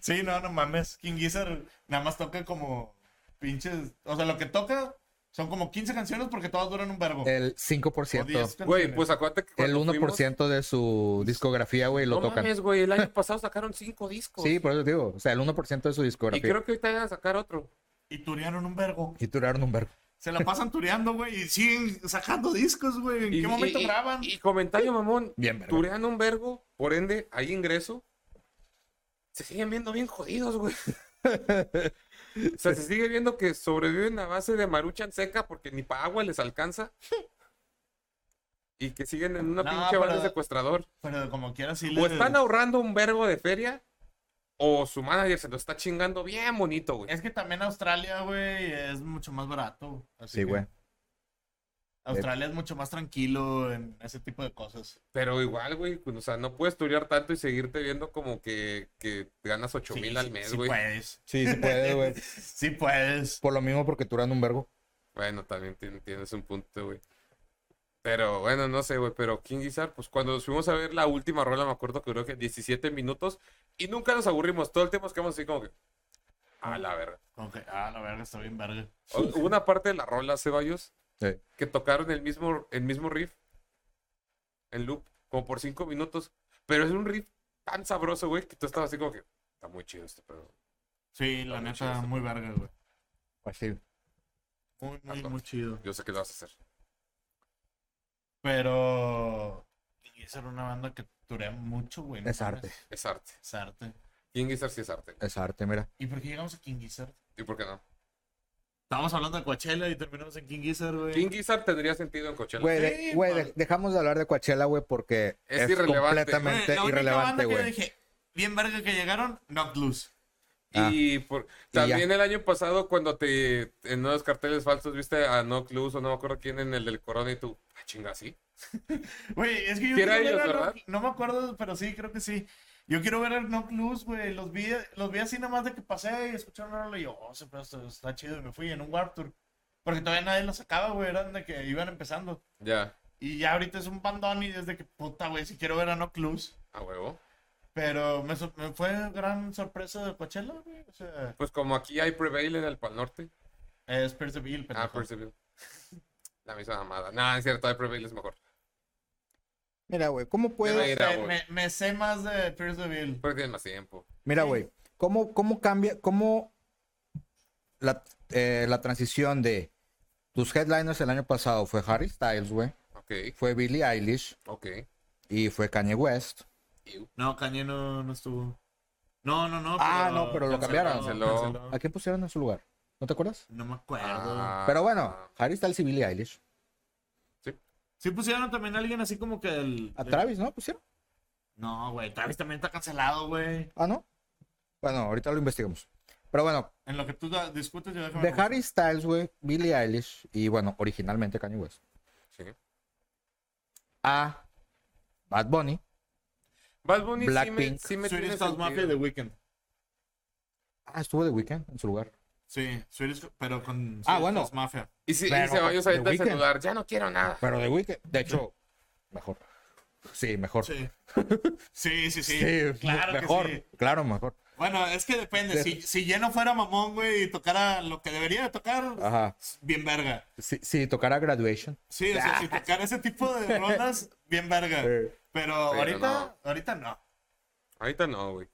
Speaker 3: Sí, no, no mames. King Gizzard nada más toca como pinches. O sea, lo que toca son como 15 canciones porque todas duran un verbo.
Speaker 1: El
Speaker 3: O 10
Speaker 1: 5%.
Speaker 2: Güey,
Speaker 3: canciones.
Speaker 2: pues acuérdate que
Speaker 1: El
Speaker 2: cuando
Speaker 1: 1% de su discografía, güey, lo
Speaker 2: fuimos- no
Speaker 1: tocan.
Speaker 2: mames, güey, el año pasado sacaron cinco discos.
Speaker 1: Sí, por eso te digo. O sea, el 1% de su
Speaker 2: y
Speaker 1: discografía.
Speaker 2: creo que ahorita van a sacar otro.
Speaker 3: Y turearon un vergo.
Speaker 1: Y duraron un vergo.
Speaker 3: Se la pasan tureando, güey, y siguen sacando discos, güey. ¿En
Speaker 2: Y-
Speaker 3: qué momento
Speaker 2: y- y-
Speaker 3: graban?
Speaker 2: Y, comentario, mamón.
Speaker 1: Bien verga.
Speaker 2: Turean un vergo, por ende, hay ingreso. Se siguen viendo bien jodidos, güey. o sea, se sigue viendo que sobreviven a base de maruchan seca porque ni para agua les alcanza. Y que siguen en una
Speaker 3: No,
Speaker 2: pinche banda
Speaker 3: pero-
Speaker 2: secuestrador.
Speaker 3: Pero como quiera, sí
Speaker 2: O
Speaker 3: les-
Speaker 2: están ahorrando un vergo de feria, o su manager se lo está chingando bien bonito, güey.
Speaker 3: Es que también Australia, güey, es mucho más barato. Así
Speaker 1: Sí,
Speaker 3: que
Speaker 1: güey.
Speaker 3: Australia es mucho más tranquilo en ese tipo de cosas.
Speaker 2: Pero igual, güey, pues, o sea, no puedes turear tanto y seguirte viendo como que, que ganas 8
Speaker 3: Sí,
Speaker 2: mil
Speaker 3: sí,
Speaker 2: al mes,
Speaker 3: sí
Speaker 2: güey.
Speaker 3: puedes.
Speaker 1: Sí, se puede, güey.
Speaker 3: Sí puedes.
Speaker 1: Por lo mismo porque duran un vergo.
Speaker 2: Bueno, también tien- tienes un punto, güey. Pero bueno, no sé, güey. Pero King Gizzard, pues cuando nos fuimos a ver la última rola, me acuerdo que creo que 17 minutos y nunca nos aburrimos. Todo el tiempo nos quedamos así como que. A la verga.
Speaker 3: Como que, ah, la verga, está bien verga.
Speaker 2: O- Hubo una parte de la rola, Ceballos,
Speaker 1: Sí.
Speaker 2: que tocaron el mismo, el mismo riff en loop, como por 5 minutos. Pero es un riff tan sabroso, güey, que tú estabas así como que. Está muy chido este pedo.
Speaker 3: Sí,
Speaker 2: Está
Speaker 3: la
Speaker 2: muy
Speaker 3: neta,
Speaker 2: chido.
Speaker 3: muy verga, güey.
Speaker 1: Pues sí.
Speaker 3: Muy, muy,
Speaker 2: Hazlo.
Speaker 3: muy chido.
Speaker 2: Yo sé que lo vas a hacer.
Speaker 3: Pero. Y esa era una banda que duré mucho, güey. no
Speaker 1: Es
Speaker 3: mames.
Speaker 1: arte.
Speaker 2: Es arte.
Speaker 3: Es arte.
Speaker 2: King Gizzard sí es arte.
Speaker 1: Es arte, mira.
Speaker 3: ¿Y por qué llegamos a King Gizzard?
Speaker 2: ¿Y por qué no?
Speaker 3: Estábamos hablando de Coachella y terminamos en King Gizzard, güey.
Speaker 2: King Gizzard tendría sentido en Coachella.
Speaker 1: Güey, de-
Speaker 3: Sí, pues.
Speaker 1: güey,
Speaker 3: vale.
Speaker 1: de- dejamos de hablar de Coachella, güey, porque
Speaker 2: Es
Speaker 1: es,
Speaker 2: irrelevante.
Speaker 3: Güey,
Speaker 1: completamente
Speaker 3: Ah, la única
Speaker 1: irrelevante,
Speaker 3: banda que yo
Speaker 1: güey.
Speaker 3: dije, bien verga que llegaron, Knock Loose.
Speaker 1: Ah.
Speaker 2: Y por,
Speaker 1: ya.
Speaker 2: también el año pasado, cuando te en unos carteles falsos viste a No Clues o no me acuerdo quién en el del Corona y tú, ah, chinga, sí.
Speaker 3: Güey, es que yo
Speaker 2: Sí era
Speaker 3: quiero ver
Speaker 2: ellos,
Speaker 3: a
Speaker 2: ¿verdad?
Speaker 3: Knock- No me acuerdo, pero sí, creo que sí. Yo quiero ver a Knock Loose, güey. Los vi, los vi así nomás de que pasé y escuché una rola y yo, oh, ese pedo está, está chido. Y me fui en un Warp Tour. Porque todavía nadie los sacaba, güey. Eran de que iban empezando.
Speaker 2: Ya,
Speaker 3: Y ya ahorita es un bandón y desde que puta, güey, si quiero ver a Knock Loose.
Speaker 2: a huevo.
Speaker 3: Pero me, sor- me fue gran sorpresa de Coachella, güey. O sea,
Speaker 2: Pues como aquí hay Prevail en el Pal Norte.
Speaker 3: es Percival,
Speaker 2: Ah, Percival. La misma mamada. Nah, es cierto, hay Prevail es mejor.
Speaker 1: Mira, güey, ¿cómo
Speaker 2: Mira,
Speaker 1: puedes?
Speaker 2: mira, güey.
Speaker 3: me, me sé más de Pierce Deville.
Speaker 2: Pero Pues tienen más tiempo.
Speaker 1: Mira, güey, ¿cómo, ¿cómo cambia, cómo la, eh, la transición de tus headliners el año pasado fue Harry Styles, güey,
Speaker 2: Ok,
Speaker 1: fue Billie Eilish
Speaker 2: ok.
Speaker 1: y fue Kanye West?
Speaker 2: Ew.
Speaker 3: No, Kanye no, no estuvo. No, no, no.
Speaker 1: Ah, no, pero lo
Speaker 3: canceló,
Speaker 1: cambiaron.
Speaker 2: Canceló.
Speaker 1: ¿A quién pusieron en su lugar? ¿No te acuerdas?
Speaker 3: No me acuerdo.
Speaker 2: Ah,
Speaker 1: Pero bueno, Harry Styles y Billie Eilish.
Speaker 3: Sí pusieron también a alguien así como que el...
Speaker 1: A Travis, ¿no? ¿Pusieron?
Speaker 3: No, güey, Travis también está cancelado, güey.
Speaker 1: Ah, ¿no? Bueno, ahorita lo investigamos. Pero bueno,
Speaker 3: En lo que tú da- discutes yo déjame...
Speaker 1: de Harry Styles, güey, Billie Eilish y bueno, originalmente Kanye West.
Speaker 2: sí.
Speaker 1: A Bad Bunny.
Speaker 2: Bad Bunny sí me,
Speaker 1: Blackpink.
Speaker 2: sí me tiene
Speaker 3: Swedish House Mafia
Speaker 2: sentido.
Speaker 3: de Weekend.
Speaker 1: Ah, estuvo The Weeknd en su lugar.
Speaker 3: Sí, Swedish, pero con
Speaker 1: Ah,
Speaker 3: Swedish
Speaker 1: bueno.
Speaker 3: House Mafia.
Speaker 2: Y si, y
Speaker 1: Pero
Speaker 2: se va yo
Speaker 1: The
Speaker 2: ahorita el
Speaker 1: Weeknd.
Speaker 2: celular, ya no quiero nada.
Speaker 1: Pero The Weeknd, de hecho, mejor. Sí, mejor.
Speaker 3: Sí. Sí, sí, sí. claro que
Speaker 1: mejor.
Speaker 3: sí.
Speaker 1: Claro, mejor.
Speaker 3: Bueno, es que depende.
Speaker 1: De-
Speaker 3: Si, si ya no fuera mamón, güey, y tocara lo que debería de tocar,
Speaker 1: Ajá.
Speaker 3: bien verga.
Speaker 1: Sí, sí, tocará Graduation.
Speaker 3: Sí, o sea, si tocara ese tipo de rolas, bien verga. Pero,
Speaker 1: Ah. Sí.
Speaker 3: ahorita, ahorita no.
Speaker 2: Ahorita no, güey.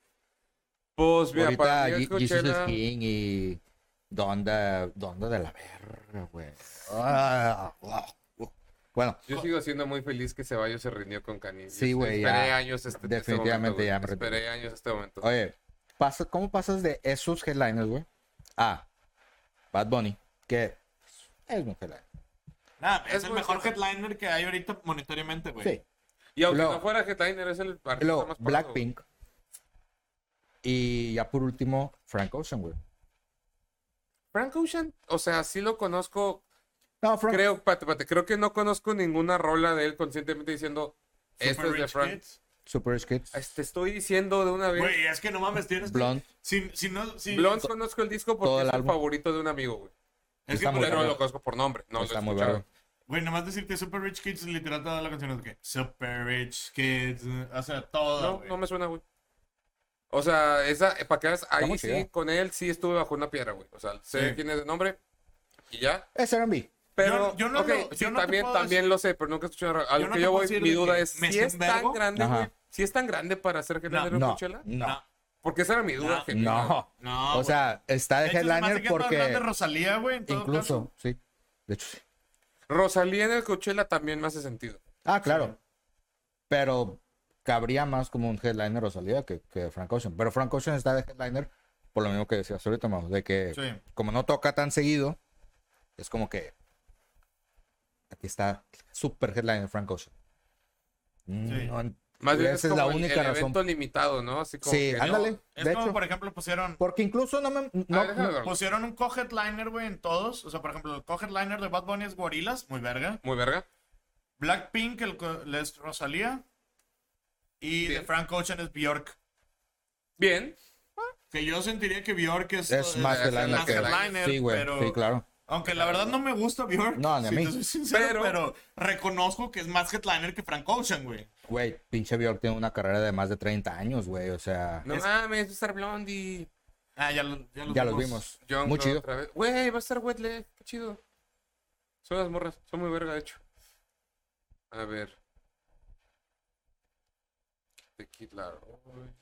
Speaker 2: Pues mira, para
Speaker 1: Ahorita
Speaker 2: mí el
Speaker 1: Ye- Jesus is
Speaker 2: Coachella-
Speaker 1: King y Donda, Donda de la verga, güey. Ah, ah, ah. Bueno,
Speaker 2: Yo sigo siendo muy feliz que Ceballos se rindió con Canis.
Speaker 1: Sí, güey,
Speaker 2: Esperé
Speaker 1: ya.
Speaker 2: años este,
Speaker 1: Definitivamente
Speaker 2: este
Speaker 1: ya me
Speaker 2: momento. güey.
Speaker 1: rendí.
Speaker 2: Esperé años este momento.
Speaker 1: oye, pasa, ¿cómo pasas de esos headliners, güey? A Bad Bunny, que es un headliner.
Speaker 3: Nada, es,
Speaker 2: Es
Speaker 3: el
Speaker 2: muy
Speaker 3: mejor
Speaker 2: cierto.
Speaker 3: headliner que hay ahorita monetariamente, güey.
Speaker 1: Sí.
Speaker 2: Y aunque
Speaker 1: Luego-
Speaker 2: no fuera Headliner, es el
Speaker 1: Y
Speaker 2: artista
Speaker 1: luego,
Speaker 2: más pagado,
Speaker 1: Blackpink. Y ya por último, Frank Ocean, güey.
Speaker 2: güey. Frank Ocean, o sea, sí lo conozco.
Speaker 1: No, Frank,
Speaker 2: Creo, pate, pate, creo que no conozco ninguna rola de él conscientemente diciendo, esto es de
Speaker 3: Rich
Speaker 2: Frank.
Speaker 3: Kids.
Speaker 1: Super Kids,
Speaker 2: Te estoy diciendo de una vez.
Speaker 3: Güey, es que no mames, tienes que-
Speaker 1: Blonde.
Speaker 3: Si, si no, si...
Speaker 2: Blondes conozco el disco porque
Speaker 1: todo el
Speaker 2: es el
Speaker 1: álbum.
Speaker 2: favorito de un amigo, güey.
Speaker 3: Es que,
Speaker 1: Está muy
Speaker 2: Pero
Speaker 1: verga.
Speaker 2: lo conozco por nombre. No,
Speaker 1: Está
Speaker 2: lo he
Speaker 1: muy
Speaker 2: escuchado.
Speaker 1: verga.
Speaker 3: güey, nomás decirte Super Rich Kids, literal, toda la canción es que Super Rich Kids, o sea, todo,
Speaker 2: No,
Speaker 3: güey.
Speaker 2: no me suena, güey. O sea, esa, eh, para que veas, ahí
Speaker 1: muy
Speaker 2: sí,
Speaker 1: chida.
Speaker 2: con él sí estuve bajo una piedra, güey. O sea, sé
Speaker 3: Sí.
Speaker 2: quién es el nombre y ya.
Speaker 1: Es R&B.
Speaker 2: Pero,
Speaker 3: Yo- yo no
Speaker 2: ok,
Speaker 3: lo-
Speaker 2: sí,
Speaker 3: yo no te
Speaker 2: también,
Speaker 3: puedo
Speaker 2: también lo sé, pero nunca he escuchado. A lo
Speaker 3: Yo no
Speaker 2: que
Speaker 3: te
Speaker 2: yo
Speaker 3: puedo
Speaker 2: voy,
Speaker 3: decir
Speaker 2: mi
Speaker 3: de
Speaker 2: duda
Speaker 3: que
Speaker 2: es:
Speaker 3: me
Speaker 2: si es tan
Speaker 3: desenvergo?
Speaker 2: grande,
Speaker 1: Ajá.
Speaker 2: güey? ¿Si es tan grande para ser general de
Speaker 1: No,
Speaker 2: Coachella?
Speaker 1: no,
Speaker 2: Porque esa era mi duda.
Speaker 3: No.
Speaker 2: genuina.
Speaker 1: no.
Speaker 3: No,
Speaker 1: o sea, está de,
Speaker 3: hecho, se me hace
Speaker 1: headliner
Speaker 3: que Este es más grande
Speaker 1: porque
Speaker 3: Rosalía, güey, en todo
Speaker 1: incluso,
Speaker 3: caso.
Speaker 1: sí. De hecho, sí.
Speaker 2: Rosalía en el Coachella también me hace sentido.
Speaker 1: Ah, claro. Pero cabría más como un headliner o salida que, que Frank Ocean. Pero Frank Ocean está de headliner por lo mismo que decías ahorita, Mau, de que
Speaker 3: Sí.
Speaker 1: como no toca tan seguido, es como que aquí está super headliner Frank Ocean.
Speaker 3: Sí.
Speaker 1: No,
Speaker 2: Más bien
Speaker 1: esa
Speaker 2: es
Speaker 1: es la
Speaker 2: como el-
Speaker 1: única
Speaker 2: el
Speaker 1: razón.
Speaker 2: evento limitado, ¿no? Así como
Speaker 1: Sí,
Speaker 2: que no.
Speaker 1: ándale.
Speaker 3: Es
Speaker 1: de
Speaker 3: como,
Speaker 1: hecho,
Speaker 3: por ejemplo, pusieron,
Speaker 1: porque incluso no me... no-
Speaker 2: Ah, déjame
Speaker 1: no- pues
Speaker 2: ver.
Speaker 3: pusieron un co-headliner, güey, en todos. O sea, por ejemplo, el co-headliner de Bad Bunny es Gorilas, muy verga.
Speaker 2: Muy verga.
Speaker 3: Blackpink el co- es Rosalía. Y
Speaker 2: Bien.
Speaker 3: de Frank Ocean es Bjork.
Speaker 2: Bien.
Speaker 3: Que yo sentiría que Bjork es,
Speaker 1: es más
Speaker 2: es
Speaker 1: headliner
Speaker 2: más
Speaker 1: que...
Speaker 2: headliner,
Speaker 1: sí, güey.
Speaker 3: pero-
Speaker 1: Sí, claro.
Speaker 3: Aunque la verdad no me gusta Bjork.
Speaker 1: No, ni a
Speaker 3: si
Speaker 1: mí.
Speaker 3: te soy
Speaker 2: Pero-
Speaker 3: sincero, pero... reconozco que es más headliner que Frank Ocean, güey.
Speaker 1: Güey, pinche Bjork tiene una carrera de más de 30 años, güey. O sea,
Speaker 2: No mames, va a estar Blondie.
Speaker 3: Ah, ya, lo- ya los
Speaker 1: ya los vimos.
Speaker 2: Young
Speaker 1: Muy chido.
Speaker 2: otra vez. Güey, va a estar Wetley. Qué chido. Son las morras. Son muy verga, de hecho. A ver. The Kid Laroi.
Speaker 3: No,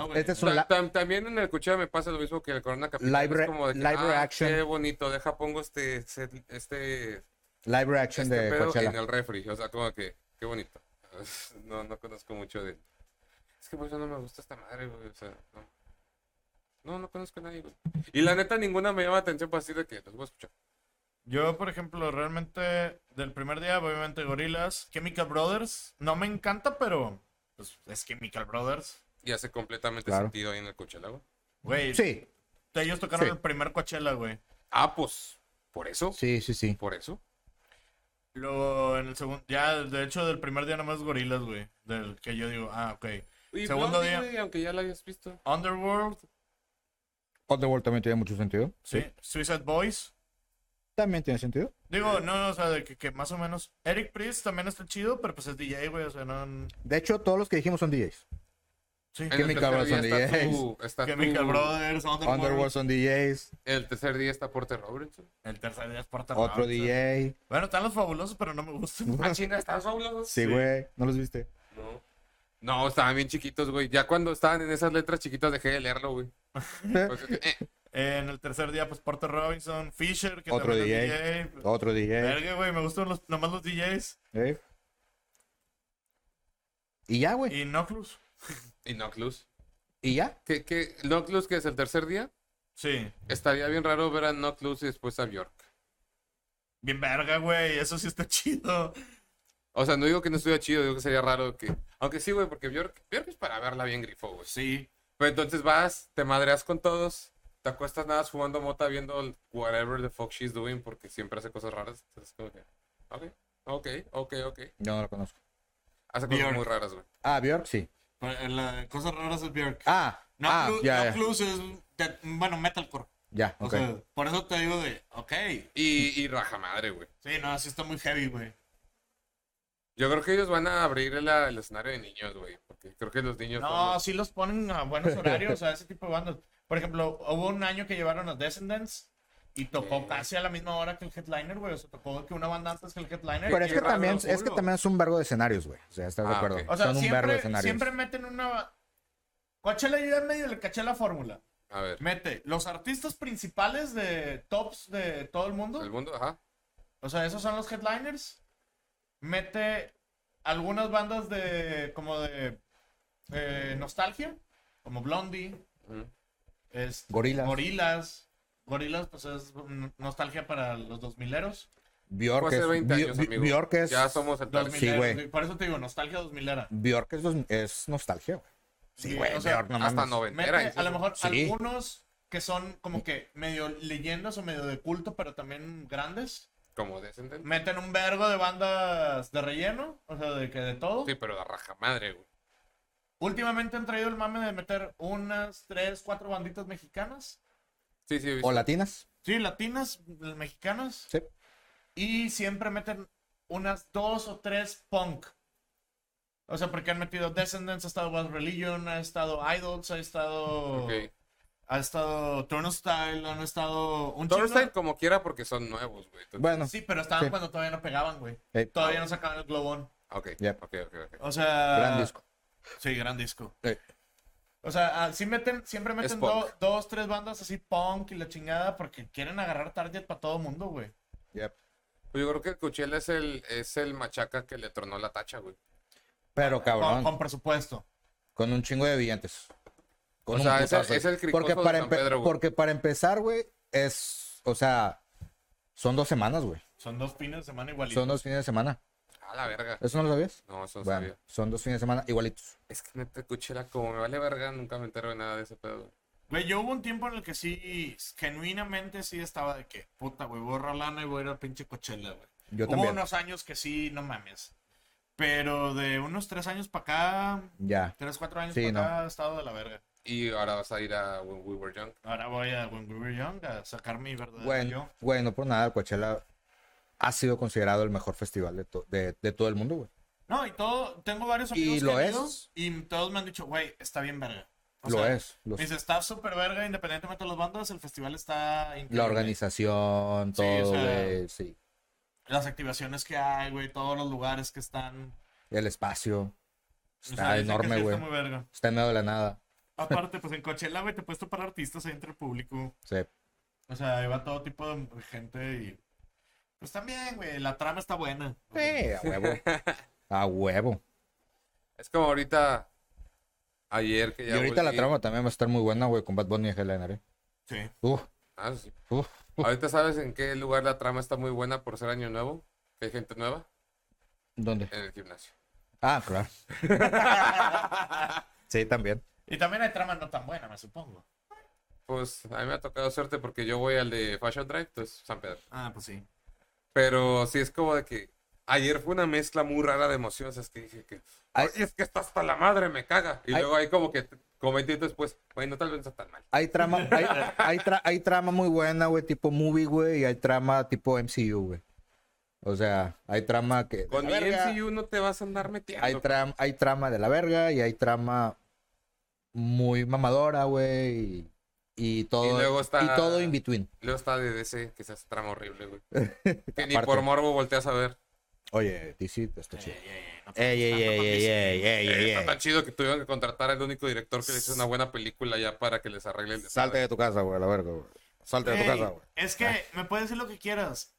Speaker 3: Ah, güey.
Speaker 1: Este es un
Speaker 2: Ta-
Speaker 1: la-
Speaker 2: tam- también en el cuchillo me pasa lo mismo que el Corona Capital.
Speaker 1: Live
Speaker 2: es
Speaker 1: re-
Speaker 2: como de que,
Speaker 1: live
Speaker 2: ah,
Speaker 1: reaction.
Speaker 2: Qué bonito, deja pongo este este, este,
Speaker 1: live reaction
Speaker 2: este
Speaker 1: de
Speaker 2: pedo
Speaker 1: Coachella.
Speaker 2: en el refri. O sea, como que, qué bonito. No, no conozco mucho de Es que por eso no me gusta esta madre, güey. O sea, no. No, no conozco a nadie, güey. Y la neta, ninguna me llama atención para decir de que los voy a escuchar.
Speaker 3: Yo, por ejemplo, realmente, del primer día, obviamente, Gorilas, Chemical Brothers, no me encanta, pero pues, es Chemical Brothers.
Speaker 2: Y hace completamente
Speaker 1: Claro.
Speaker 2: sentido ahí en el Coachella, güey.
Speaker 3: Güey,
Speaker 1: Sí,
Speaker 3: ellos tocaron
Speaker 1: Sí.
Speaker 3: el primer Coachella, güey.
Speaker 2: Ah, pues, por eso,
Speaker 1: sí, sí, sí.
Speaker 2: por eso.
Speaker 3: Luego, en el segundo, ya, de hecho, del primer día nomás Gorilas, güey. Del que yo digo, ah, ok.
Speaker 2: Y
Speaker 3: Segundo
Speaker 2: Blondie,
Speaker 3: día.
Speaker 2: güey, aunque ya la hayas visto.
Speaker 3: Underworld,
Speaker 1: Underworld también tiene mucho sentido.
Speaker 3: sí. Suicide Boys.
Speaker 1: También tiene sentido.
Speaker 3: Digo, no, o sea, de que, que más o menos. Eric Priest también está chido, pero pues es DJ, güey, o sea, no. n-
Speaker 1: De hecho, todos los que dijimos son DJs.
Speaker 3: Sí,
Speaker 2: En el
Speaker 1: Chemical
Speaker 2: tercer día
Speaker 1: Brothers
Speaker 2: está
Speaker 1: and
Speaker 2: tu- está
Speaker 3: Chemical
Speaker 2: tu-
Speaker 3: Brothers, Underworld.
Speaker 1: Underworld son DJs.
Speaker 2: El tercer día está Porter Robinson.
Speaker 3: El tercer día es Porta
Speaker 1: Otro DJ.
Speaker 3: Bueno, están los fabulosos, pero no me gustan.
Speaker 2: Ah, China, ¿están solos?
Speaker 1: Sí, güey. ¿No los viste?
Speaker 2: No. No, estaban bien chiquitos, güey. Ya cuando estaban en esas letras chiquitas dejé de leerlo, güey. Pues, eh,
Speaker 3: En el tercer día, pues Porter Robinson, Fisher, que
Speaker 1: Otro
Speaker 3: también es
Speaker 1: DJ.
Speaker 3: DJ.
Speaker 1: Otro DJ.
Speaker 3: Verga, güey, me gustan los, nomás los DJs.
Speaker 1: ¿eh? Y ya, güey.
Speaker 3: Y Noclus.
Speaker 2: Y Noclus.
Speaker 1: Y ya.
Speaker 2: ¿Qué, qué? Noclus, que es el tercer día,
Speaker 3: Sí.
Speaker 2: estaría bien raro ver a Noclus y después a Bjork.
Speaker 3: Bien verga, güey, eso sí está chido.
Speaker 2: O sea, no digo que no estuviera chido, digo que sería raro que... Aunque sí, güey, porque Bjork, Bjork es para verla bien grifo, güey.
Speaker 3: Pues Sí.
Speaker 2: Pero entonces vas, te madreas con todos, te acuestas nada más fumando mota viendo el whatever the fuck she's doing porque siempre hace cosas raras. Entonces, como que, ok, ok, ok, ok.
Speaker 1: Yo no lo conozco.
Speaker 2: Hace cosas
Speaker 3: Bjork.
Speaker 2: muy raras, güey.
Speaker 1: Ah, Bjork, sí.
Speaker 3: pues, eh, cosas raras es Björk.
Speaker 1: Ah, ah,
Speaker 3: Noclus,
Speaker 1: ya, ya.
Speaker 3: Noclus es, de- bueno, metalcore.
Speaker 1: Ya,
Speaker 3: O
Speaker 1: ok.
Speaker 3: sea, por eso te digo de, ok.
Speaker 2: Y, y raja madre, güey.
Speaker 3: Sí, no, sí está muy heavy, güey.
Speaker 2: Yo creo que ellos van a abrir el, el escenario de niños, güey. Porque creo que los niños.
Speaker 3: No, sí los ponen a buenos horarios, a ese tipo de bandas. Por ejemplo, hubo un año que llevaron a Descendants y tocó
Speaker 2: Ok.
Speaker 3: casi a la misma hora que el headliner, güey. O sea, tocó que una banda antes que el headliner.
Speaker 1: Pero es
Speaker 3: Y
Speaker 1: que
Speaker 3: raro,
Speaker 1: también,
Speaker 3: culo.
Speaker 1: es que también es un vergo de escenarios, güey. O sea, ¿estás de
Speaker 2: Ah,
Speaker 1: acuerdo?
Speaker 2: ok.
Speaker 3: O sea,
Speaker 1: Son un vergo de
Speaker 3: siempre,
Speaker 1: escenarios.
Speaker 3: siempre meten una. Coachella yo en medio le caché la fórmula.
Speaker 2: A ver.
Speaker 3: Mete los artistas principales de tops de todo el mundo.
Speaker 2: El mundo, ajá.
Speaker 3: O sea, esos son los headliners. Mete algunas bandas de como de eh, nostalgia, como Blondie,
Speaker 2: Ujú.
Speaker 3: este,
Speaker 1: Gorilas.
Speaker 3: Gorilas. Gorilas, pues es mm, nostalgia para los 2000eros.
Speaker 1: Bjork
Speaker 2: Fue
Speaker 1: es,
Speaker 2: hace 20
Speaker 1: Bjor-
Speaker 2: años,
Speaker 1: Bjor-
Speaker 2: amigo.
Speaker 1: Bjork es,
Speaker 2: Ya somos el target.
Speaker 3: 2000
Speaker 1: Sí, güey.
Speaker 3: Por eso te digo, nostalgia 2000era.
Speaker 1: Bjork es, dos- es nostalgia, güey. Sí,
Speaker 3: Sí,
Speaker 1: güey,
Speaker 3: o sea,
Speaker 1: Bjork, no
Speaker 2: Hasta
Speaker 1: mames.
Speaker 2: noventera.
Speaker 3: Mete a
Speaker 2: incluso.
Speaker 3: lo mejor
Speaker 1: Sí.
Speaker 3: algunos que son como que medio leyendas o medio de culto, pero también grandes.
Speaker 2: Como descendente.
Speaker 3: Meten un vergo de bandas de relleno, o sea, de que de todo.
Speaker 2: Sí, pero de raja madre, güey.
Speaker 3: Últimamente han traído el mame de meter unas tres, cuatro banditas mexicanas.
Speaker 2: Sí, sí, he visto.
Speaker 1: O latinas.
Speaker 3: Sí, latinas, l- mexicanas.
Speaker 1: Sí.
Speaker 3: Y siempre meten unas dos o tres punk. O sea, porque han metido Descendants, ha estado One Religion, ha estado Idols, ha estado.
Speaker 2: Ok.
Speaker 3: Ha estado Turnstile, han estado. Un chingo.
Speaker 2: Thorstein como quiera porque son nuevos, güey. Entonces-
Speaker 1: Bueno,
Speaker 3: Sí, pero estaban
Speaker 1: Sí.
Speaker 3: cuando todavía no pegaban, güey.
Speaker 1: eh,
Speaker 3: Todavía no sacaban el globón.
Speaker 2: Ok,
Speaker 1: Yep.
Speaker 2: ok, ok, ok.
Speaker 3: O sea.
Speaker 1: gran disco.
Speaker 3: Sí, gran disco.
Speaker 1: Eh.
Speaker 3: O sea, ah, sí meten, siempre meten
Speaker 2: punk.
Speaker 3: do- dos, tres bandas así punk y la chingada porque quieren agarrar target para todo mundo, güey.
Speaker 1: Yep.
Speaker 2: Pues Yo creo que Coachella es el, es el machaca que le tronó la tacha, güey.
Speaker 1: Pero
Speaker 3: Con,
Speaker 1: cabrón,
Speaker 3: con presupuesto.
Speaker 1: con un chingo de billetes. Con
Speaker 2: O
Speaker 1: un
Speaker 2: sea, es el-
Speaker 1: putazo.
Speaker 2: es el cricoso
Speaker 1: porque
Speaker 2: de
Speaker 1: para,
Speaker 2: San
Speaker 1: empe-
Speaker 2: Pedro, güey.
Speaker 1: porque para empezar, güey, es, o sea, son dos semanas, güey.
Speaker 3: Son dos fines de semana igualitos.
Speaker 1: Son dos fines de semana.
Speaker 2: A la verga.
Speaker 1: ¿Eso no lo sabías?
Speaker 2: No, eso no
Speaker 1: bueno,
Speaker 2: sabía.
Speaker 1: son dos fines de semana igualitos.
Speaker 2: Es que neta, Coachella, como me vale verga, nunca me entero de nada de ese pedo. güey.
Speaker 3: Güey, yo hubo un tiempo en el que sí, genuinamente sí estaba de que, puta, güey, borra lana y voy a ir al pinche Coachella, güey.
Speaker 1: Yo
Speaker 3: hubo
Speaker 1: también.
Speaker 3: unos años que sí, no mames. Pero de unos tres años para acá,
Speaker 1: Ya.
Speaker 3: tres, cuatro años
Speaker 1: Sí,
Speaker 3: para
Speaker 1: no.
Speaker 3: acá, ha estado de la verga.
Speaker 2: Y ahora vas a ir a When We Were Young.
Speaker 3: Ahora voy a When We Were Young a sacar mi verdadero
Speaker 1: Bueno,
Speaker 3: yo.
Speaker 1: güey, no por nada, Coachella ha sido considerado el mejor festival de, to- de, de todo el mundo, güey.
Speaker 3: No, y todo, tengo varios
Speaker 1: Y
Speaker 3: amigos
Speaker 1: lo
Speaker 3: que han
Speaker 1: es.
Speaker 3: ido y todos me han dicho, güey, está bien verga. O
Speaker 1: Lo
Speaker 3: sea,
Speaker 1: es. lo-
Speaker 3: Me dice, está súper verga, independientemente de las bandas, el festival está increíble.
Speaker 1: la organización,
Speaker 3: Sí, o
Speaker 1: todo,
Speaker 3: sea-
Speaker 1: güey, sí.
Speaker 3: Las activaciones que hay, güey, todos los lugares que están.
Speaker 1: El espacio.
Speaker 3: O
Speaker 1: Está
Speaker 3: sea, dicen que sí
Speaker 1: enorme, güey.
Speaker 3: Está muy verga.
Speaker 1: Está en medio de la nada.
Speaker 3: Aparte, pues en Coachella, güey, te puedes topar artistas ahí entre el público.
Speaker 1: Sí.
Speaker 3: O sea, ahí va todo tipo de gente y... Pues también, güey, la trama está buena.
Speaker 1: Eh, a huevo. A huevo.
Speaker 2: Es como ahorita, ayer que
Speaker 1: Y
Speaker 2: ya.
Speaker 1: ahorita la
Speaker 2: volví.
Speaker 1: trama también va a estar muy buena, güey, con Bad Bunny y Helena, ¿eh?
Speaker 3: Sí.
Speaker 1: Uf,
Speaker 2: Ah, sí.
Speaker 1: uf.
Speaker 2: Ahorita sabes en qué lugar la trama está muy buena por ser año nuevo. Que hay gente nueva
Speaker 1: ¿Dónde?
Speaker 2: en el gimnasio.
Speaker 1: Ah, claro. sí, también.
Speaker 3: Y también hay tramas no tan buenas, me supongo.
Speaker 2: Pues a mí me ha tocado suerte porque yo voy al de Fashion Drive, entonces San Pedro.
Speaker 3: Ah, pues sí.
Speaker 2: Pero sí es como de que ayer fue una mezcla muy rara de emociones. Es que dije que
Speaker 1: Ay.
Speaker 2: "Ay, es que está hasta la madre, me caga. Y
Speaker 1: Ay.
Speaker 2: luego ahí como que comenté después, güey, no tal vez está tan mal.
Speaker 1: Hay trama, hay, hay tra- hay trama muy buena, güey, tipo movie, güey, y hay trama tipo MCU, güey. O sea, hay trama que. de
Speaker 2: Con
Speaker 1: la
Speaker 2: mi
Speaker 1: verga,
Speaker 2: MCU no te vas a andar metiendo.
Speaker 1: Hay, tram- hay trama de la verga y hay trama muy mamadora, güey. Y, y todo.
Speaker 2: Y luego está-
Speaker 1: y todo in between.
Speaker 2: Luego está de DC, que se hace trama horrible, güey. que ni
Speaker 1: Aparte.
Speaker 2: por morbo volteas a ver.
Speaker 1: Oye, DC, está
Speaker 3: Eh,
Speaker 1: chido.
Speaker 3: eh, no te-
Speaker 1: Ey, ey, ey, ey, ey, ey, ey,
Speaker 2: Eh, Está
Speaker 1: ey.
Speaker 2: tan chido que tuvieron que contratar al único director que le hizo una buena película ya para que les arregle el
Speaker 1: Salte de tu casa, güey, a la verga, güey. Salte de tu
Speaker 3: Ey,
Speaker 1: casa, güey. Ah.
Speaker 3: es que me puedes decir lo que quieras,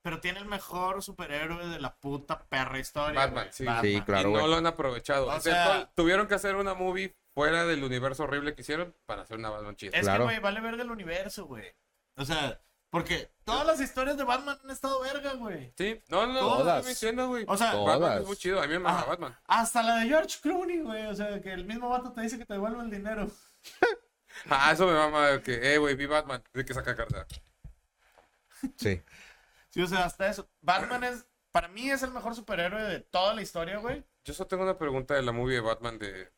Speaker 3: pero tiene el mejor superhéroe de la puta perra historia.
Speaker 2: Batman,
Speaker 3: güey.
Speaker 2: sí.
Speaker 1: Sí,
Speaker 2: Y
Speaker 1: claro,
Speaker 2: no
Speaker 1: güey.
Speaker 2: lo han aprovechado.
Speaker 3: O
Speaker 2: Excepto-
Speaker 3: sea-
Speaker 2: tuvieron que hacer una movie fuera del universo horrible que hicieron para hacer una Batman chida.
Speaker 3: Es
Speaker 1: Claro.
Speaker 3: que, güey, vale verga el universo, güey. O sea, porque todas las historias de Batman han estado verga, güey.
Speaker 2: Sí, no, no, no,
Speaker 1: Todas.
Speaker 2: no me entiendo, güey.
Speaker 3: O sea, Ah.
Speaker 2: Batman
Speaker 1: Todas.
Speaker 2: es muy chido. A mí me mama
Speaker 3: Ajá.
Speaker 2: Batman.
Speaker 3: hasta la de George Clooney, güey. O sea, que el mismo vato te dice que te devuelva el dinero.
Speaker 2: Ah, eso me mama de que, eh, güey, vi Batman. Hay que saca carta.
Speaker 1: Sí.
Speaker 3: Sí, o sea, hasta eso. Batman es, para mí, es el mejor superhéroe de toda la historia, güey.
Speaker 2: Yo solo tengo una pregunta de la movie de Batman de,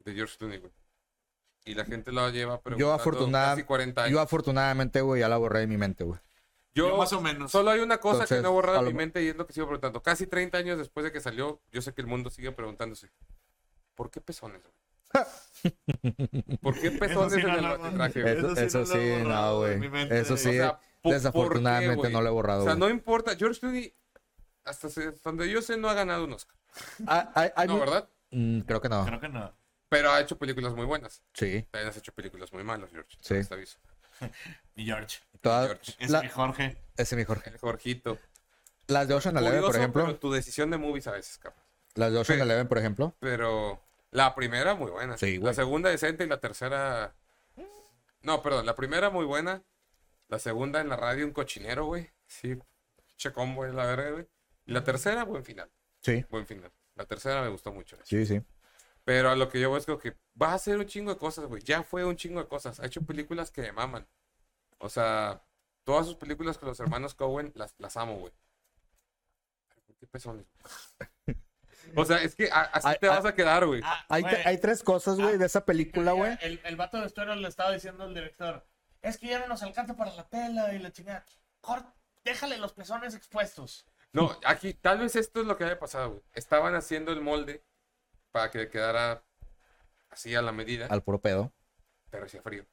Speaker 2: de George Clooney, güey. Y la gente la lleva preguntando
Speaker 1: Yo, afortunada-
Speaker 2: casi 40 años.
Speaker 1: Yo afortunadamente, güey, ya la borré de mi mente, güey.
Speaker 2: Yo,
Speaker 3: Yo más o menos.
Speaker 2: Solo hay una cosa que
Speaker 1: Entonces,
Speaker 2: no he borrado
Speaker 1: a
Speaker 2: de
Speaker 1: lo
Speaker 2: mi
Speaker 1: mo-
Speaker 2: mente y es lo que sigo preguntando. Casi 30 años después de que salió, yo sé que el mundo sigue preguntándose: ¿por qué pezones, güey? ¿Por qué pezones
Speaker 3: sí
Speaker 2: en
Speaker 3: no
Speaker 2: el
Speaker 3: lo-
Speaker 2: batitraje, güey?
Speaker 1: Eso, eso
Speaker 3: lo he
Speaker 1: sí,
Speaker 3: borrado
Speaker 1: no,
Speaker 3: de
Speaker 1: güey.
Speaker 3: mi mente.
Speaker 1: Eso sí,
Speaker 2: O sea, ¿po-
Speaker 1: desafortunadamente
Speaker 2: por qué, güey?
Speaker 1: no lo he borrado.
Speaker 2: O sea, no
Speaker 1: güey.
Speaker 2: importa. George Clooney, hasta se- hasta donde yo sé, no ha ganado un Oscar.
Speaker 1: Ah, hay- hay
Speaker 2: No,
Speaker 1: mu-
Speaker 2: ¿verdad?
Speaker 1: Mm, creo que no.
Speaker 3: Creo que no.
Speaker 2: Pero ha hecho películas muy buenas.
Speaker 1: Sí.
Speaker 2: También has hecho películas muy malas, George.
Speaker 1: Sí.
Speaker 2: Te aviso.
Speaker 3: Ni George.
Speaker 1: Toda-
Speaker 2: George.
Speaker 3: Es
Speaker 1: la-
Speaker 3: mi Jorge.
Speaker 1: ese mi Jorge.
Speaker 2: El Jorgito.
Speaker 1: Las de Ocean Eleven,
Speaker 2: Curioso,
Speaker 1: por
Speaker 2: pero
Speaker 1: ejemplo.
Speaker 2: tu decisión de movies a veces, cabrón.
Speaker 1: Las de Ocean
Speaker 2: pero-
Speaker 1: Eleven, por ejemplo.
Speaker 2: Pero la primera muy buena.
Speaker 1: Sí, güey.
Speaker 2: la segunda decente y la tercera. No, perdón, la primera muy buena. La segunda en la radio un cochinero, güey. Sí. Che combo en la verga, güey. Y la tercera, buen final.
Speaker 1: Sí.
Speaker 2: Buen final. La tercera me gustó mucho.
Speaker 1: Sí, sí.
Speaker 2: Pero a lo que yo voy es como que vas a hacer un chingo de cosas, güey. Ya fue un chingo de cosas. Ha hecho películas que me maman. O sea, todas sus películas con los hermanos Cohen las, las amo, güey. Pero ¿Por qué pezones? O sea, es que a- así
Speaker 1: Ay,
Speaker 2: te
Speaker 1: ay.
Speaker 2: vas a quedar, güey.
Speaker 3: Ah,
Speaker 1: Hay,
Speaker 3: güey, Ah.
Speaker 1: tre- hay tres cosas, güey, de esa película,
Speaker 3: mira,
Speaker 1: güey.
Speaker 3: El, el vato de vestuario le estaba diciendo al director: Es que ya no nos alcanza para la tela y la chingada. Cort- déjale los pezones expuestos.
Speaker 2: No, aquí tal vez esto es lo que haya pasado, güey. Estaban haciendo el molde para que quedara así a la medida,
Speaker 1: Al puro pedo.
Speaker 2: pero hacía frío.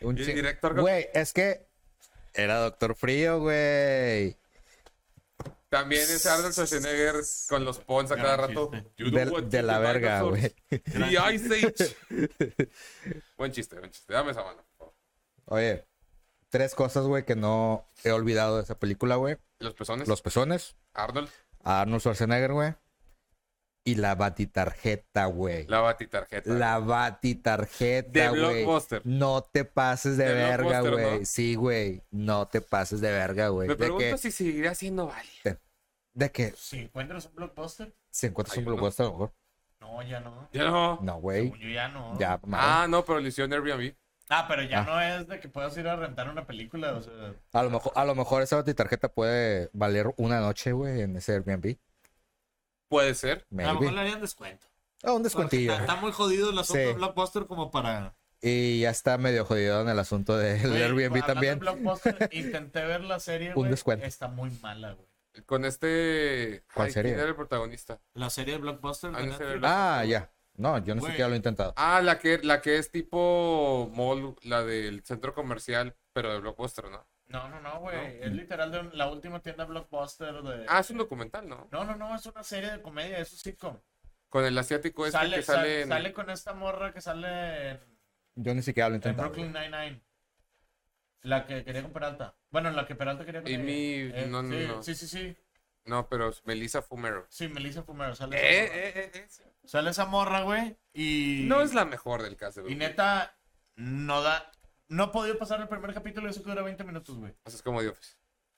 Speaker 1: Un
Speaker 2: Y el
Speaker 1: chi-
Speaker 2: director con-
Speaker 1: Güey, es que era Doctor Frío, güey.
Speaker 2: También es Arnold Schwarzenegger con los pons a cada
Speaker 3: Gran
Speaker 2: rato.
Speaker 3: chiste.
Speaker 2: You know what
Speaker 1: De, de
Speaker 2: you
Speaker 1: la
Speaker 2: do,
Speaker 1: verga,
Speaker 2: dinosaurs.
Speaker 1: güey.
Speaker 2: Y Ice Age. buen chiste, buen chiste. Dame esa mano. por favor.
Speaker 1: Oye, tres cosas, güey, que no he olvidado de esa película, güey.
Speaker 2: Los pezones.
Speaker 1: Los pezones,
Speaker 2: Arnold.
Speaker 1: a Arnold Schwarzenegger, güey. Y la batitarjeta, güey.
Speaker 2: La batitarjeta.
Speaker 1: La batitarjeta,
Speaker 2: De
Speaker 1: güey.
Speaker 2: Blockbuster.
Speaker 1: No te pases de,
Speaker 2: De
Speaker 1: verga,
Speaker 2: Blockbuster,
Speaker 1: güey.
Speaker 2: ¿no?
Speaker 1: Sí, güey. No te pases de verga, güey.
Speaker 2: Me
Speaker 1: De
Speaker 2: pregunto
Speaker 1: que,
Speaker 2: si seguirá siendo válido.
Speaker 1: de que
Speaker 3: Si encuentras un blockbuster,
Speaker 1: si encuentras
Speaker 2: Hay
Speaker 1: un
Speaker 2: uno.
Speaker 1: blockbuster, a lo mejor.
Speaker 3: no, ya no.
Speaker 2: Ya no.
Speaker 1: No, güey.
Speaker 3: Según yo ya no.
Speaker 1: Ya, madre.
Speaker 2: Ah, no, pero lo hicieron Airbnb.
Speaker 3: Ah, pero ya
Speaker 1: Ah.
Speaker 3: no es de que puedas ir a rentar una película. O sea,
Speaker 1: A lo mejor, a lo mejor esa batitarjeta puede valer una noche, güey, en ese Airbnb.
Speaker 2: Puede ser.
Speaker 3: a lo mejor
Speaker 1: Maybe.
Speaker 3: le harían descuento.
Speaker 1: Ah, un descuentillo.
Speaker 3: Está, está muy jodido el asunto
Speaker 1: Sí.
Speaker 3: de Blockbuster como para...
Speaker 1: Y ya está medio jodido en el asunto del
Speaker 3: Güey,
Speaker 1: Airbnb
Speaker 3: hablando de
Speaker 1: también.
Speaker 3: Blockbuster, intenté ver la serie,
Speaker 1: Un
Speaker 3: güey,
Speaker 1: descuento.
Speaker 3: Está muy mala, güey.
Speaker 2: Con este.
Speaker 1: ¿Cuál
Speaker 2: Ay,
Speaker 1: serie?
Speaker 2: ¿Quién era el protagonista?
Speaker 3: La serie de Blockbuster.
Speaker 2: Ah,
Speaker 3: de
Speaker 2: no sé,
Speaker 3: Netflix.
Speaker 1: Ah, ya. No, yo ni
Speaker 3: Güey.
Speaker 1: siquiera lo he intentado.
Speaker 2: Ah, la que, la que es tipo mall, la del centro comercial, pero de Blockbuster, ¿no?
Speaker 3: No, no, no, güey. Es literal de un- la última tienda Blockbuster de...
Speaker 2: Ah, es un documental, ¿no?
Speaker 3: No, no, no, es una serie de comedia, es un sitcom.
Speaker 2: Con el asiático este
Speaker 3: sale,
Speaker 2: que
Speaker 3: sale,
Speaker 2: sale. en-
Speaker 3: sale con esta morra que sale en,
Speaker 1: Yo ni siquiera lo he
Speaker 3: en
Speaker 1: intentado.
Speaker 3: Brooklyn Nine-Nine. La que quería con Peralta. Bueno, la que Peralta quería con
Speaker 2: Y
Speaker 3: ella. Eh,
Speaker 2: mi- no, no,
Speaker 3: sí,
Speaker 2: no.
Speaker 3: sí, sí, sí.
Speaker 2: No, pero es Melissa Fumero.
Speaker 3: Sí, Melissa Fumero. Sale,
Speaker 2: Eh,
Speaker 3: esa morra.
Speaker 2: eh, eh, eh, sí.
Speaker 3: Sale esa morra, güey. Y...
Speaker 2: No es la mejor del caso,
Speaker 3: Y
Speaker 2: güey.
Speaker 3: neta, no da... No he podido pasar el primer capítulo y eso que dura 20 minutos, güey.
Speaker 2: O sea, es como Dios.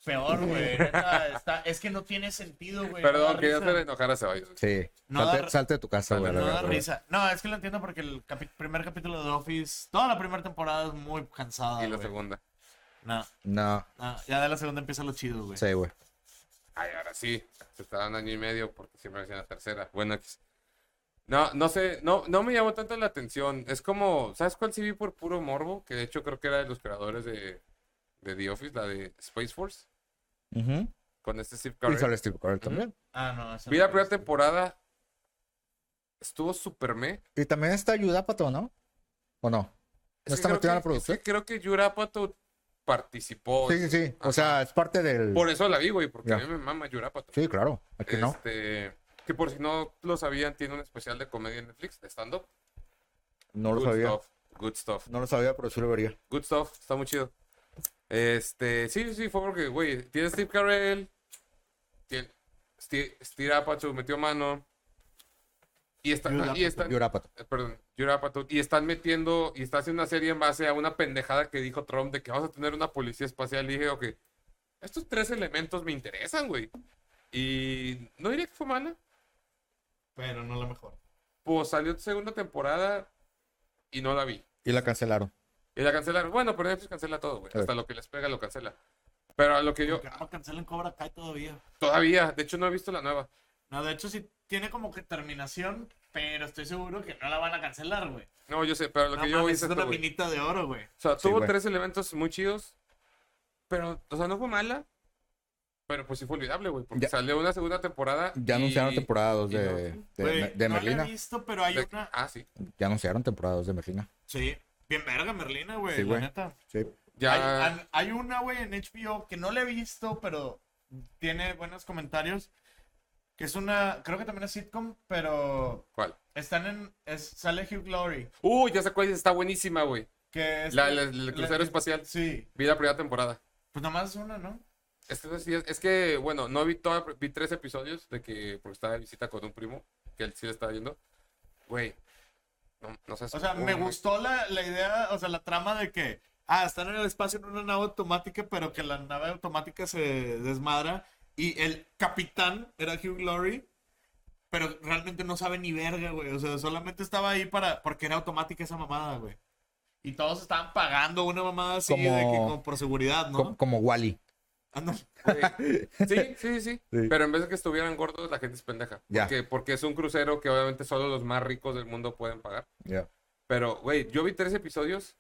Speaker 3: Peor, güey. Neta, está... Es que no tiene sentido, güey. no
Speaker 2: Perdón,
Speaker 3: da
Speaker 2: quería
Speaker 3: risa.
Speaker 2: hacer enojar a Ceballos.
Speaker 1: Sí.
Speaker 3: No
Speaker 1: salte,
Speaker 3: da-
Speaker 1: salte de tu casa,
Speaker 2: Sale,
Speaker 1: güey.
Speaker 3: No
Speaker 1: la
Speaker 3: da
Speaker 1: verdad, güey.
Speaker 3: risa. No, es que lo entiendo porque el capi- primer capítulo de Office, toda la primera temporada es muy cansada.
Speaker 2: Y la
Speaker 3: Ah, güey.
Speaker 2: segunda.
Speaker 3: No,
Speaker 1: No,
Speaker 3: no, ya de la segunda empieza lo chido, güey.
Speaker 1: sí, güey.
Speaker 2: Ay, ahora sí. Se está dando año y medio porque siempre decían la tercera. Bueno, X. No, no sé, no, no me llamó tanto la atención. Es como, ¿sabes cuál sí vi por puro morbo? Que de hecho creo que era de los creadores de, de The Office, la de Space Force,
Speaker 1: Ujú.
Speaker 2: con este Steve
Speaker 1: Y
Speaker 2: Carell.
Speaker 1: sale Steve Carell también.
Speaker 3: Ah, no. esa
Speaker 2: Vi
Speaker 3: no
Speaker 2: la primera
Speaker 3: es.
Speaker 2: temporada. Estuvo super me.
Speaker 1: Y también está Yudapato, ¿no? ¿O no? ¿No está metido en la producción?
Speaker 2: creo que Yurapato participó.
Speaker 1: Sí, sí, sí. O sea, es parte del.
Speaker 2: Por eso la vi, güey, porque
Speaker 1: Ya.
Speaker 2: a mí me mama Yurapato.
Speaker 1: Sí, claro. Aquí no.
Speaker 2: Este, que por si no lo sabían, tiene un especial de comedia en Netflix, de stand-up.
Speaker 1: No lo
Speaker 2: Good
Speaker 1: sabía.
Speaker 2: Stuff, good stuff.
Speaker 1: No lo sabía, pero sí lo vería.
Speaker 2: Good stuff, está muy chido. Este, sí, sí, fue porque, güey, tiene Steve Carell, tiene Steve, Steve Apache metió mano. Y está,
Speaker 3: Judd
Speaker 2: y
Speaker 3: Apatow.
Speaker 2: están-
Speaker 1: Yudapato.
Speaker 2: eh, perdón, Judd Apatow, y están metiendo, y está haciendo una serie en base a una pendejada que dijo Trump de que vamos a tener una policía espacial. Y dije, ok, estos tres elementos me interesan, güey. Y no diría que fue mala,
Speaker 3: Pero no la mejor.
Speaker 2: pues salió segunda temporada y no la vi.
Speaker 1: Y la cancelaron.
Speaker 2: Y la cancelaron. Bueno, pero Netflix cancela todo, güey.
Speaker 1: Sí.
Speaker 2: Hasta lo que les pega lo cancela. Pero a lo que yo.
Speaker 3: Porque no cancelan Cobra Kai todavía.
Speaker 2: Todavía, de hecho, no he visto la nueva.
Speaker 3: No, de hecho sí tiene como que terminación, pero estoy seguro que no la van a cancelar, güey.
Speaker 2: No, yo sé, pero a lo
Speaker 3: No
Speaker 2: que yo voy
Speaker 3: mames,
Speaker 2: es
Speaker 3: es
Speaker 2: esto,
Speaker 3: una
Speaker 2: güey.
Speaker 3: minita de oro, güey.
Speaker 2: O sea,
Speaker 1: Sí,
Speaker 2: tuvo
Speaker 1: güey.
Speaker 2: tres elementos muy chidos. Pero, o sea, no fue mala. Pero pues sí fue olvidable, güey. Porque
Speaker 1: Ya.
Speaker 2: salió una segunda temporada.
Speaker 1: Ya
Speaker 2: y-
Speaker 1: anunciaron temporada 2
Speaker 2: y
Speaker 1: de,
Speaker 2: no.
Speaker 1: de,
Speaker 3: Güey,
Speaker 1: Me- de
Speaker 3: no la
Speaker 1: Merlina.
Speaker 3: he visto, pero hay
Speaker 2: de-
Speaker 3: una...
Speaker 2: Ah, sí.
Speaker 1: Ya anunciaron temporada 2 de Merlina.
Speaker 3: Sí, bien verga Merlina, güey,
Speaker 1: Sí,
Speaker 3: la
Speaker 1: güey.
Speaker 3: neta.
Speaker 1: Sí.
Speaker 2: Ya.
Speaker 3: Hay, an- hay una, güey, en HBO que no la he visto, pero tiene buenos comentarios. Que es una, creo que también es sitcom, pero
Speaker 2: ¿Cuál?
Speaker 3: están en, es, sale Hugh Glory,
Speaker 2: Uh, ya sé cuál es, está buenísima, güey.
Speaker 3: que es...
Speaker 2: La, la- el crucero
Speaker 3: la-
Speaker 2: espacial.
Speaker 3: Sí,
Speaker 2: Vi la primera temporada.
Speaker 3: pues nomás es una, ¿no?
Speaker 2: Es que, sí, es- es que, bueno, no vi toda, vi tres episodios de que, porque estaba de visita con un primo, que él sí le estaba viendo. Güey, no, no sé.
Speaker 3: O sea, me gustó la, la idea, o sea, la trama de que, ah, están en el espacio en una nave automática, pero que la nave automática se desmadra y el capitán era Hugh Glory, pero realmente no sabe ni verga, güey. O sea, solamente estaba ahí para, porque era automática esa mamada, güey. Y todos estaban pagando una mamada así
Speaker 1: Como-
Speaker 3: de que como por seguridad, ¿no?
Speaker 1: Como, como Wally.
Speaker 3: Ándale.
Speaker 2: Sí, sí, sí, sí.
Speaker 1: Sí.
Speaker 2: Pero en vez de que estuvieran gordos, la gente es pendeja.
Speaker 1: Ya.
Speaker 2: Porque, porque es un crucero que obviamente solo los más ricos del mundo pueden pagar. Pero, güey, yo vi tres episodios.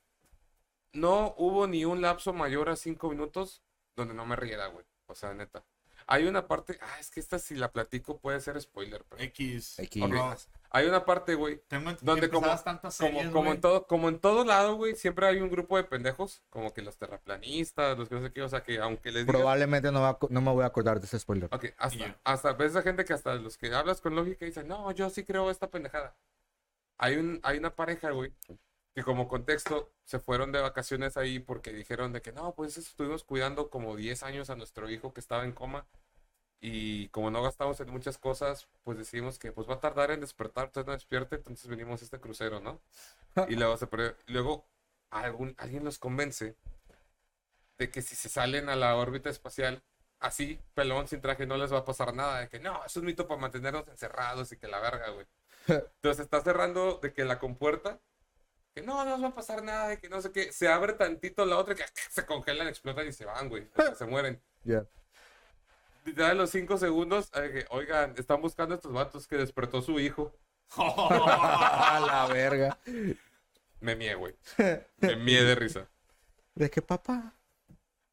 Speaker 2: No hubo ni un lapso mayor a cinco minutos donde no me riera, güey. O sea, neta. Hay una parte, ah, es que esta si la platico puede ser spoiler. Pero...
Speaker 3: X.
Speaker 1: X.
Speaker 2: Ok.
Speaker 3: No,
Speaker 2: Hay una parte, güey,
Speaker 3: tengo ent-
Speaker 2: Donde como-
Speaker 3: empezadas tantas series,
Speaker 2: como, como
Speaker 3: güey.
Speaker 2: en todo, como en todo lado, güey, siempre hay un grupo de pendejos, como que los terraplanistas, los que no sé qué, o sea que aunque les digas,
Speaker 1: Probablemente no, va a acu- no me voy a acordar de ese spoiler.
Speaker 2: Ok,
Speaker 3: Ya.
Speaker 2: hasta, hasta ves a gente que hasta los que hablas con lógica dicen, no, yo sí creo esta pendejada. Hay un, hay una pareja, güey, que como contexto se fueron de vacaciones ahí porque dijeron de que no, pues estuvimos cuidando como 10 años a nuestro hijo que estaba en coma. Y como no gastamos en muchas cosas, pues decidimos que pues va a tardar en despertar, entonces no despierte, entonces venimos a este crucero, ¿no? Y luego se perdió. Y Luego algún, alguien los convence de que si se salen a la órbita espacial, así, pelón, sin traje, no les va a pasar nada. De que no, es un mito para mantenernos encerrados y que la verga, güey. Entonces está cerrando de que la compuerta, que no, no nos va a pasar nada, de que no sé qué. Se abre tantito la otra, que se congelan, explotan y se van, güey. O sea, se mueren.
Speaker 1: Ya.
Speaker 2: Y te da los cinco segundos, eh, que, oigan, están buscando a estos vatos que despertó su hijo.
Speaker 3: Oh,
Speaker 2: Ah,
Speaker 1: A la verga.
Speaker 2: Me mie, güey. Me mie de risa.
Speaker 1: ¿De qué papá?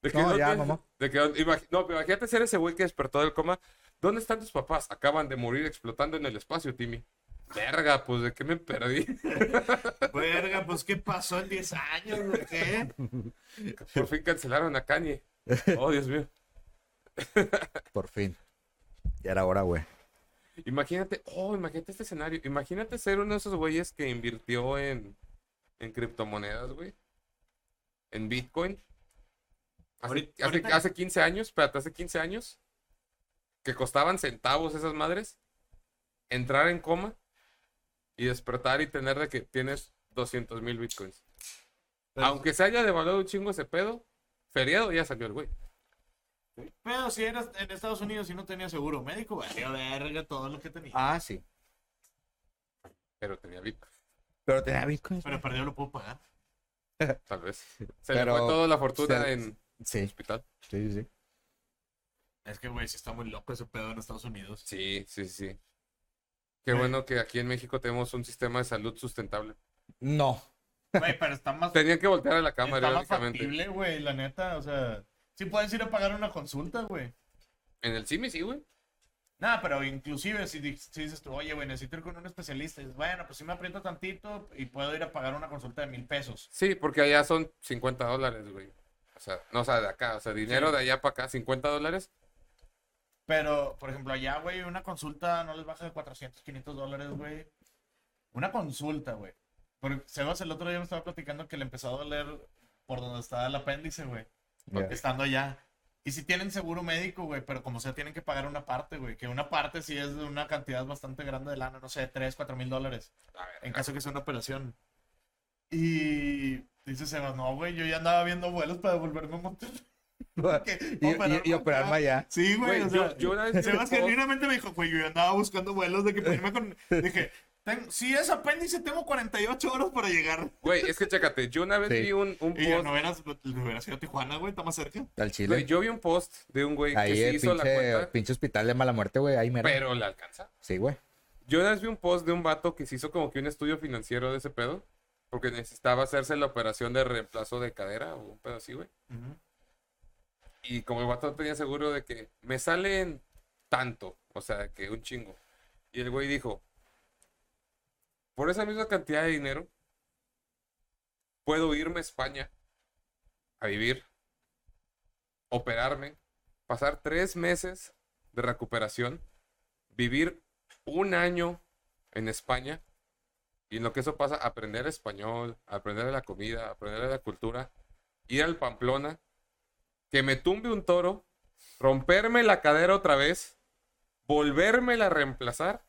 Speaker 2: ¿De
Speaker 1: No,
Speaker 2: dónde
Speaker 1: ya,
Speaker 2: es?
Speaker 1: mamá.
Speaker 2: ¿De qué dónde? Imagi- no, pero imagínate ser ese güey que despertó del coma. ¿Dónde están tus papás? Acaban de morir explotando en el espacio, Timmy. Verga, pues de qué me perdí.
Speaker 3: Verga, pues ¿qué pasó en 10 años, güey? ¿Qué?
Speaker 2: Por fin cancelaron a Kanye. Oh, Dios mío.
Speaker 1: Por fin. Ya era hora, güey.
Speaker 2: Imagínate, oh, imagínate este escenario. Imagínate ser uno de esos güeyes que invirtió en, en criptomonedas, güey. En Bitcoin. Hace,
Speaker 3: Ahorita-
Speaker 2: hace-
Speaker 3: ahorita-
Speaker 2: hace 15 años, espérate, hace 15 años. Que costaban centavos esas madres. Entrar en coma. Y despertar y tener de que tienes 200 mil bitcoins.
Speaker 3: Pero-
Speaker 2: Aunque se haya devaluado un chingo ese pedo, feriado ya salió el güey.
Speaker 3: Pero si eras en Estados Unidos y no tenía seguro médico, valió verga todo lo que tenía.
Speaker 1: Ah, sí.
Speaker 2: Pero tenía Bitcoin,
Speaker 1: Pero tenía Bitcoin.
Speaker 3: Pero perdió, lo puedo pagar.
Speaker 2: tal vez. Se le
Speaker 1: Pero-
Speaker 2: fue toda la fortuna
Speaker 1: se-
Speaker 2: en
Speaker 1: Sí,
Speaker 2: hospital.
Speaker 1: sí, sí.
Speaker 3: Es que, güey, sí está muy loco ese pedo en Estados Unidos.
Speaker 2: Sí, sí, sí. Qué
Speaker 3: Sí.
Speaker 2: bueno que aquí en México tenemos un sistema de salud sustentable.
Speaker 1: No.
Speaker 3: Güey, pero está más,
Speaker 2: Tenían que voltear a la cámara,
Speaker 3: está más
Speaker 2: irónicamente.
Speaker 3: factible, güey, la neta. O sea, sí puedes ir a pagar una consulta, güey.
Speaker 2: En el CIMI, sí, güey.
Speaker 3: Nada, pero inclusive si, di- si dices tú, oye, güey, necesito ir con un especialista. y dices, bueno, pues sí me aprieto tantito y puedo ir a pagar una consulta de mil pesos.
Speaker 2: Sí, porque allá son 50 dólares, güey. O sea, no, o sea, de acá, o sea, dinero
Speaker 3: Sí.
Speaker 2: de allá para acá, 50 dólares.
Speaker 3: Pero, por ejemplo, allá, güey, una consulta no les baja de 400, 500 dólares, güey. Una consulta, güey. Porque Sebas el otro día me estaba platicando que le empezó a doler por donde está el apéndice, güey.
Speaker 1: Ya.
Speaker 3: Estando allá. Y si tienen seguro médico, güey, pero como sea, tienen que pagar una parte, güey. Que una parte sí es de una cantidad bastante grande de lana, no sé, 3, 4 mil dólares.
Speaker 2: A ver,
Speaker 3: En caso que sea una operación. Y dice Sebas, no, güey, yo ya andaba viendo vuelos para devolverme a Monterrey.
Speaker 1: Y, y- y operarme allá.
Speaker 3: Sí,
Speaker 2: güey,
Speaker 3: güey, o sea,
Speaker 2: yo, yo una vez vi un
Speaker 3: Sebas
Speaker 2: post-
Speaker 3: genuinamente me dijo, güey, yo andaba buscando vuelos de que para irme con... Dije, ten- si es apéndice, tengo 48 horas para llegar.
Speaker 2: güey, es que chécate, yo una vez
Speaker 1: Sí.
Speaker 2: vi un, un
Speaker 3: Y yo,
Speaker 2: post,
Speaker 3: no hubieras, no hubieras ido a Tijuana, güey, está más cerca.
Speaker 1: Al
Speaker 2: güey,
Speaker 1: Chile.
Speaker 2: yo vi un post de un güey que
Speaker 1: Ahí
Speaker 2: se
Speaker 1: el
Speaker 2: hizo la
Speaker 1: pinche,
Speaker 2: cuenta,
Speaker 1: pinche hospital de mala muerte, güey. Ahí mero.
Speaker 2: pero la alcanza.
Speaker 1: Sí, güey.
Speaker 2: Yo una vez vi un post de un vato que se hizo como que un estudio financiero de ese pedo, porque necesitaba hacerse la operación de reemplazo de cadera o un pedo así, güey. Y como el vato tenía seguro de que me salen tanto, o sea, que un chingo. Y el güey dijo, por esa misma cantidad de dinero, puedo irme a España a vivir, operarme, pasar tres meses de recuperación, vivir un año en España, y en lo que eso pasa, aprender español, aprender de la comida, aprender de la cultura, ir al Pamplona, que me tumbe un toro, romperme la cadera otra vez, volvérmela a reemplazar,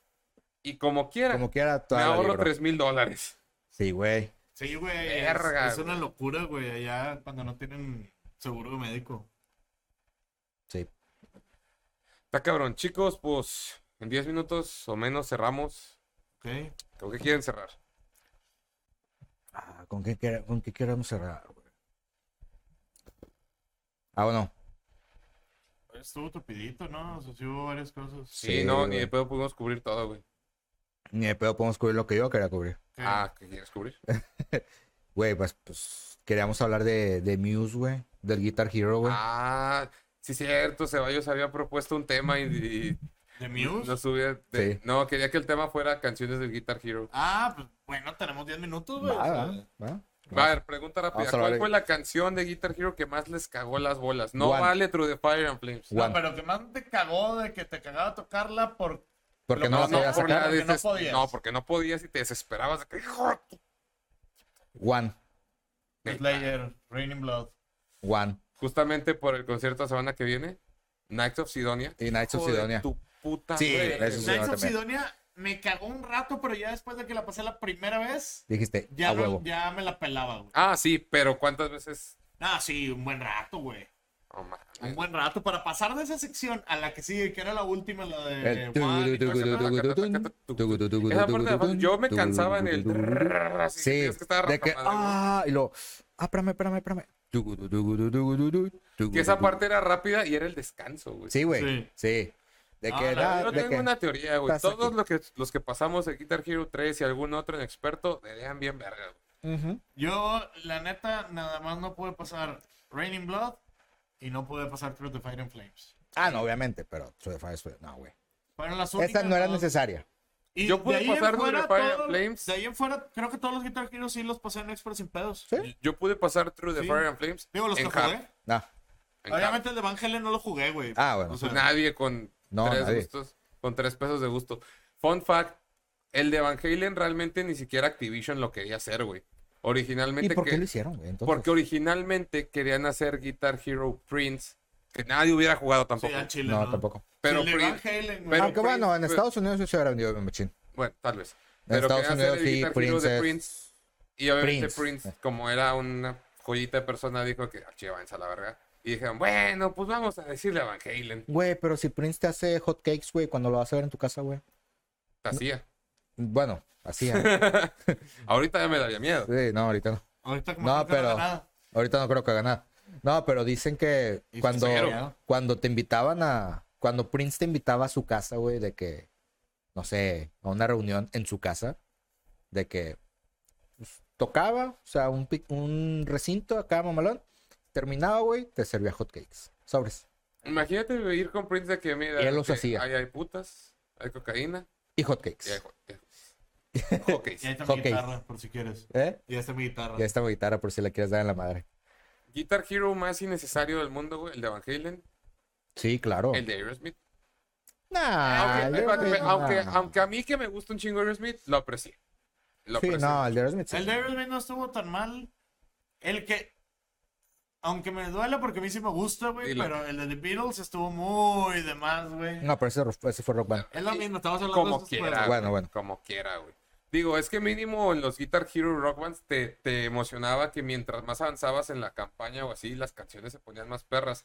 Speaker 2: y como quiera,
Speaker 1: Como quiera,
Speaker 2: me
Speaker 1: toda la
Speaker 2: ahorro
Speaker 1: libro.
Speaker 2: 3 mil dólares.
Speaker 1: Sí, güey.
Speaker 3: Sí, güey, es,
Speaker 2: Verga,
Speaker 3: es una
Speaker 2: güey.
Speaker 3: locura, güey, allá cuando no tienen seguro médico.
Speaker 1: Sí.
Speaker 2: Está cabrón, chicos, pues en 10 minutos o menos cerramos.
Speaker 3: ¿Ok?
Speaker 2: ¿Con qué quieren cerrar?
Speaker 1: Ah, ¿con, qué, quer- ¿Con qué queremos cerrar, güey? Ah, bueno.
Speaker 3: Estuvo tupidito, ¿no? O sea, sí hubo varias cosas.
Speaker 2: Sí,
Speaker 1: Sí,
Speaker 2: no,
Speaker 1: güey.
Speaker 2: ni de pedo pudimos cubrir todo, güey.
Speaker 1: Ni de pedo podemos cubrir lo que yo quería cubrir.
Speaker 3: ¿Qué?
Speaker 2: Ah, ¿qué quieres cubrir?
Speaker 1: Güey, pues, pues queríamos hablar de, de Muse, güey. Del Guitar Hero, güey.
Speaker 2: Ah, sí, cierto, Ceballos había propuesto un tema y,
Speaker 3: ¿De
Speaker 2: y
Speaker 3: Muse?
Speaker 2: nos hubiera- de-
Speaker 1: Sí.
Speaker 2: No, quería que el tema fuera canciones del Guitar Hero.
Speaker 3: Ah, pues bueno, tenemos 10 minutos, güey. o
Speaker 1: va,
Speaker 3: sea,
Speaker 1: va, va.
Speaker 2: Va, a ver, pregunta
Speaker 1: Ah.
Speaker 2: rápida.
Speaker 1: Vamos a hablar
Speaker 2: ¿Cuál
Speaker 1: de-
Speaker 2: fue la canción de Guitar Hero que más les cagó las bolas? No
Speaker 1: One.
Speaker 2: vale True the Fire and Flames.
Speaker 1: One.
Speaker 3: No, pero que más te cagó de que te cagaba tocarla por...
Speaker 1: Porque
Speaker 3: lo
Speaker 1: no la
Speaker 3: que no,
Speaker 1: podía
Speaker 2: por la
Speaker 1: sacar.
Speaker 3: porque no
Speaker 2: deses-
Speaker 3: podías.
Speaker 2: no, porque no podías y te desesperabas de que... "Hijo de tu-".
Speaker 1: One,
Speaker 3: Slayer, Raining Blood.
Speaker 1: one.
Speaker 2: Justamente por el concierto la semana que viene, Nights of Sidonia.
Speaker 1: Y Nights of
Speaker 2: Hijo de
Speaker 1: Sidonia.
Speaker 2: Tu puta
Speaker 1: Sí,
Speaker 2: madre.
Speaker 1: eso sí.
Speaker 3: Knights of
Speaker 1: también.
Speaker 3: Sidonia me cagó un rato, pero ya después de que la pasé la primera vez,
Speaker 1: Dijiste,
Speaker 3: ya,
Speaker 1: a
Speaker 3: no-
Speaker 1: huevo.
Speaker 3: ya me la pelaba, güey.
Speaker 2: Ah, sí, pero ¿cuántas veces?
Speaker 3: Ah, sí, un buen rato, güey.
Speaker 2: Oh, mames.
Speaker 1: Eh.
Speaker 3: Un buen rato para pasar de esa sección a la que sigue, que era la última, la de...
Speaker 1: El
Speaker 3: Juan y todo ese pedo.
Speaker 2: Esa parte de- yo me cansaba en el. así
Speaker 1: Sí,
Speaker 2: es que estaba
Speaker 1: de que,
Speaker 2: rapamadre, güey.
Speaker 1: ah, y lo, ah, espérame, espérame, espérame.
Speaker 2: Que esa parte era rápida y era el descanso, güey.
Speaker 1: Sí, güey,
Speaker 3: Sí.
Speaker 1: sí. De
Speaker 3: No,
Speaker 1: que,
Speaker 3: no,
Speaker 1: nada,
Speaker 2: Ah, Yo
Speaker 1: de
Speaker 2: tengo
Speaker 1: que-
Speaker 2: una teoría, güey.
Speaker 1: estás
Speaker 2: Todos
Speaker 1: aquí.
Speaker 2: los que, los que pasamos en Guitar Hero 3 y algún otro en experto, me dejan bien verga, güey.
Speaker 1: Ujú.
Speaker 3: Yo, la neta, nada más no pude pasar Raining Blood y no pude pasar Through the Fire and Flames.
Speaker 1: Ah, no, obviamente, pero Through the Fire is Flames, no, güey.
Speaker 3: Fueron las únicas
Speaker 1: Esta no era
Speaker 3: dos.
Speaker 1: necesaria.
Speaker 3: Y
Speaker 2: Yo
Speaker 3: de
Speaker 2: pude
Speaker 3: ahí en
Speaker 2: pasar Through the
Speaker 3: fuera
Speaker 2: Fire and
Speaker 3: todo-
Speaker 2: Flames.
Speaker 3: De ahí en fuera, creo que todos los Guitar Hero sí los pasé en Expert sin pedos.
Speaker 1: Sí.
Speaker 2: Yo pude pasar Through the
Speaker 3: Sí.
Speaker 2: Fire and Flames.
Speaker 3: Digo, los
Speaker 2: en
Speaker 3: que
Speaker 2: hard,
Speaker 3: jugué.
Speaker 1: No.
Speaker 2: en hard.
Speaker 3: Obviamente el de Evangelion no lo jugué, güey.
Speaker 1: Ah, bueno.
Speaker 3: O sea,
Speaker 2: Nadie con
Speaker 1: No,
Speaker 2: tres
Speaker 1: nadie.
Speaker 2: gustos, con tres pesos de gusto. Fun fact, el de Evangelion realmente ni siquiera Activision lo quería hacer, güey.
Speaker 1: ¿Y
Speaker 2: Originalmente
Speaker 1: por
Speaker 2: que-
Speaker 1: qué lo hicieron, güey? Entonces,
Speaker 2: porque originalmente querían hacer Guitar Hero Prince, que nadie hubiera jugado
Speaker 3: sí,
Speaker 2: tampoco.
Speaker 3: al chile,
Speaker 1: No, tampoco.
Speaker 2: Pero
Speaker 3: el de
Speaker 2: Prin-
Speaker 3: Evangelion, güey.
Speaker 2: pero-
Speaker 1: Aunque bueno, en
Speaker 2: Prince-
Speaker 1: Estados Unidos sí se hubiera vendido bien machín.
Speaker 2: Bueno, tal vez.
Speaker 1: En
Speaker 2: Pero
Speaker 1: Estados
Speaker 2: querían hacer
Speaker 1: Unidos
Speaker 2: el
Speaker 1: sí,
Speaker 2: Guitar Hero
Speaker 1: Prince
Speaker 2: de
Speaker 1: es-
Speaker 2: Prince. Y obviamente
Speaker 1: Prince.
Speaker 2: Prince, como era una joyita de persona, dijo que, ah, che, váyanse a la verga. Y dijeron, bueno, pues vamos a decirle a Van Halen.
Speaker 1: Güey, pero si Prince te hace hotcakes, güey, cuando lo vas a ver en tu casa, güey.
Speaker 2: Te hacía.
Speaker 1: Bueno, así. ¿eh?
Speaker 2: Ahorita ya me daría miedo.
Speaker 1: Sí, no, ahorita no.
Speaker 3: Ahorita como
Speaker 1: No,
Speaker 3: que
Speaker 1: pero
Speaker 3: nada.
Speaker 1: ahorita no creo que ganar. No, pero dicen que
Speaker 3: Y
Speaker 1: cuando,
Speaker 3: cero.
Speaker 1: cuando te invitaban a. Cuando Prince te invitaba a su casa, güey, de que. No sé, a una reunión en su casa, de que. pues, tocaba, o sea, un, pic- un recinto acá, mamalón. Terminaba, güey, te servía hotcakes. Sobres.
Speaker 2: Imagínate ir con Prince de que mira.
Speaker 1: Y él los
Speaker 2: que
Speaker 1: hacía.
Speaker 2: Ahí hay putas, hay cocaína
Speaker 1: Y
Speaker 2: y hay
Speaker 1: hotcakes.
Speaker 2: jo- y-
Speaker 3: Y ahí
Speaker 2: hotcakes.
Speaker 3: está mi
Speaker 1: Ok.
Speaker 3: guitarra, por si quieres.
Speaker 1: ¿Eh?
Speaker 3: Y ahí está mi guitarra.
Speaker 1: Ya está mi guitarra por si la quieres dar en la madre.
Speaker 2: Guitar Hero más innecesario del mundo, güey. El de Van Halen,
Speaker 1: Sí, claro.
Speaker 2: el de Aerosmith.
Speaker 1: Nah,
Speaker 2: aunque,
Speaker 1: yo
Speaker 2: espérate,
Speaker 1: creo que
Speaker 2: espérate, aunque,
Speaker 1: no.
Speaker 2: aunque a mí que me gusta un chingo Aerosmith, lo aprecié. Lo
Speaker 1: Sí,
Speaker 2: aprecié.
Speaker 1: no, el de Aerosmith sí.
Speaker 3: El Devil May no estuvo tan mal. El que. Aunque me duela porque a mí sí me gusta, güey.
Speaker 2: Dilo.
Speaker 3: Pero el de The Beatles estuvo muy de más, güey.
Speaker 1: No, pero ese, ese fue Rock Band.
Speaker 3: Es lo mismo, estamos hablando de
Speaker 2: Como
Speaker 3: esos
Speaker 2: quiera,
Speaker 3: juegos.
Speaker 1: Bueno,
Speaker 2: güey,
Speaker 1: bueno.
Speaker 2: Como quiera, güey. Digo, es que mínimo en los Guitar Hero Rock Bands te, te emocionaba que mientras más avanzabas en la campaña o así, las canciones se ponían más perras.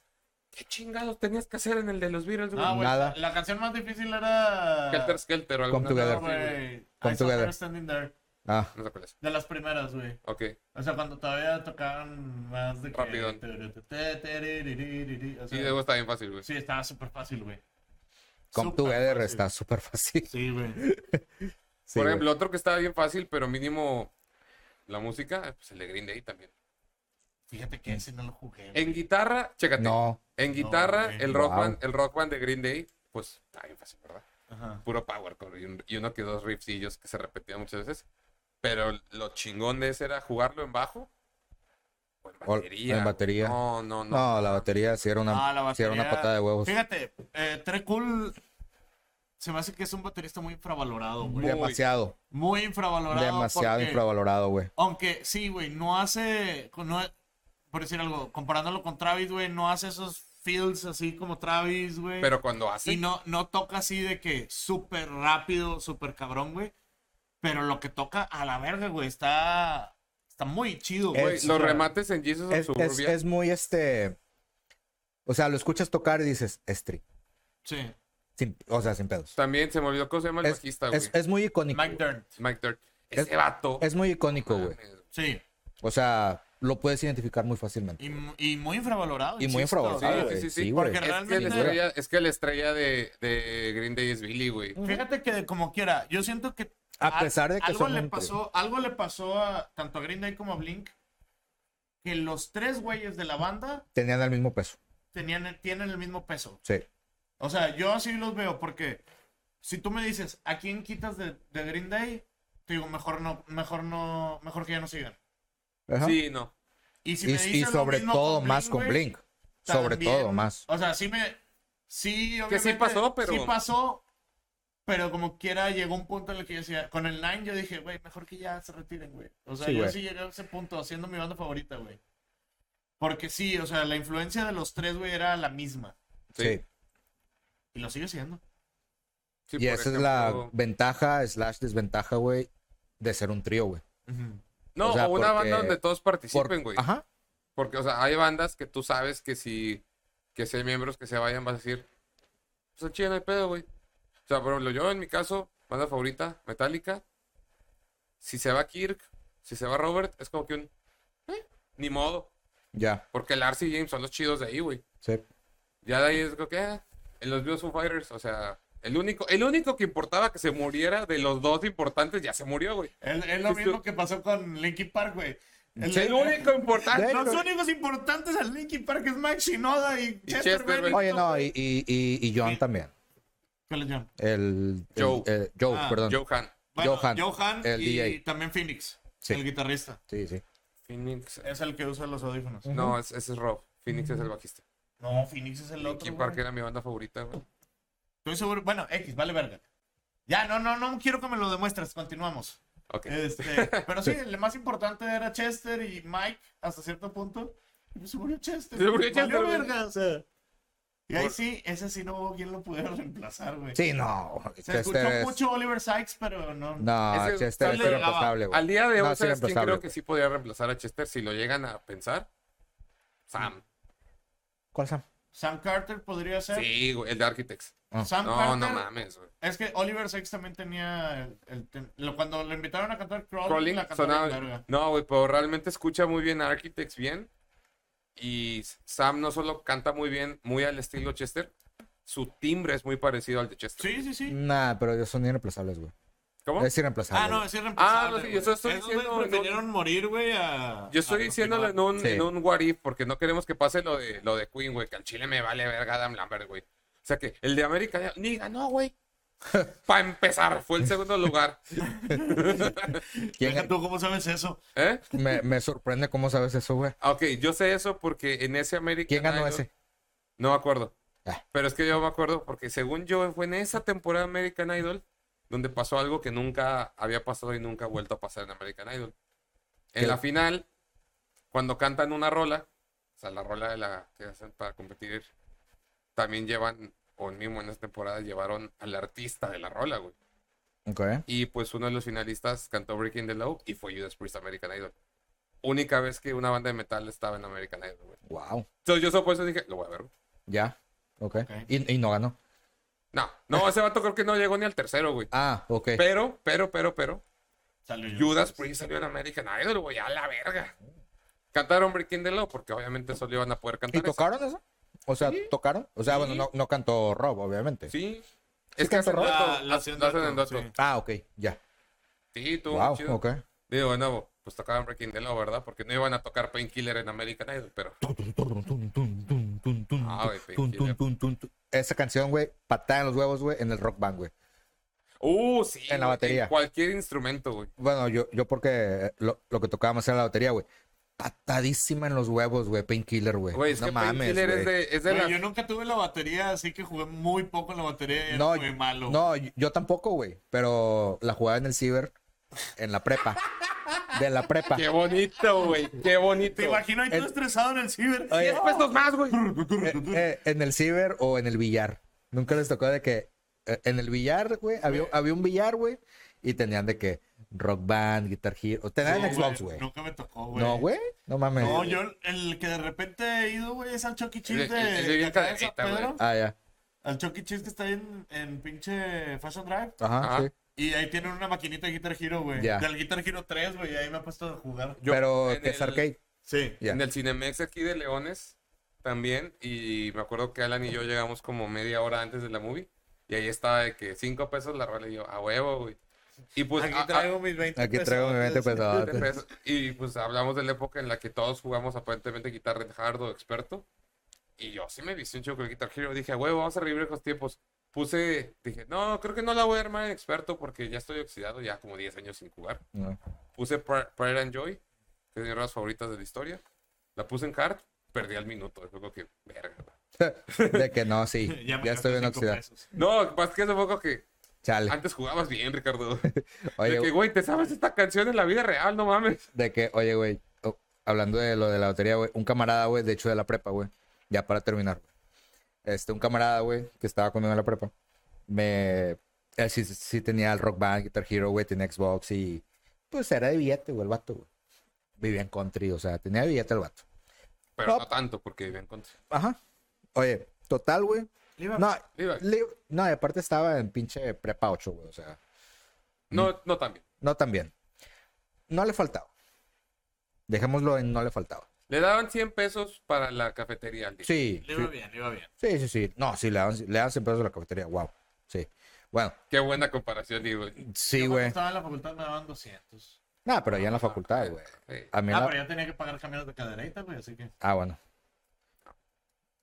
Speaker 2: ¿Qué chingados tenías que hacer en el de los Beatles, güey?
Speaker 3: No, güey.
Speaker 1: Nada.
Speaker 3: La canción más difícil era.
Speaker 2: Helter Skelter o
Speaker 1: Come
Speaker 2: alguna
Speaker 1: Together.
Speaker 3: No,
Speaker 2: cosa así, güey.
Speaker 3: güey.
Speaker 1: Come
Speaker 3: I saw
Speaker 1: Together.
Speaker 3: her standing there.
Speaker 1: Ah,
Speaker 2: No sé cuál es.
Speaker 3: De las primeras, güey.
Speaker 2: Ok.
Speaker 3: O sea, cuando todavía tocaban más de que...
Speaker 2: Rapidón.
Speaker 3: O sea,
Speaker 2: Sí, luego está bien fácil, güey.
Speaker 3: sí, estaba súper fácil, güey.
Speaker 1: Come
Speaker 3: Súper
Speaker 1: Together
Speaker 3: fácil.
Speaker 1: está súper fácil.
Speaker 3: Sí, güey.
Speaker 1: Sí,
Speaker 2: Por
Speaker 1: güey.
Speaker 2: ejemplo, otro que estaba bien fácil, pero mínimo la música, eh, pues el de Green Day también.
Speaker 3: Fíjate que ese no lo jugué. güey.
Speaker 2: En guitarra, chécate.
Speaker 1: No,
Speaker 2: En guitarra,
Speaker 3: güey.
Speaker 2: el, rock
Speaker 1: Wow.
Speaker 2: band, el rock band de Green Day, pues está bien fácil, ¿verdad?
Speaker 3: Ajá.
Speaker 2: puro power chord y, un- y uno que dos riffsillos que se repetían muchas veces. Pero lo chingón de ese era jugarlo en bajo o en
Speaker 1: O-
Speaker 2: batería.
Speaker 1: en batería.
Speaker 2: No, no, no.
Speaker 1: no, la batería sí era una,
Speaker 3: Ah, la
Speaker 1: sí era
Speaker 3: batería.
Speaker 1: una patada de huevos.
Speaker 3: Fíjate, eh, Trey Cool se me hace que es un baterista muy infravalorado, güey.
Speaker 2: Muy-
Speaker 1: demasiado,
Speaker 3: Muy infravalorado.
Speaker 1: demasiado
Speaker 3: porque-
Speaker 1: infravalorado, güey.
Speaker 3: Aunque sí, güey, no hace. no- por decir algo, comparándolo con Travis, güey, no hace esos feels así como Travis, güey.
Speaker 2: Pero cuando hace.
Speaker 3: Y no, no toca así de que súper rápido, súper cabrón, güey. Pero lo que toca a la verga, güey, está. Está muy chido, güey.
Speaker 2: güey,
Speaker 1: Es-
Speaker 3: O
Speaker 2: los
Speaker 3: sea,
Speaker 2: remates en Jesus of
Speaker 1: Es, es-
Speaker 2: Suburbia.
Speaker 1: es muy este. O sea, lo escuchas tocar y dices, street.
Speaker 3: Sí.
Speaker 1: Sin- o sea, sin pedos.
Speaker 2: También se me olvidó cómo se llama el
Speaker 1: Es,
Speaker 2: bajista, güey.
Speaker 1: es- es muy icónico.
Speaker 3: Mike Ah, Dern.
Speaker 2: Mike Dirk.
Speaker 1: es-
Speaker 2: Ese vato.
Speaker 1: Es muy icónico, güey.
Speaker 2: mames, güey.
Speaker 3: Sí.
Speaker 1: O sea, lo puedes identificar muy fácilmente.
Speaker 3: Y, y muy infravalorado.
Speaker 1: Y muy
Speaker 3: insisto.
Speaker 1: infravalorado,
Speaker 2: sí,
Speaker 1: güey.
Speaker 2: sí, sí,
Speaker 1: Sí,
Speaker 2: porque
Speaker 1: güey.
Speaker 3: Que
Speaker 2: Es que, la
Speaker 3: realmente-
Speaker 2: estrella, es que la estrella de, de Green Day es Billy, güey.
Speaker 3: Fíjate que como quiera, yo siento que
Speaker 1: A pesar de que
Speaker 3: algo
Speaker 1: son
Speaker 3: le
Speaker 1: un trío.
Speaker 3: pasó, algo le pasó a tanto a Green Day como a Blink que los tres güeyes de la banda
Speaker 1: Tenían el mismo peso.
Speaker 3: tenían tienen el mismo peso.
Speaker 1: Sí.
Speaker 3: O sea, yo así los veo porque si tú me dices, ¿a quién quitas de, de Green Day? Te digo, mejor no, mejor no, mejor que ya no sigan.
Speaker 1: Ajá.
Speaker 2: Sí, no.
Speaker 3: Y, si
Speaker 1: y,
Speaker 3: me dices
Speaker 1: y
Speaker 3: lo
Speaker 1: sobre
Speaker 3: mismo
Speaker 1: todo más
Speaker 3: güey,
Speaker 1: con Blink. Sobre
Speaker 3: también,
Speaker 1: todo más.
Speaker 3: O sea, sí me. Sí,
Speaker 2: Que sí
Speaker 3: obviamente,
Speaker 2: pasó, pero-
Speaker 3: Sí pasó, pero como quiera llegó un punto en el que yo decía. Con el Nine yo dije, güey, mejor que ya se retiren, güey. O sea,
Speaker 1: Sí,
Speaker 3: yo
Speaker 1: güey.
Speaker 3: sí llegué a ese punto haciendo mi banda favorita, güey. Porque sí, o sea, la influencia de los tres, güey, era la misma.
Speaker 2: Sí.
Speaker 1: Sí.
Speaker 3: Y lo sigue siendo.
Speaker 2: Sí,
Speaker 1: y
Speaker 2: por
Speaker 1: esa es la
Speaker 2: ejemplo-
Speaker 1: ventaja, slash desventaja, güey, de ser un trío, güey.
Speaker 2: No,
Speaker 1: o sea,
Speaker 2: o una banda
Speaker 1: porque-
Speaker 2: donde todos
Speaker 1: Por-
Speaker 2: participen, güey.
Speaker 1: Ajá.
Speaker 2: Porque, o sea, hay bandas que tú sabes que si, que si hay miembros que se vayan, vas a decir, pues chile, no hay pedo, güey. O sea, por ejemplo, yo en mi caso, banda favorita, Metallica, si se va Kirk, si se va Robert, es como que un, "Eh, ni modo.
Speaker 1: Ya.
Speaker 2: Porque el Arcee y James son los chidos de ahí, güey.
Speaker 1: Sí.
Speaker 2: Ya de ahí es como que, "Ah, en los vio Foo Fighters, o sea, el único, el único que importaba que se muriera de los dos importantes ya se murió, güey.
Speaker 3: Es, es lo
Speaker 2: Sí, sí.
Speaker 3: mismo que pasó con Linkin Park, güey. El-
Speaker 2: El, único importante.
Speaker 3: Los únicos importantes al Linkin Park es Mike Shinoda y Chester,
Speaker 2: Chester Bennington.
Speaker 3: Bennington.
Speaker 1: Oye, no, y, y, y, y John
Speaker 3: Sí.
Speaker 1: también.
Speaker 3: ¿Cuál es John?
Speaker 1: El, el-
Speaker 2: Joe.
Speaker 1: eh, Joe,
Speaker 3: Ah,
Speaker 1: perdón.
Speaker 2: Johan.
Speaker 3: Bueno,
Speaker 1: Johan,
Speaker 3: Johan,
Speaker 1: el
Speaker 3: y
Speaker 1: DJ.
Speaker 3: también Phoenix,
Speaker 1: Sí.
Speaker 3: el guitarrista.
Speaker 1: Sí, sí.
Speaker 2: Phoenix.
Speaker 3: Es el que usa los audífonos.
Speaker 2: No, es- ese es Rob. Phoenix es el bajista.
Speaker 3: No, Phoenix es el otro.
Speaker 2: Kim
Speaker 3: güey.
Speaker 2: Park era mi banda favorita, güey.
Speaker 3: Estoy seguro. Bueno, X, vale verga. Ya, no, no, no quiero que me lo demuestres. Continuamos.
Speaker 2: Ok.
Speaker 3: Este, pero sí, el más importante era Chester y Mike hasta cierto punto. Y pues se murió Chester.
Speaker 2: Se murió
Speaker 3: Valió
Speaker 2: Chester, güey.
Speaker 3: verga, o sea. Y ahí
Speaker 2: Por-
Speaker 3: sí, ese sí no hubo quien lo pudiera reemplazar, güey.
Speaker 1: Sí, no.
Speaker 3: Se escuchó
Speaker 1: Chester es-
Speaker 3: mucho Oliver Sykes, pero no.
Speaker 1: No,
Speaker 2: Ese-
Speaker 1: Chester es
Speaker 3: Sale-
Speaker 1: irreemplazable, güey.
Speaker 2: Al día de hoy,
Speaker 1: No, sí
Speaker 2: ¿sabes quién
Speaker 1: reemplazable,
Speaker 2: creo
Speaker 1: güey.
Speaker 2: que sí podría reemplazar a Chester si lo llegan a pensar? Sam.
Speaker 1: ¿Cuál Sam?
Speaker 3: Sam Carter podría ser.
Speaker 2: Sí, güey, el de Architects.
Speaker 1: Ah.
Speaker 3: Sam
Speaker 2: No,
Speaker 3: Carter.
Speaker 2: no mames, güey.
Speaker 3: Es que Oliver Sykes también tenía. El, el tem- lo- cuando lo invitaron a cantar Crawling,
Speaker 2: Crawling
Speaker 3: la cantó bien
Speaker 2: sonaba.
Speaker 3: verga.
Speaker 2: No, güey, pero realmente escucha muy bien a Architects bien. Y Sam no solo canta muy bien, muy al estilo Chester, su timbre es muy parecido al de Chester.
Speaker 3: Sí, sí, sí.
Speaker 1: Nah, pero ellos son irreemplazables, güey.
Speaker 2: ¿Cómo?
Speaker 1: Es irreemplazable.
Speaker 3: Ah, no,
Speaker 1: güey.
Speaker 3: es irreemplazable.
Speaker 2: Ah, no, sí, yo
Speaker 3: güey.
Speaker 2: estoy
Speaker 3: Esos
Speaker 2: diciendo-
Speaker 3: güeyes prefirieron morir, güey, a.
Speaker 2: Yo estoy
Speaker 3: a
Speaker 2: diciéndolo en
Speaker 3: continuar.
Speaker 1: Sí.
Speaker 2: un, en un what if, porque no queremos que pase lo de, lo de Queen, güey, que al Chile me vale verga Adam Lambert, güey. O sea que el de América ya, ni ganó, güey. Para empezar, fue el segundo lugar.
Speaker 1: ¿Quién-
Speaker 3: Deja ¿Tú cómo sabes eso?
Speaker 2: ¿Eh?
Speaker 1: me, me sorprende cómo sabes eso, güey.
Speaker 2: Ah, Ok, yo sé eso porque en ese América.
Speaker 1: ¿Quién ganó ese?
Speaker 2: No me acuerdo.
Speaker 1: Ah.
Speaker 2: Pero es que yo me acuerdo porque según yo fue en esa temporada de American Idol donde pasó algo que nunca había pasado y nunca ha vuelto a pasar en American Idol. En
Speaker 1: ¿Qué?
Speaker 2: la final, cuando cantan una rola, o sea, la rola de la que hacen para competir, también llevan, o mismo en esa temporada, llevaron al artista de la rola, güey.
Speaker 1: Ok.
Speaker 2: Y pues uno de los finalistas cantó Breaking the Law y fue Judas Priest American Idol. Única vez que una banda de metal estaba en American Idol, güey.
Speaker 1: Wow.
Speaker 2: Entonces yo solo por eso dije, lo voy a ver, güey.
Speaker 1: Ya. Ok.
Speaker 3: Ok.
Speaker 1: Y, y no ganó.
Speaker 2: No, no, ese vato creo que no llegó ni al tercero, güey.
Speaker 1: Ah, ok.
Speaker 2: Pero, pero, pero, pero.
Speaker 3: Salió yo.
Speaker 2: Judas Priest salió en American Idol, güey, a la verga. Cantaron Breaking the Law porque obviamente solo iban a poder
Speaker 1: ¿Y
Speaker 2: cantar. esa.
Speaker 1: tocaron eso? O sea, ¿tocaron? O sea, bueno, no, no cantó Rob, obviamente.
Speaker 2: Sí.
Speaker 1: ¿Sí
Speaker 2: Es que
Speaker 1: cantó
Speaker 2: hacen
Speaker 1: rock?
Speaker 3: La-
Speaker 2: dato.
Speaker 3: Ah, la
Speaker 2: La
Speaker 3: hacen
Speaker 2: hacen en
Speaker 3: dueto,
Speaker 2: dato.
Speaker 3: sí.
Speaker 1: Ah, ok. Ya.
Speaker 2: Sí, tú.
Speaker 1: Wow,
Speaker 2: chido.
Speaker 1: ok.
Speaker 2: Digo, de nuevo, pues tocaban Breaking the Law, ¿verdad? Porque no iban a tocar Painkiller en American Idol, pero. Ah, güey, Painkiller.
Speaker 1: Esa canción, güey, patada en los huevos, güey, en el rock band, güey.
Speaker 2: Uh, sí.
Speaker 1: En la
Speaker 2: güey,
Speaker 1: batería.
Speaker 2: cualquier instrumento, güey.
Speaker 1: Bueno, yo, yo porque eh, lo, lo que tocaba más era la batería, güey. Patadísima en los huevos, güey. Painkiller, güey.
Speaker 2: Güey, es
Speaker 1: Eh, no
Speaker 2: que
Speaker 1: mames,
Speaker 2: Painkiller es
Speaker 1: güey.
Speaker 2: de, es de
Speaker 3: Güey,
Speaker 2: las-
Speaker 3: Yo nunca tuve la batería, así que jugué muy poco en la batería y era
Speaker 1: No,
Speaker 3: muy malo.
Speaker 1: no, yo tampoco, güey. Pero la jugaba en el ciber, en la prepa. De la prepa.
Speaker 2: Qué bonito, güey. Qué bonito.
Speaker 3: Te imagino ahí
Speaker 1: El-
Speaker 3: todo estresado en el ciber.
Speaker 1: Oye,
Speaker 2: Diez pesos más, güey.
Speaker 1: eh, eh, en el ciber o en el billar. Nunca les tocó de que eh, en el billar, güey,
Speaker 3: Eh.
Speaker 1: había, había un billar, güey, y tenían de que rock band, guitar hero, tenían
Speaker 3: No,
Speaker 1: Xbox, güey.
Speaker 3: Nunca me tocó, güey.
Speaker 1: No, güey, no mames.
Speaker 3: No, yo el que de repente he ido, güey, es al Chucky E. Cheese
Speaker 2: El de- el de
Speaker 3: de,
Speaker 2: bien
Speaker 3: acá de San
Speaker 2: cadenita, güey.
Speaker 3: Pedro.
Speaker 1: Ah, ya.
Speaker 3: Al Chucky E. Cheese que está ahí en, en pinche Fashion Drive.
Speaker 1: Ajá,
Speaker 2: Ajá.
Speaker 1: sí.
Speaker 3: Y ahí tienen una maquinita de Guitar Hero, güey.
Speaker 1: Ah. Ya.
Speaker 3: Del Guitar Hero 3, güey. Ahí me ha puesto a jugar.
Speaker 2: Yo-
Speaker 1: Pero
Speaker 2: en
Speaker 1: que es
Speaker 2: el-
Speaker 1: arcade.
Speaker 3: Sí.
Speaker 1: Ya.
Speaker 2: En el Cinemex aquí de Leones también. Y me acuerdo que Alan y yo llegamos como media hora antes de la movie. Y ahí estaba de que cinco pesos la rola y yo, a huevo, güey. Y pues,
Speaker 3: Aquí
Speaker 2: a- a-
Speaker 3: traigo mis 20
Speaker 1: Aquí traigo mi 20
Speaker 3: pesos.
Speaker 1: pesos.
Speaker 2: de pesos. y pues hablamos de la época en la que todos jugamos aparentemente guitarra de hard o experto. Y yo sí me viste un chico con el Guitar Hero. Dije, a huevo, vamos a revivir los tiempos. Puse, dije, no, creo que no la voy a armar en experto porque ya estoy oxidado, ya como 10 años sin jugar.
Speaker 1: No.
Speaker 2: Puse Pri- Pride and Joy, que es de mis rolas favoritas de la historia. La puse en hard, perdí al minuto. Fue como que, verga.
Speaker 1: De que no, sí.
Speaker 3: Ya,
Speaker 1: ya,
Speaker 3: me
Speaker 1: estoy bien
Speaker 3: gasté cinco
Speaker 1: oxidado.
Speaker 3: pesos.
Speaker 2: No, más que eso fue como que
Speaker 1: Chale.
Speaker 2: antes jugabas bien, Ricardo.
Speaker 1: Oye,
Speaker 2: de que, güey, ¿te sabes esta canción en la vida real? No mames.
Speaker 1: De que, oye, güey, oh, hablando de lo de la batería, güey, un camarada, güey, de hecho de la prepa, güey, ya para terminar, güey. Este, un camarada, güey, que estaba conmigo en la prepa, me. Él sí, sí tenía el Rock Band, Guitar Hero, güey, tenía Xbox y. Pues era de billete, güey, el vato, güey. Vivía en country, o sea, tenía billete el vato.
Speaker 2: Pero
Speaker 1: No.
Speaker 2: no, tanto, porque bien con...
Speaker 1: Ajá. Oye, total, güey. No,
Speaker 2: Levi.
Speaker 1: le- no, y aparte estaba en pinche prepa 8, güey, o sea.
Speaker 2: No, no tan bien.
Speaker 1: No tan bien. No le faltaba. Dejémoslo en no le faltaba.
Speaker 2: Le daban 100 pesos para la cafetería al día.
Speaker 1: Sí,
Speaker 3: Le iba bien, le iba bien.
Speaker 1: sí, sí, sí. No, sí, le dan, le dan 100 pesos a la cafetería. Wow. Sí. Bueno,
Speaker 2: Qué buena comparación, digo.
Speaker 1: sí,
Speaker 3: Yo cuando
Speaker 1: güey.
Speaker 3: Estaba en la facultad, me daban 200.
Speaker 1: Nah, pero allá en la facultad, güey.
Speaker 2: Sí.
Speaker 1: A mí en
Speaker 3: Ah,
Speaker 1: la-
Speaker 3: pero yo tenía que pagar camiones de cadereita, güey, así que. eh,
Speaker 1: Ah, bueno.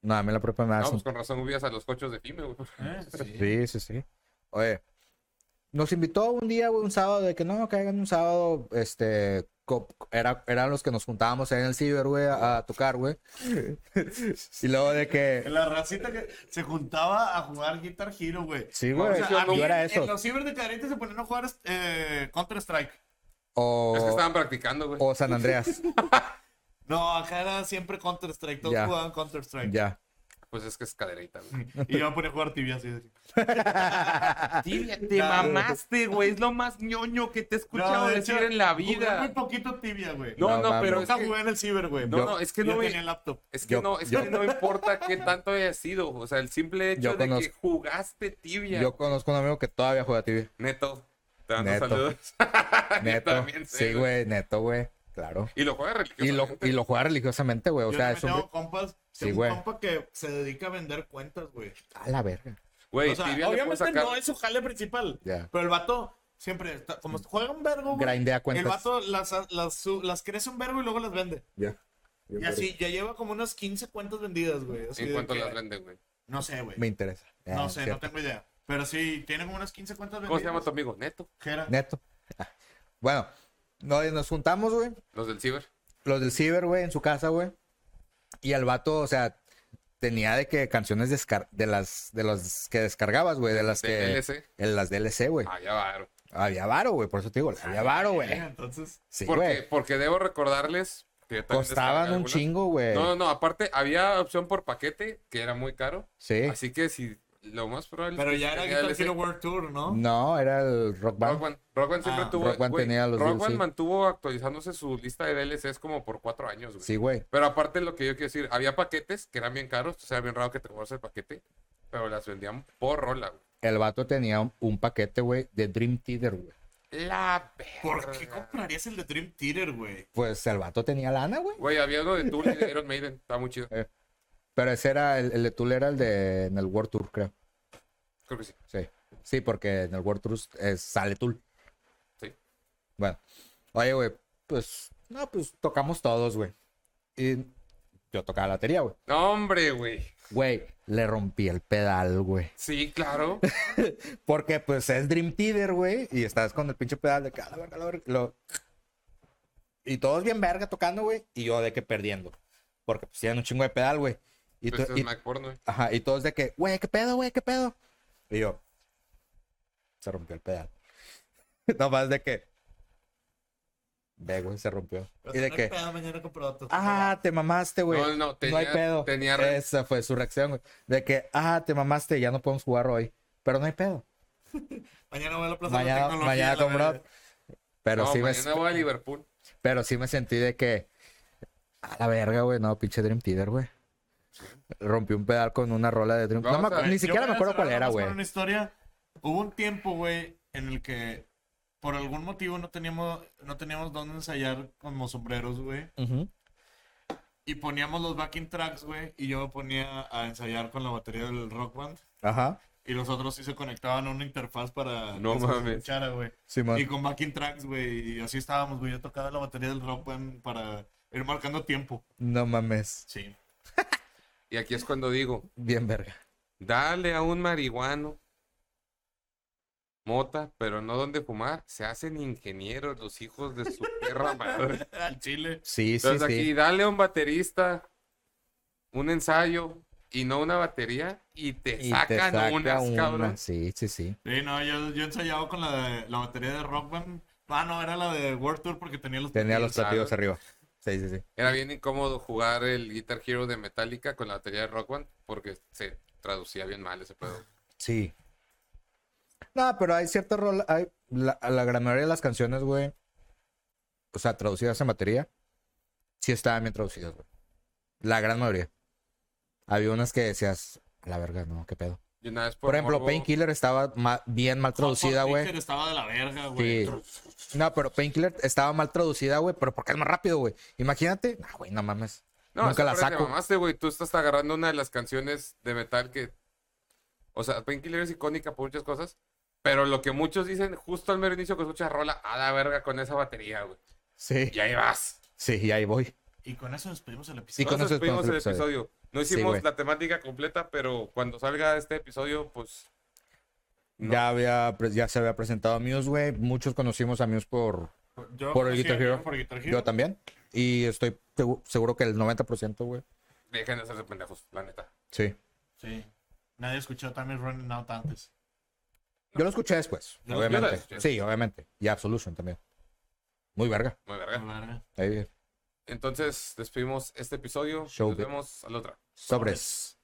Speaker 1: No, a mí en la propia me da
Speaker 2: No,
Speaker 1: cin-
Speaker 2: pues con razón hubieras a los cochos de Fime, güey.
Speaker 1: Ah,
Speaker 3: eh, sí.
Speaker 1: Sí, sí, sí. Oye, nos invitó un día, güey, un sábado, de que no, que hagan un sábado, este, co- era, eran los que nos juntábamos ahí en el ciber, güey, a, a tocar, güey. y luego de que,
Speaker 3: La racita que se juntaba a jugar Guitar Hero, güey.
Speaker 1: sí, güey,
Speaker 3: O sea, a
Speaker 1: yo
Speaker 3: mí
Speaker 1: era
Speaker 3: en- En
Speaker 1: eso.
Speaker 3: los ciber de cadereita se ponían a jugar eh, Counter-Strike.
Speaker 1: O,
Speaker 2: Es que estaban practicando, güey.
Speaker 1: o San Andreas,
Speaker 3: No, acá era siempre Counter-Strike. Todos
Speaker 1: Ya.
Speaker 3: jugaban Counter-Strike.
Speaker 1: ya.
Speaker 2: Pues es que es cadereita, güey.
Speaker 3: Y yo me ponía a jugar tibia así. así.
Speaker 2: Tibia, te
Speaker 3: Claro.
Speaker 2: mamaste, güey. Es lo más ñoño que te he escuchado
Speaker 3: No, de
Speaker 2: decir
Speaker 3: hecho,
Speaker 2: en la
Speaker 3: Jugué
Speaker 2: vida.
Speaker 3: muy poquito tibia, güey.
Speaker 2: No,
Speaker 1: No,
Speaker 2: no,
Speaker 1: mames.
Speaker 2: pero es
Speaker 3: Nunca
Speaker 2: que,
Speaker 3: jugué en el ciber, güey.
Speaker 2: No,
Speaker 3: Yo-
Speaker 2: no, es que
Speaker 3: yo
Speaker 2: no me-
Speaker 3: tenía laptop.
Speaker 2: es que
Speaker 1: Yo-
Speaker 2: no, es
Speaker 1: yo-
Speaker 2: que no importa qué tanto haya sido. O sea, el simple hecho
Speaker 1: Yo
Speaker 2: de que
Speaker 1: conozco-
Speaker 2: jugaste tibia.
Speaker 1: Yo conozco a un amigo que todavía juega tibia.
Speaker 2: Neto, te mando
Speaker 1: Neto.
Speaker 2: saludos.
Speaker 1: Neto.
Speaker 2: también sé,
Speaker 1: Sí, güey, neto, güey. Claro.
Speaker 2: Y lo juegas
Speaker 1: Y lo,
Speaker 2: religiosamente.
Speaker 1: y lo juega religiosamente, güey. O
Speaker 3: yo
Speaker 1: sea,
Speaker 3: también
Speaker 1: es un...
Speaker 3: tengo compas.
Speaker 1: Sí,
Speaker 3: tengo
Speaker 1: güey.
Speaker 3: un compa que se dedica a vender cuentas, güey.
Speaker 1: A la verga.
Speaker 2: Güey,
Speaker 3: o sea,
Speaker 2: tibia le puedes
Speaker 3: obviamente
Speaker 2: sacar...
Speaker 3: no es su jale principal.
Speaker 1: Ya.
Speaker 3: Pero el vato siempre, está- como juega un vergo, güey.
Speaker 1: Grindea cuentas.
Speaker 3: El vato las, las, su- las crece un vergo y luego las vende.
Speaker 1: Ya.
Speaker 3: Y así, ya lleva como unas 15 cuentas vendidas, güey. Así
Speaker 2: En
Speaker 3: de
Speaker 2: cuanto
Speaker 3: que-
Speaker 2: las vende, güey.
Speaker 3: No sé, güey.
Speaker 1: Me interesa. Ya,
Speaker 3: No sé, no
Speaker 1: cierto.
Speaker 3: tengo idea. Pero sí, tiene como unas 15 cuentas
Speaker 2: ¿Cómo
Speaker 3: vendidas.
Speaker 2: se llama tu amigo? Neto,
Speaker 3: Jera.
Speaker 1: Neto. Ah. Bueno, no, nos juntamos, güey.
Speaker 2: los del ciber.
Speaker 1: Los del Ciber, güey, en su casa, güey. Y al vato, o sea, tenía de que canciones descar- de las de las que descargabas, güey, de las
Speaker 2: De
Speaker 1: que
Speaker 2: DLC.
Speaker 1: en las DLC, güey.
Speaker 2: Ah, ya va.
Speaker 1: Había varo, güey, por eso te digo, había varo, güey.
Speaker 3: Entonces,
Speaker 1: Sí,
Speaker 2: porque,
Speaker 1: güey.
Speaker 2: porque debo recordarles que yo también descargué
Speaker 1: Costaban un
Speaker 2: algunas.
Speaker 1: chingo, güey.
Speaker 2: No, no, no, aparte había opción por paquete, que era muy caro.
Speaker 1: sí.
Speaker 2: Así que si lo más probable.
Speaker 3: pero
Speaker 2: es que
Speaker 3: ya era
Speaker 2: tenga
Speaker 3: Guitar
Speaker 2: DLC.
Speaker 3: Hero World Tour, ¿no?
Speaker 1: No, era el Rock Band.
Speaker 2: Rock One, Rock One siempre
Speaker 3: Ah.
Speaker 2: tuvo.
Speaker 1: Rock One
Speaker 2: güey,
Speaker 1: tenía los
Speaker 2: Rock
Speaker 1: DLC.
Speaker 2: One mantuvo actualizándose su lista de DLCs como por cuatro años, güey.
Speaker 1: Sí, güey.
Speaker 2: Pero aparte, lo que yo quiero decir, había paquetes que eran bien caros, o sea, bien raro que te cobras el paquete, pero las vendían por rola, güey.
Speaker 1: El vato tenía un, un paquete, güey, de Dream Theater, güey.
Speaker 2: La verga.
Speaker 3: ¿Por qué comprarías el de Dream Theater, güey?
Speaker 1: Pues el vato tenía lana, güey.
Speaker 2: Güey, había uno de Tool y de Iron Maiden, está muy chido.
Speaker 1: Pero ese era, el, el de Tool era el de, en el World Tour, creo.
Speaker 2: Creo que sí.
Speaker 1: Sí, sí, porque en el World Tour eh, sale Tool.
Speaker 2: Sí.
Speaker 1: Bueno, oye, güey, pues, no, pues tocamos todos, güey. Y yo tocaba la batería, güey.
Speaker 2: No, hombre, güey.
Speaker 1: Güey, le rompí el pedal, güey.
Speaker 2: Sí, claro.
Speaker 1: Porque, pues, es Dream Theater, güey, y estás con el pinche pedal de que, a la verga, a la verga, lo- Y todos bien verga tocando, güey, y yo de que perdiendo. Porque, pues, tienen un chingo de pedal, güey. Y,
Speaker 2: Pues
Speaker 1: to-
Speaker 2: es
Speaker 1: y-
Speaker 2: Mac porno, güey.
Speaker 1: Ajá, y todos de que, güey, ¿qué pedo, güey? ¿Qué pedo? Y yo, se rompió el pedal. Nomás de que, ve, güey, se rompió.
Speaker 3: Pero
Speaker 1: Y de
Speaker 3: no hay
Speaker 1: que,
Speaker 3: pedo, mañana compro otro.
Speaker 1: ah, te mamaste, güey.
Speaker 2: No, no,
Speaker 1: hay
Speaker 2: tenía-
Speaker 1: pedo.
Speaker 2: tenía re-
Speaker 1: Esa fue su reacción, güey. De que, ah, te mamaste, ya no podemos jugar hoy. Pero no hay pedo.
Speaker 3: Mañana voy a la plaza de la
Speaker 1: Mañana,
Speaker 3: tecnología.
Speaker 1: mañana
Speaker 3: la verga.
Speaker 1: compró. Pero,
Speaker 2: no,
Speaker 1: sí me,
Speaker 2: mañana voy a Liverpool.
Speaker 1: pero sí me sentí de que, a la verga, güey, no, pinche Dream Theater, güey. Rompí un pedal con una rola de Dream
Speaker 2: Vamos
Speaker 1: no me
Speaker 2: a
Speaker 1: acu-
Speaker 2: ver.
Speaker 1: Ni
Speaker 3: Yo
Speaker 1: siquiera
Speaker 3: voy
Speaker 1: me
Speaker 3: a
Speaker 1: acuerdo cuál
Speaker 3: cerrar
Speaker 1: era,
Speaker 3: nomás
Speaker 1: güey.
Speaker 3: con una historia. Hubo un tiempo, güey, en el que por algún motivo no teníamos, no teníamos dónde ensayar como sombreros, güey.
Speaker 1: Ujú.
Speaker 3: Y poníamos los backing tracks, güey. Y yo me ponía a ensayar con la batería del rock band.
Speaker 1: Ajá.
Speaker 3: Y los otros sí se conectaban a una interfaz para
Speaker 2: No
Speaker 3: que se
Speaker 2: mames.
Speaker 3: escuchara, güey.
Speaker 1: Simón.
Speaker 3: Y con backing tracks, güey. Y así estábamos, güey. Yo tocaba la batería del rock band para ir marcando tiempo.
Speaker 1: No mames.
Speaker 3: Sí.
Speaker 2: Y aquí es cuando digo,
Speaker 1: Bien verga.
Speaker 2: Dale a un marihuano. Mota, pero no donde fumar. Se hacen ingenieros los hijos de su perra madre.
Speaker 3: Al chile.
Speaker 1: Sí, sí,
Speaker 2: Entonces aquí,
Speaker 1: sí.
Speaker 2: dale a un baterista un ensayo y no una batería y te
Speaker 1: Y te
Speaker 2: sacan
Speaker 1: saca
Speaker 2: unas,
Speaker 1: una.
Speaker 2: cabrón.
Speaker 1: Sí, sí, sí.
Speaker 3: Sí, no, yo, yo ensayaba con la, de- la batería de Rock Band. Ah, no, era la de World Tour porque tenía los
Speaker 1: Tenía los
Speaker 3: platillos.
Speaker 1: platillos arriba. Sí, sí, sí.
Speaker 2: Era bien incómodo jugar el Guitar Hero de Metallica con la batería de Rock Band porque se traducía bien mal ese pedo.
Speaker 1: Sí. No, pero hay cierta rola. Hay la, la gran mayoría de las canciones, güey. O sea, traducidas en batería. Sí estaban bien traducidas, güey. La gran mayoría. Había unas que decías, a la verga, no, qué pedo.
Speaker 2: Y una vez
Speaker 1: Por ejemplo,
Speaker 2: morbo-
Speaker 1: Painkiller estaba ma- bien mal traducida,
Speaker 3: Hot Hot
Speaker 1: güey.
Speaker 3: Ticket Estaba de la verga, güey.
Speaker 1: Sí. No, pero Painkiller estaba mal traducida, güey, pero porque es más rápido, güey. Imagínate. No, güey, no mames.
Speaker 2: No,
Speaker 1: Nunca la
Speaker 2: siempre te
Speaker 1: saco.
Speaker 2: mamaste, güey. Tú estás agarrando una de las canciones de metal que. O sea, Painkiller es icónica por muchas cosas. Pero lo que muchos dicen justo al mero inicio que escuchas rola a la verga con esa batería, güey.
Speaker 1: Sí,
Speaker 2: Y ahí vas.
Speaker 1: sí, y ahí voy.
Speaker 3: Y con eso despedimos el episodio.
Speaker 1: Sí, con
Speaker 2: Entonces
Speaker 1: eso
Speaker 2: despedimos el
Speaker 1: despedimos el
Speaker 2: episodio. No
Speaker 1: Sí,
Speaker 2: hicimos
Speaker 1: güey.
Speaker 2: la temática completa, pero cuando salga este episodio, pues. No.
Speaker 1: Ya, había, pre- ya se había presentado a Muse, güey. Muchos conocimos a Muse por,
Speaker 3: Yo
Speaker 1: por el
Speaker 3: sí,
Speaker 1: Guitar Hero.
Speaker 3: Por Guitar Hero.
Speaker 1: Yo también. Y estoy segu- seguro que el 90%, güey.
Speaker 2: Dejen de hacerse pendejos, la neta.
Speaker 1: Sí.
Speaker 3: Sí. Nadie escuchó también Running Out antes.
Speaker 1: Yo lo escuché después,
Speaker 2: Yo lo- yo lo
Speaker 1: obviamente.
Speaker 2: escuché.
Speaker 1: Sí, obviamente. Y Absolution también. Muy verga.
Speaker 2: Muy
Speaker 3: La
Speaker 2: verga.
Speaker 3: verga.
Speaker 1: Ahí,
Speaker 2: Entonces, despedimos este episodio.
Speaker 1: Show
Speaker 2: Nos
Speaker 1: bit.
Speaker 2: vemos al otro.
Speaker 1: sobres.